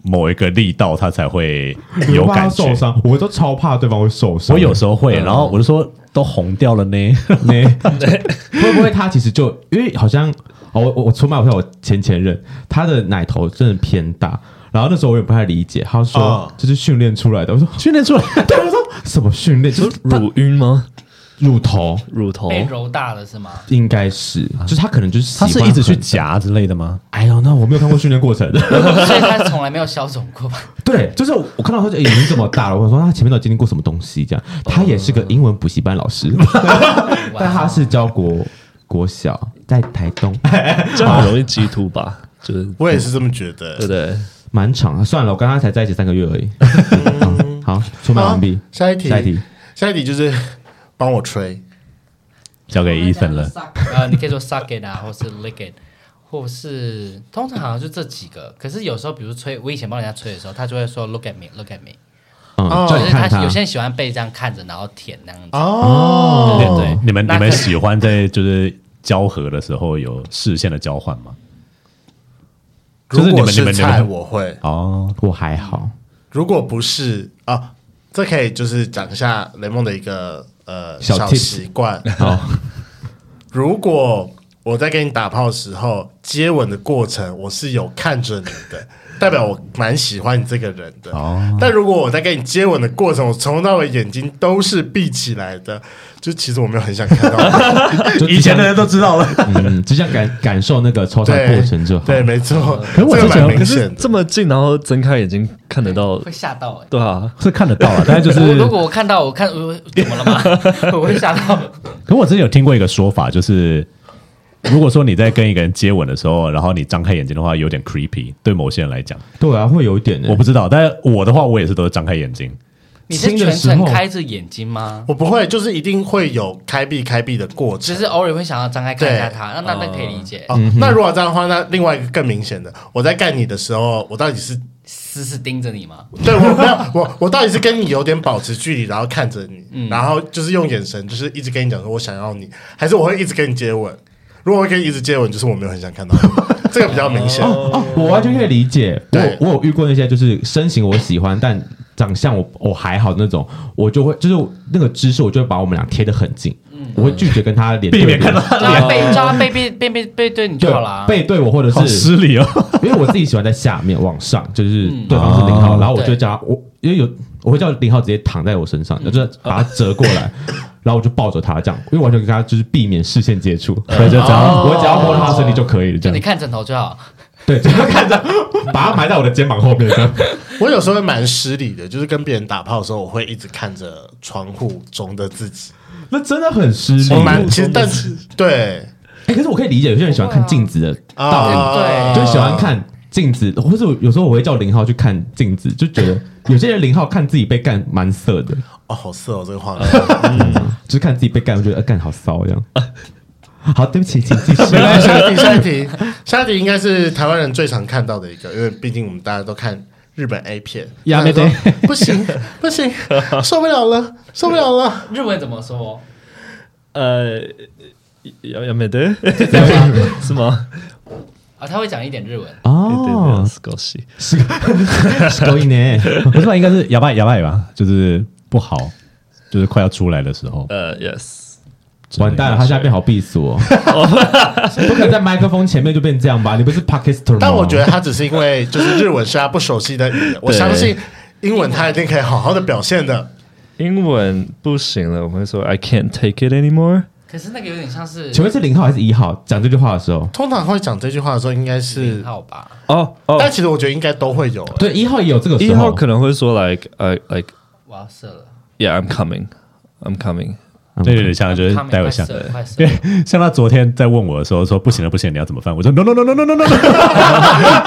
[SPEAKER 3] 某一个力道，他才会有感觉
[SPEAKER 1] 受。伤，嗯我都超怕对方会受伤。
[SPEAKER 3] 我有时候会，然后我就说都红掉了呢，
[SPEAKER 1] 没，会不会他其实就因为好像哦，我我我出卖我朋友前前任，他的奶头真的偏大。然后那时候我也不太理解，他说、
[SPEAKER 2] 哦
[SPEAKER 1] 这是训练出来的。我说
[SPEAKER 3] 训练出来。
[SPEAKER 1] 对，我说什么训练？就是乳
[SPEAKER 5] 乳晕吗？
[SPEAKER 1] 乳头
[SPEAKER 5] 乳头
[SPEAKER 4] 被揉大了是吗？
[SPEAKER 1] 应该是，就是他可能就是喜
[SPEAKER 3] 啊他
[SPEAKER 1] 欢
[SPEAKER 3] 是一直去
[SPEAKER 1] 很。
[SPEAKER 3] 夹之类的吗？
[SPEAKER 1] 哎呦，那我没有看过训练过 程。
[SPEAKER 4] 所以他从来没有消肿过吧？
[SPEAKER 1] 对，就是我看到他就哎、已经这么大了，我说他前面到底经历过什么东西？这样，他
[SPEAKER 3] 哦
[SPEAKER 1] 也是个英文补习班老 师，但他是教国国小，在台东。
[SPEAKER 5] 这样很容易激突吧？就是
[SPEAKER 2] 我也是这么觉得。
[SPEAKER 5] 对不对？
[SPEAKER 1] 蛮长的。算了，我跟他才在一起三个月而已。嗯好，出卖完毕
[SPEAKER 2] 好。下一题，
[SPEAKER 1] 下一题，
[SPEAKER 2] 下一题就是帮我吹，
[SPEAKER 3] 交给 Ethan 了。
[SPEAKER 4] 呃，你可以说 suck it 啊，或是 lick it，或是通常好像就这几个。可是有时候，比如吹，我以前帮人家吹的时候，他就会说 look at me，look at me，
[SPEAKER 1] 嗯，
[SPEAKER 2] 哦
[SPEAKER 1] 叫
[SPEAKER 4] 就
[SPEAKER 1] 你
[SPEAKER 4] 是
[SPEAKER 1] 看
[SPEAKER 4] 他
[SPEAKER 1] 他
[SPEAKER 4] 有。些人喜欢被这样看着，然后舔那样子。
[SPEAKER 2] 哦，
[SPEAKER 4] 对对对，
[SPEAKER 3] 你们
[SPEAKER 4] 那
[SPEAKER 3] 你们
[SPEAKER 4] 可
[SPEAKER 3] 喜欢在就是交合的时候有视线的交换吗？就是
[SPEAKER 2] 如
[SPEAKER 3] 你
[SPEAKER 2] 果
[SPEAKER 3] 们你
[SPEAKER 2] 是
[SPEAKER 3] 们你
[SPEAKER 2] 菜
[SPEAKER 3] 们
[SPEAKER 2] 我会，
[SPEAKER 3] 哦，
[SPEAKER 1] 我还好，
[SPEAKER 2] 如果不是啊，这可以就是讲一下雷梦的一个呃
[SPEAKER 1] 小 tips
[SPEAKER 2] 习 惯。
[SPEAKER 1] 好，
[SPEAKER 2] 如果我在跟你打炮的时候，接吻的过程我是有看着你 的，代表我蛮喜欢你这个人的。
[SPEAKER 3] 哦
[SPEAKER 2] 但如果我在跟你接吻的过程，我从头到尾眼睛都是闭起来的，就其实我没有很想看到你。
[SPEAKER 1] 就
[SPEAKER 3] 以前的人都知道了。
[SPEAKER 1] 嗯，只想感感受那个抽插
[SPEAKER 2] 对，
[SPEAKER 1] 过程就好。
[SPEAKER 2] 对，没错。
[SPEAKER 3] 可是我
[SPEAKER 2] 这
[SPEAKER 3] 就
[SPEAKER 2] 个
[SPEAKER 3] 觉得
[SPEAKER 2] 蛮
[SPEAKER 3] 可
[SPEAKER 2] 明
[SPEAKER 5] 可
[SPEAKER 2] 显
[SPEAKER 5] 是
[SPEAKER 2] 的。
[SPEAKER 5] 这么近，然后睁开眼睛看得到，
[SPEAKER 4] 会吓到哎、
[SPEAKER 5] 对啊，
[SPEAKER 3] 是看得到了，但是就
[SPEAKER 4] 我
[SPEAKER 3] 是，
[SPEAKER 4] 如果我看到，我看我怎么了吗？我会吓到。
[SPEAKER 3] 可我之前有听过一个说法，就是如果说你在跟一个人接吻的时候，然后你张开眼睛的话，有点 creepy，对某些人来讲，
[SPEAKER 1] 对啊，会有一点的。
[SPEAKER 3] 我不知道，但是我的话，我也是都是张开眼睛，
[SPEAKER 4] 你是
[SPEAKER 1] 亲的
[SPEAKER 4] 全
[SPEAKER 1] 时候
[SPEAKER 4] 程开着眼睛吗？
[SPEAKER 2] 我不会，就是一定会有开闭开闭的过
[SPEAKER 4] 只
[SPEAKER 2] 程。
[SPEAKER 4] 是偶尔会想要张开看一下
[SPEAKER 2] 对
[SPEAKER 4] 他，那那那可以理解。
[SPEAKER 2] 哦，那如果这样的话，那另外一个更明显的，我在干你的时候，我到底是
[SPEAKER 4] 死死盯着你吗？
[SPEAKER 2] 对我没有我我到底是跟你有点保持距离，然后看着你，然后就是用眼神，就是一直跟你讲说我想要你，还是我会一直跟你接吻？如果我会跟你一直接吻，就是我没有很想看 到你，这个比较明显。
[SPEAKER 1] 哦，我完全可以理解。我
[SPEAKER 2] 对
[SPEAKER 1] 我有遇过那些就是身形我喜欢，但长相我我还好的那种，我就会就是那个姿势，我就会把我们俩贴得很近，我会拒绝跟他脸对
[SPEAKER 3] 避
[SPEAKER 1] 脸
[SPEAKER 3] 免看到
[SPEAKER 4] 叫他背，叫他背背背背背对你就
[SPEAKER 1] 对
[SPEAKER 4] 好啦。
[SPEAKER 1] 背对我，或者
[SPEAKER 3] 好
[SPEAKER 1] 是
[SPEAKER 3] 失礼哦。
[SPEAKER 1] 因为我自己喜欢在下面往上，就是对方是零号，
[SPEAKER 3] 哦
[SPEAKER 1] 然后我就
[SPEAKER 4] 对
[SPEAKER 1] 叫他我因为有我会叫零号直接躺在我身上，就是把他折过来，然后我就抱着他这样，因为完全跟他就是避免视线接触，
[SPEAKER 3] 对，就只要
[SPEAKER 1] 我只要摸到他身体就可以了，这
[SPEAKER 4] 就
[SPEAKER 1] 样
[SPEAKER 4] 你看枕头就好。
[SPEAKER 1] 对， 只要看着把他埋在我的肩膀后面这样。
[SPEAKER 2] 我有时候会蛮失礼的，就是跟别人打炮的时候，我会一直看着窗户中的自己，
[SPEAKER 1] 那真的很失礼。
[SPEAKER 2] 我蛮其实但是对
[SPEAKER 1] 哎、可是我可以理解有些人喜欢看镜子的道理，
[SPEAKER 2] 啊，
[SPEAKER 1] 就喜欢看镜子，或者有时候我会叫零号去看镜子，就觉得有些人零号看自己被干蛮色的，
[SPEAKER 2] 哦，好色哦，这个画面。
[SPEAKER 1] 就是看自己被干，我觉得呃干、好骚这样。好，对不起，请继续。
[SPEAKER 2] 没关系，下一题，下一题，下一题应该是台湾人最常看到的一个，因为毕竟我们大家都看日本 A 片，
[SPEAKER 1] 呀
[SPEAKER 2] 大家都不行不行，受不了了，受不了了，
[SPEAKER 4] 日文怎么说？
[SPEAKER 5] 呃，要要没得是吗？
[SPEAKER 4] 啊，他会讲一点日文。
[SPEAKER 1] 哦，
[SPEAKER 5] 少し
[SPEAKER 1] 是是勾引呢。
[SPEAKER 3] 不是吧？应该是哑巴哑巴吧，就是不好，就是快要出来的时候。
[SPEAKER 5] 呃，yes，
[SPEAKER 1] 完蛋了，他现在变好避俗哦，不可能在麦克风前面就变这样吧？你不是 Pakistan 吗？
[SPEAKER 2] 但我觉得他只是因为就是日文是他不熟悉的语言，我相信英文他一定可以好好的表现的。
[SPEAKER 5] 英文不行了，我们会说 I can't take it anymore。
[SPEAKER 4] 可是那个有点像是
[SPEAKER 1] 请问是零号还是一号讲这句话的时候？
[SPEAKER 2] 通常会讲这句话的时候，应该是
[SPEAKER 4] 零，号吧？
[SPEAKER 5] 哦
[SPEAKER 2] 但
[SPEAKER 5] 哦，
[SPEAKER 2] 其实我觉得应该都会有。欸
[SPEAKER 1] 对，一号也有这个时候。
[SPEAKER 5] 一号可能会说 like I like
[SPEAKER 4] 我要射了，
[SPEAKER 5] yeah I'm coming I'm coming。
[SPEAKER 3] 对对对，像就是
[SPEAKER 4] 他们
[SPEAKER 3] 待会
[SPEAKER 4] 快
[SPEAKER 3] 像
[SPEAKER 4] 射，了，快射
[SPEAKER 3] 因
[SPEAKER 4] 了
[SPEAKER 3] 为。像他昨天在问我的时候说不行了不行了，你要怎么办？我说 no no no no no no no no。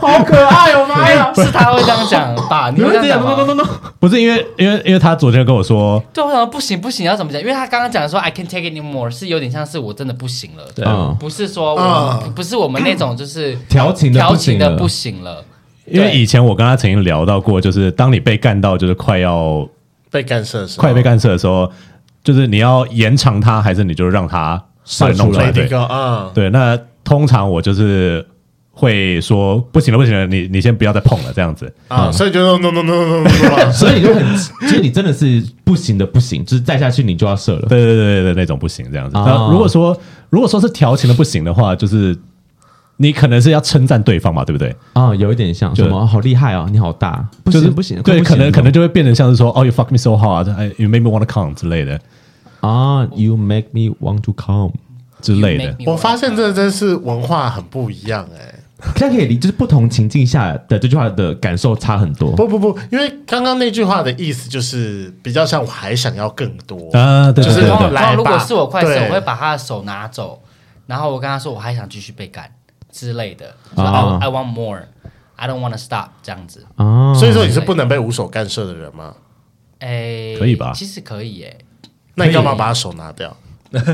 [SPEAKER 1] 好可爱哦，妈呀！
[SPEAKER 4] 是他会这样讲吧？你
[SPEAKER 1] 你
[SPEAKER 4] 会
[SPEAKER 1] 们
[SPEAKER 4] 这
[SPEAKER 1] 这
[SPEAKER 4] 样
[SPEAKER 1] 样
[SPEAKER 4] 讲吗
[SPEAKER 1] no no no no no。
[SPEAKER 3] 不是因为因为因为他昨天跟我说，
[SPEAKER 4] 对，我想说不行不行，要怎么讲？因为他刚刚讲的说 I can take it anymore 是有点像是我真的不行了，对
[SPEAKER 1] 嗯
[SPEAKER 4] 不是说我们
[SPEAKER 2] 嗯
[SPEAKER 4] 不是我们那种就是
[SPEAKER 1] 调情的
[SPEAKER 4] 调
[SPEAKER 1] 不行
[SPEAKER 4] 情的
[SPEAKER 1] 了
[SPEAKER 4] 不行了，
[SPEAKER 3] 因为
[SPEAKER 4] 对
[SPEAKER 3] 以前我跟他曾经聊到过，就是当你被干到就是快要
[SPEAKER 2] 被干涉的时候，
[SPEAKER 3] 快被干涉的时候，就是你要延长它，还是你就让它把你弄出来？
[SPEAKER 2] Lady
[SPEAKER 3] 对
[SPEAKER 2] Go 啊，
[SPEAKER 3] 对，那通常我就是会说不行了不行了，你你先不要再碰了这样子。
[SPEAKER 2] 啊，所以就 no no no no no no，
[SPEAKER 1] 所以你就很，其实你真的是不行的不行，就是再下去你就要射了。
[SPEAKER 3] 对对对对对，那种不行这样子。
[SPEAKER 1] 哦
[SPEAKER 3] 那如果说如果说是调情的不行的话，就是你可能是要称赞对方嘛，对不对？
[SPEAKER 1] 啊、有一点像
[SPEAKER 3] 就
[SPEAKER 1] 什么好厉害哦，你好大，不
[SPEAKER 3] 就是
[SPEAKER 1] 行不行，快
[SPEAKER 3] 对，
[SPEAKER 1] 不
[SPEAKER 3] 可
[SPEAKER 1] 行
[SPEAKER 3] 能
[SPEAKER 1] 了
[SPEAKER 3] 可能就会变成像是说哦，you fuck me so hard，you make me wanna come 之类的
[SPEAKER 1] 啊，You make me want to come，
[SPEAKER 3] 之类的
[SPEAKER 4] You。make me
[SPEAKER 2] 我发现这真是文化很不一样哎、欸
[SPEAKER 1] 这样可以理，就是不同情境下的这句话的感受差很
[SPEAKER 3] 哦
[SPEAKER 1] 多。
[SPEAKER 2] 不不不，因为刚刚那句话的意思就是比较像我还想要更多，
[SPEAKER 3] 啊，对
[SPEAKER 2] 就是
[SPEAKER 3] 对对
[SPEAKER 4] 然
[SPEAKER 3] 对
[SPEAKER 4] 后
[SPEAKER 2] 来
[SPEAKER 4] 然后如果
[SPEAKER 2] 吧
[SPEAKER 4] 是我快射，
[SPEAKER 2] 对
[SPEAKER 4] 我会把他的手拿走，然后我跟他说我还想继续被干之类的，说、
[SPEAKER 1] 啊
[SPEAKER 4] 哦 I I want more。I don't want to stop 这样子，
[SPEAKER 1] 啊，
[SPEAKER 2] 所以说你是不能被无手干涉的人吗？
[SPEAKER 4] 哎、
[SPEAKER 3] 可以吧
[SPEAKER 4] 其实可以耶、
[SPEAKER 2] 那你干嘛把他手拿掉？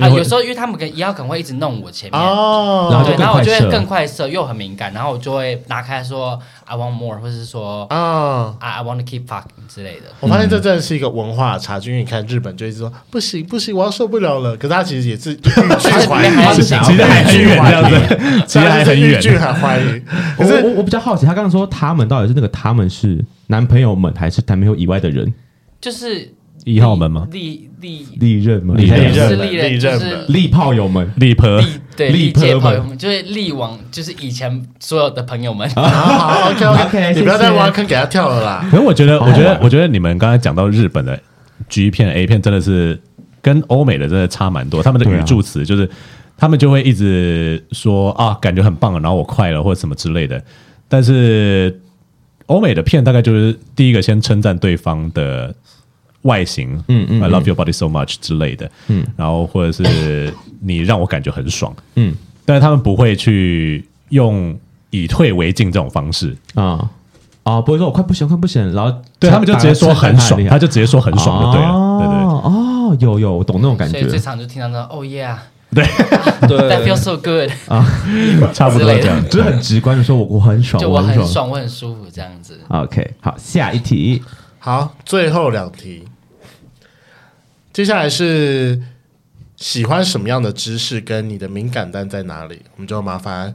[SPEAKER 4] 啊，有时候因为他们跟一号可能会一直弄我前面，
[SPEAKER 2] 哦，
[SPEAKER 1] 然后就
[SPEAKER 4] 对，
[SPEAKER 1] 更
[SPEAKER 4] 然后我
[SPEAKER 1] 快
[SPEAKER 4] 就会
[SPEAKER 1] 射
[SPEAKER 4] 更快射，又很敏感，然后我就会拿开说 I want more，或者是说
[SPEAKER 2] 啊。
[SPEAKER 4] I I want to keep fucking 之类的。
[SPEAKER 2] 我发现这真的是一个文化差距。因为你看日本就一直说不行不行，我要受不了了。可是他其实也是欲拒还迎，
[SPEAKER 4] 他是想要
[SPEAKER 3] 其实还很远这样
[SPEAKER 2] 子，
[SPEAKER 3] 子，其实还很
[SPEAKER 2] 欲
[SPEAKER 3] 远。
[SPEAKER 2] 拒还欢 迎。可
[SPEAKER 1] 我
[SPEAKER 2] 是
[SPEAKER 1] 我我比较好奇，他刚刚说他们到底是那个他们是男朋友们还是男朋友以外的人？
[SPEAKER 4] 就是
[SPEAKER 3] 一号门吗？
[SPEAKER 4] 利利
[SPEAKER 1] 利刃们，
[SPEAKER 3] 利刃
[SPEAKER 4] 不
[SPEAKER 2] 利
[SPEAKER 4] 是
[SPEAKER 2] 刃
[SPEAKER 4] 利刃，
[SPEAKER 2] 利
[SPEAKER 4] 就
[SPEAKER 2] 刃
[SPEAKER 4] 是
[SPEAKER 2] 的
[SPEAKER 1] 利炮友们，
[SPEAKER 3] 立婆
[SPEAKER 4] 利对
[SPEAKER 1] 利
[SPEAKER 4] 利界
[SPEAKER 1] 朋友
[SPEAKER 4] 朋
[SPEAKER 1] 们
[SPEAKER 4] 友们，就是利往，就是以前所有的朋友们。
[SPEAKER 1] 啊
[SPEAKER 2] 好 OK
[SPEAKER 1] OK，
[SPEAKER 2] OK，你不要再
[SPEAKER 1] 谢谢
[SPEAKER 2] 挖坑给他跳了啦。
[SPEAKER 3] 可是我觉得，
[SPEAKER 1] 啊好
[SPEAKER 3] 我
[SPEAKER 1] 好玩
[SPEAKER 3] 觉得，我觉得你们刚才讲到日本的 G 片、A 片，真的是跟欧美的真的差蛮多。他们的
[SPEAKER 1] 对啊
[SPEAKER 3] 语助词就是，他们就会一直说啊，感觉很棒，然后我快了或者什么之类的。但是欧美的片大概就是第一个先称赞对方的外形，
[SPEAKER 1] 嗯嗯
[SPEAKER 3] ，I
[SPEAKER 1] 嗯
[SPEAKER 3] love your body so much 之类的，嗯，然后或者是你让我感觉很爽，
[SPEAKER 1] 嗯
[SPEAKER 3] 但是他们不会去用以退为进这种方式，
[SPEAKER 1] 啊啊，不会说我快不行，快不行，然后
[SPEAKER 3] 对他们就直接说很爽，他
[SPEAKER 1] 就
[SPEAKER 3] 就直接说很爽就对了，对对对。
[SPEAKER 1] 哦，有有，我懂那种感
[SPEAKER 4] 所以最
[SPEAKER 1] 觉。
[SPEAKER 4] 常就听到说 Oh yeah，that
[SPEAKER 5] 对
[SPEAKER 4] feels so good，
[SPEAKER 1] 啊
[SPEAKER 3] 差不多这样。
[SPEAKER 1] 就是很直观的说，我我很爽，
[SPEAKER 4] 就
[SPEAKER 1] 我
[SPEAKER 4] 我很
[SPEAKER 1] 爽。
[SPEAKER 4] 爽，我很舒服这样子。
[SPEAKER 1] OK，好，下一题，
[SPEAKER 2] 好，最后两题，接下来是喜欢什么样的知识，跟你的敏感带在哪里？我们就麻烦，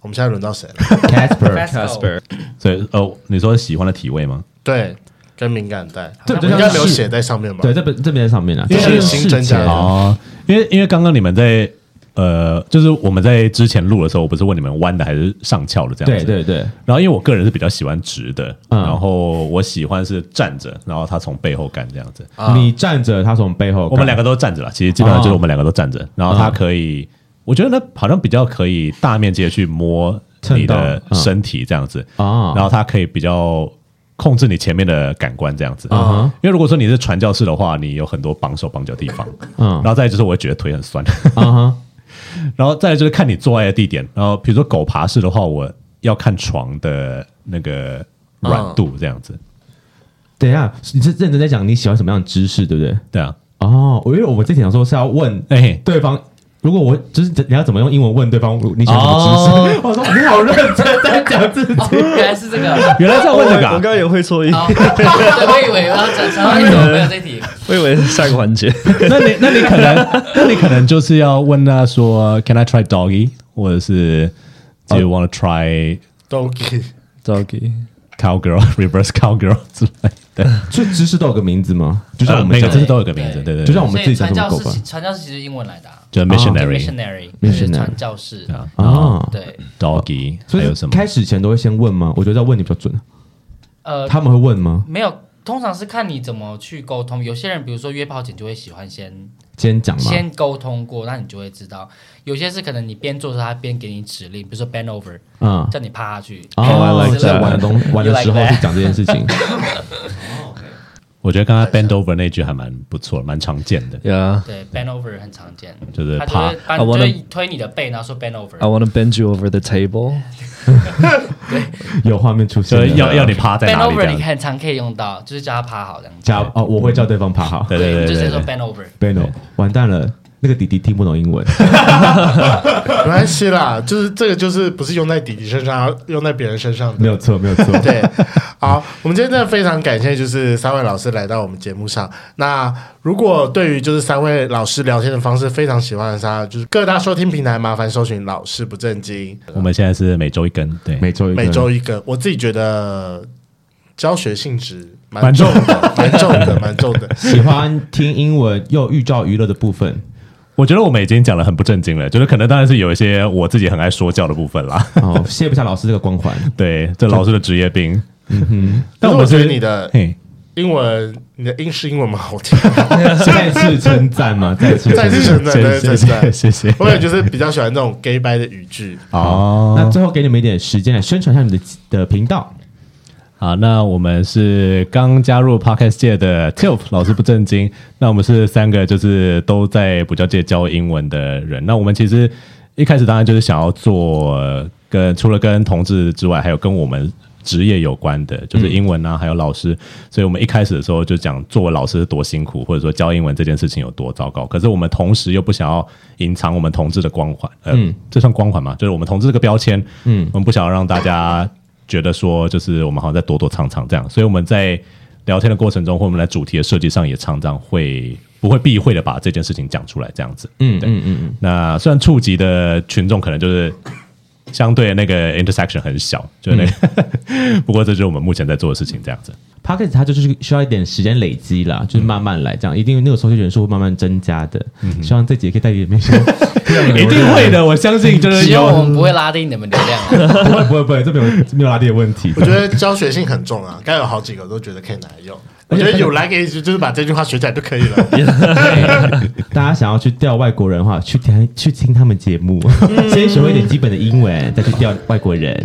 [SPEAKER 2] 我们现在轮到谁了？
[SPEAKER 1] Casper，
[SPEAKER 4] Casper，
[SPEAKER 3] 所以哦，你说喜欢的体位吗？
[SPEAKER 2] 对，跟敏感带，
[SPEAKER 1] 这
[SPEAKER 2] 应该没有写在上面吧？
[SPEAKER 1] 对，这本这边上面啊，
[SPEAKER 2] 因为
[SPEAKER 1] 这边
[SPEAKER 2] 新
[SPEAKER 1] 事
[SPEAKER 2] 增
[SPEAKER 1] 前
[SPEAKER 2] 加的
[SPEAKER 3] 哦，因为因为刚刚你们在呃，就是我们在之前录的时候，我不是问你们弯的还是上翘的这样
[SPEAKER 1] 对
[SPEAKER 3] 子。
[SPEAKER 1] 对对，
[SPEAKER 3] 然后因为我个人是比较喜欢直的，
[SPEAKER 1] 嗯
[SPEAKER 3] 然后我喜欢是站着，然后他从背后干这样子。
[SPEAKER 2] 啊
[SPEAKER 1] 你站着，他从背后干，
[SPEAKER 3] 我们两个都站着了，其实基本上就是我们两个都站着，然后他可以，我觉得呢好像比较可以大面积的去摸
[SPEAKER 1] 蹭
[SPEAKER 3] 你的
[SPEAKER 1] 到嗯
[SPEAKER 3] 身体这样子，
[SPEAKER 1] 啊，
[SPEAKER 3] 然后它可以比较控制你前面的感官这样子。
[SPEAKER 1] 嗯哼
[SPEAKER 3] 因为如果说你是传教士的话，你有很多绑手绑脚的地方，
[SPEAKER 1] 嗯
[SPEAKER 3] 然后再来就是我会觉得腿很酸，
[SPEAKER 1] 啊哈，
[SPEAKER 3] 然后再来就是看你做爱的地点，然后比如说狗爬式的话，我要看床的那个软度这样子，
[SPEAKER 1] 等一下，你是认真在讲你喜欢什么样的姿势，对不对？
[SPEAKER 3] 对啊，
[SPEAKER 1] 哦，我因为我们之前想说是要问
[SPEAKER 3] 哎、
[SPEAKER 1] 对方，如果我就是你要怎么用英文问对方你喜欢什么
[SPEAKER 3] 哦
[SPEAKER 1] 哦姿势？我说你好认真 在讲自己，
[SPEAKER 4] 哦原来是这个。
[SPEAKER 3] 原来是要问这个、
[SPEAKER 5] 我
[SPEAKER 3] 啊。
[SPEAKER 5] 刚也会错意，
[SPEAKER 4] 哦， 对，我以为我要转成，为什么没有这题？
[SPEAKER 5] 我以为是下一个环节。
[SPEAKER 3] 那你那你可能那你可能就是要问他说，Can I try doggy？或者是 Do you want to try
[SPEAKER 2] 都给
[SPEAKER 5] Doggy，
[SPEAKER 3] cowgirl reverse cowgirl 之类的？
[SPEAKER 1] 所以姿势都有个名字吗？就
[SPEAKER 3] 就
[SPEAKER 1] 像
[SPEAKER 3] 像
[SPEAKER 1] 我
[SPEAKER 3] 我
[SPEAKER 1] 们
[SPEAKER 3] 呃们每个
[SPEAKER 1] 讲
[SPEAKER 3] 知
[SPEAKER 1] 的
[SPEAKER 3] 识都有个名字，对对，
[SPEAKER 1] 就像我们
[SPEAKER 4] 所
[SPEAKER 1] 自己讲
[SPEAKER 4] 以传
[SPEAKER 1] 什么
[SPEAKER 4] 教
[SPEAKER 1] 狗
[SPEAKER 4] 士
[SPEAKER 1] 吧
[SPEAKER 4] 其，传教士其实英文来的啊哦
[SPEAKER 3] 就
[SPEAKER 4] 对
[SPEAKER 3] missionary
[SPEAKER 4] ，missionary，
[SPEAKER 1] missionary
[SPEAKER 4] 就是传教士。
[SPEAKER 3] 啊
[SPEAKER 1] 啊。
[SPEAKER 4] 对，
[SPEAKER 3] ，doggy
[SPEAKER 1] 所
[SPEAKER 3] 还有
[SPEAKER 1] 以
[SPEAKER 3] 什么？
[SPEAKER 1] 开始前都会先问吗？我觉得要问你比较准。
[SPEAKER 4] 呃，
[SPEAKER 1] 他们会问吗？
[SPEAKER 4] 没有，通常是看你怎么去沟通。有些人，比如说约炮前就会喜欢先
[SPEAKER 1] 先讲吗？
[SPEAKER 4] 先沟通过，那你就会知道。有些是可能你边做的时候，他边给你指令，比如说 bend over，
[SPEAKER 1] 嗯。
[SPEAKER 4] 叫你趴下去。
[SPEAKER 1] 哦，
[SPEAKER 4] 之 类
[SPEAKER 1] 在
[SPEAKER 4] 的
[SPEAKER 1] 玩的东玩的时候去讲这件事情，
[SPEAKER 3] 我觉得刚才 bend over 那句还蛮不错，蛮常见的。
[SPEAKER 5] Yeah，I
[SPEAKER 4] 对，bend over 很常见，
[SPEAKER 3] 就是
[SPEAKER 4] 他就
[SPEAKER 3] 趴
[SPEAKER 4] 会把你
[SPEAKER 5] I wanna-
[SPEAKER 4] 就会推你的背，然后说 bend over。
[SPEAKER 5] want to bend you over the table。
[SPEAKER 1] 有画面出现
[SPEAKER 3] 所
[SPEAKER 1] 了，
[SPEAKER 3] 以要要你趴在
[SPEAKER 4] bend
[SPEAKER 3] 哪里这
[SPEAKER 4] over
[SPEAKER 3] 样
[SPEAKER 4] 你？很常可以用到，就是叫他趴好这样子。
[SPEAKER 1] 加哦，我会叫对方爬好。
[SPEAKER 3] 对对
[SPEAKER 4] 你就
[SPEAKER 3] 对
[SPEAKER 4] 直
[SPEAKER 3] 对
[SPEAKER 4] 接说
[SPEAKER 3] 对，
[SPEAKER 4] bend over。
[SPEAKER 1] Beno，完蛋了，那个弟弟听不懂英文。
[SPEAKER 2] 没关系啦，就是这个就是不是用在弟弟身上，用在别人身上的
[SPEAKER 1] 没。有错，没有错。
[SPEAKER 2] 对，好，我们今天真的非常感谢，就是三位老师来到我们节目上。那如果对于就是三位老师聊天的方式非常喜欢的话，就是各大收听平台麻烦搜寻“老师不正经
[SPEAKER 3] 我们现在是每周一根，对，
[SPEAKER 1] 每周”，一个
[SPEAKER 2] 每周一个。我自己觉得教学性质蛮
[SPEAKER 3] 蛮
[SPEAKER 2] 重
[SPEAKER 3] 重
[SPEAKER 2] 的，蛮重的，蛮重的。
[SPEAKER 1] 喜欢听英文又寓教于乐的部分，
[SPEAKER 3] 我觉得我们已经讲的很不正经了，就是可能当然是有一些我自己很爱说教的部分 啦。
[SPEAKER 1] 哦，卸不下老师这个光环。
[SPEAKER 3] 对，这老师的职业病。
[SPEAKER 1] 嗯
[SPEAKER 2] 但
[SPEAKER 3] 但我
[SPEAKER 2] 我
[SPEAKER 3] 们
[SPEAKER 2] 觉
[SPEAKER 3] 是
[SPEAKER 2] 得你的
[SPEAKER 3] 嘿，
[SPEAKER 2] 英文，你的英式英文蛮好听的，
[SPEAKER 1] 再次称赞吗？再次
[SPEAKER 2] 再次称赞，再
[SPEAKER 3] 谢
[SPEAKER 2] 次称
[SPEAKER 3] 谢
[SPEAKER 2] 赞。
[SPEAKER 3] 谢谢。
[SPEAKER 2] 我也就是比较喜欢这种 gay 掰的语句。
[SPEAKER 3] 哦，
[SPEAKER 1] 那最后给你们一点时间来宣传一下你们的的频道。
[SPEAKER 3] 好，那我们是刚加入 podcast 界的 Tilf 老师不正经。那我们是三个就是都在补教界教英文的人。那我们其实一开始当然就是想要做呃跟除了跟同志之外，还有跟我们职业有关的，就是英文啊，还有老师。所以我们一开始的时候就讲做老师多辛苦，或者说教英文这件事情有多糟糕。可是我们同时又不想要隐藏我们同志的光环，呃、嗯，这算光环嘛？就是我们同志这个标签，嗯，我们不想要让大家。觉得说，就是我们好像在躲躲藏藏这样，所以我们在聊天的过程中，或我们在主题的设计上，也常常会不会避讳的把这件事情讲出来，这样子。嗯，对，嗯嗯。那虽然触及的群众可能就是相对那个 intersection 很小，就是那个， 不过这就是我们目前在做的事情，这样子。
[SPEAKER 6] p o c k e t 它就是需要一点时间累积啦，就是慢慢来，这样一定那个收听人数会慢慢增加的。希望这集也可以带给你们一些
[SPEAKER 3] 一定会的，我相信 就
[SPEAKER 4] 只
[SPEAKER 3] 是
[SPEAKER 4] 有我
[SPEAKER 3] 有
[SPEAKER 4] 们不会拉低你们流 量啊，
[SPEAKER 6] 不会不会不会，这没有没有拉低的问题
[SPEAKER 2] 我。觉得教学性很重啊，刚有好几个我都觉得可以拿来用。我觉得有来给就是把这句话学起来就可以了。
[SPEAKER 6] 大家想要去钓外国人的话，去听去听他们节目，先学会一点基本的英文，再去钓外国人。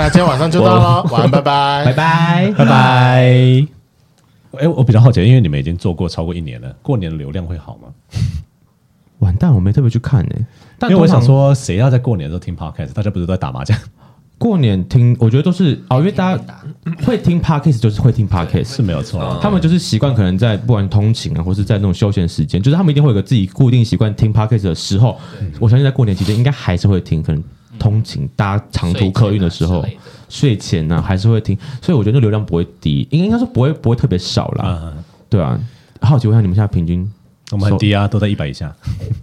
[SPEAKER 2] 那今天晚上就到喽， 晚安，拜拜，
[SPEAKER 6] 拜。拜。
[SPEAKER 3] 拜拜。哎、我比较好奇，因为你们已经做过超过一年了，过年的流量会好吗？
[SPEAKER 6] 完蛋，我没特别去看呢、欸但
[SPEAKER 3] 因为我
[SPEAKER 6] 通常
[SPEAKER 3] 想说，谁要在过年的时候听 podcast？大家不是都在打麻将？
[SPEAKER 6] 过年听，我觉得都是哦，因为大家会听 podcast 就是会听 podcast，
[SPEAKER 3] 是没有错啦
[SPEAKER 6] 他们就是习惯，可能在不管通勤啊，或是在那种休闲时间，就是他们一定会有个自己固定习惯听 podcast 的时候。
[SPEAKER 3] 嗯
[SPEAKER 6] 我相信在过年期间应该还是会听，可能通勤搭长途客运的时候
[SPEAKER 3] 嗯
[SPEAKER 4] 睡前啊之类的，
[SPEAKER 6] 睡前呢、还是会听，所以我觉得那流量不会低，应该应该说不会不会特别少啦。
[SPEAKER 3] 嗯，
[SPEAKER 6] 对啊，好奇问一下你们现在平均
[SPEAKER 3] 我们很低啊，都在一百以下。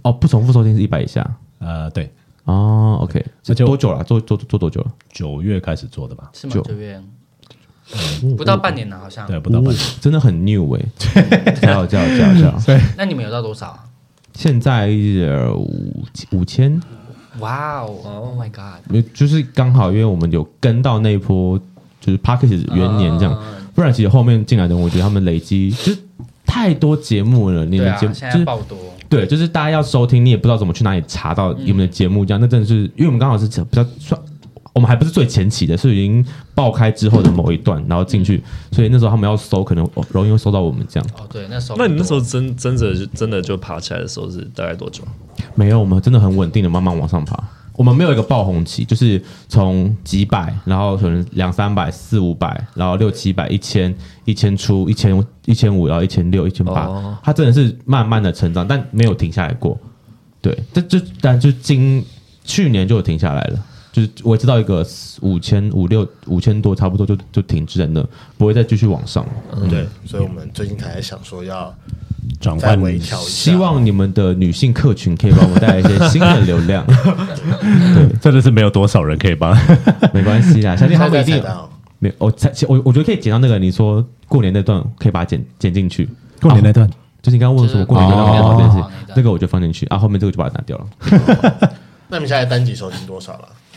[SPEAKER 6] 哦，不重复收听是一百以下
[SPEAKER 3] 呃，对，
[SPEAKER 6] 哦，OK，
[SPEAKER 3] 那
[SPEAKER 6] 这
[SPEAKER 3] 就
[SPEAKER 6] 多久了？做做做多久了？
[SPEAKER 3] 九月开始做的吧？
[SPEAKER 4] 是吗
[SPEAKER 6] 就？
[SPEAKER 4] 九月不到半年了，好像
[SPEAKER 3] 对，。不到半
[SPEAKER 6] 哦真的很 new 哎、加油加油加油加油！
[SPEAKER 4] 那你们有到多少啊？
[SPEAKER 6] 现在呃五五千，
[SPEAKER 4] 哇哦，Oh my god！
[SPEAKER 6] 呃就是刚好，因为我们有跟到那一波，就是 p a r k e s 元年这样，
[SPEAKER 4] 嗯
[SPEAKER 6] 不然其实后面进来的人，我觉得他们累积就是太多节目了，你
[SPEAKER 4] 对
[SPEAKER 6] 们
[SPEAKER 4] 啊，
[SPEAKER 6] 节目、
[SPEAKER 4] 现
[SPEAKER 6] 就
[SPEAKER 4] 在
[SPEAKER 6] 是
[SPEAKER 4] 爆多，
[SPEAKER 6] 对，就是大家要收听，你也不知道怎么去哪里查到你们的节目，这样、那真的
[SPEAKER 4] 嗯
[SPEAKER 6] 是，因为我们刚好是比较算，我们还不是最前期的，是已经爆开之后的某一段，然后进去，所以那时候他们要搜，可能哦容易会搜到我们这样。
[SPEAKER 4] 哦，对，那时候
[SPEAKER 5] 那你那
[SPEAKER 4] 很
[SPEAKER 5] 时
[SPEAKER 4] 多
[SPEAKER 5] 候真真的就真的就爬起来的时候是大概多久？
[SPEAKER 6] 没有，我们真的很稳定的慢慢往上爬。我们没有一个爆红期，就是从几百，然后可能两三百、四五百，然后六七百、一千、一千出、一千一千五，然后一千六、一千八
[SPEAKER 5] 哦，
[SPEAKER 6] 它真的是慢慢的成长，但没有停下来过。对，这就但就今去年就有停下来了，就是我知道一个五千五六五千多，差不多就就停滞在那，不会再继续往上了。
[SPEAKER 2] 对，所以我们最近才在想说要
[SPEAKER 3] 转
[SPEAKER 2] 再
[SPEAKER 3] 换
[SPEAKER 2] 微调一下，
[SPEAKER 6] 希望你们的女性客群可以帮我们带来一些新的流量，
[SPEAKER 3] 真的是没有多少人可以帮。
[SPEAKER 6] 没关系啦，相信他
[SPEAKER 2] 现
[SPEAKER 6] 们
[SPEAKER 2] 在
[SPEAKER 6] 一定
[SPEAKER 2] 才
[SPEAKER 6] 有
[SPEAKER 2] 到。
[SPEAKER 6] 没有，我才其我我觉得可以剪到那个你说过年那段，可以把它剪剪进去。
[SPEAKER 3] 过年那段，
[SPEAKER 6] 就是你刚刚问我说
[SPEAKER 4] 就是
[SPEAKER 6] 过年那段没有这件
[SPEAKER 4] 哦
[SPEAKER 6] 事，那个我就放进去啊，后面这个就把它拿掉了。
[SPEAKER 2] 那你们现在单集收听多少了？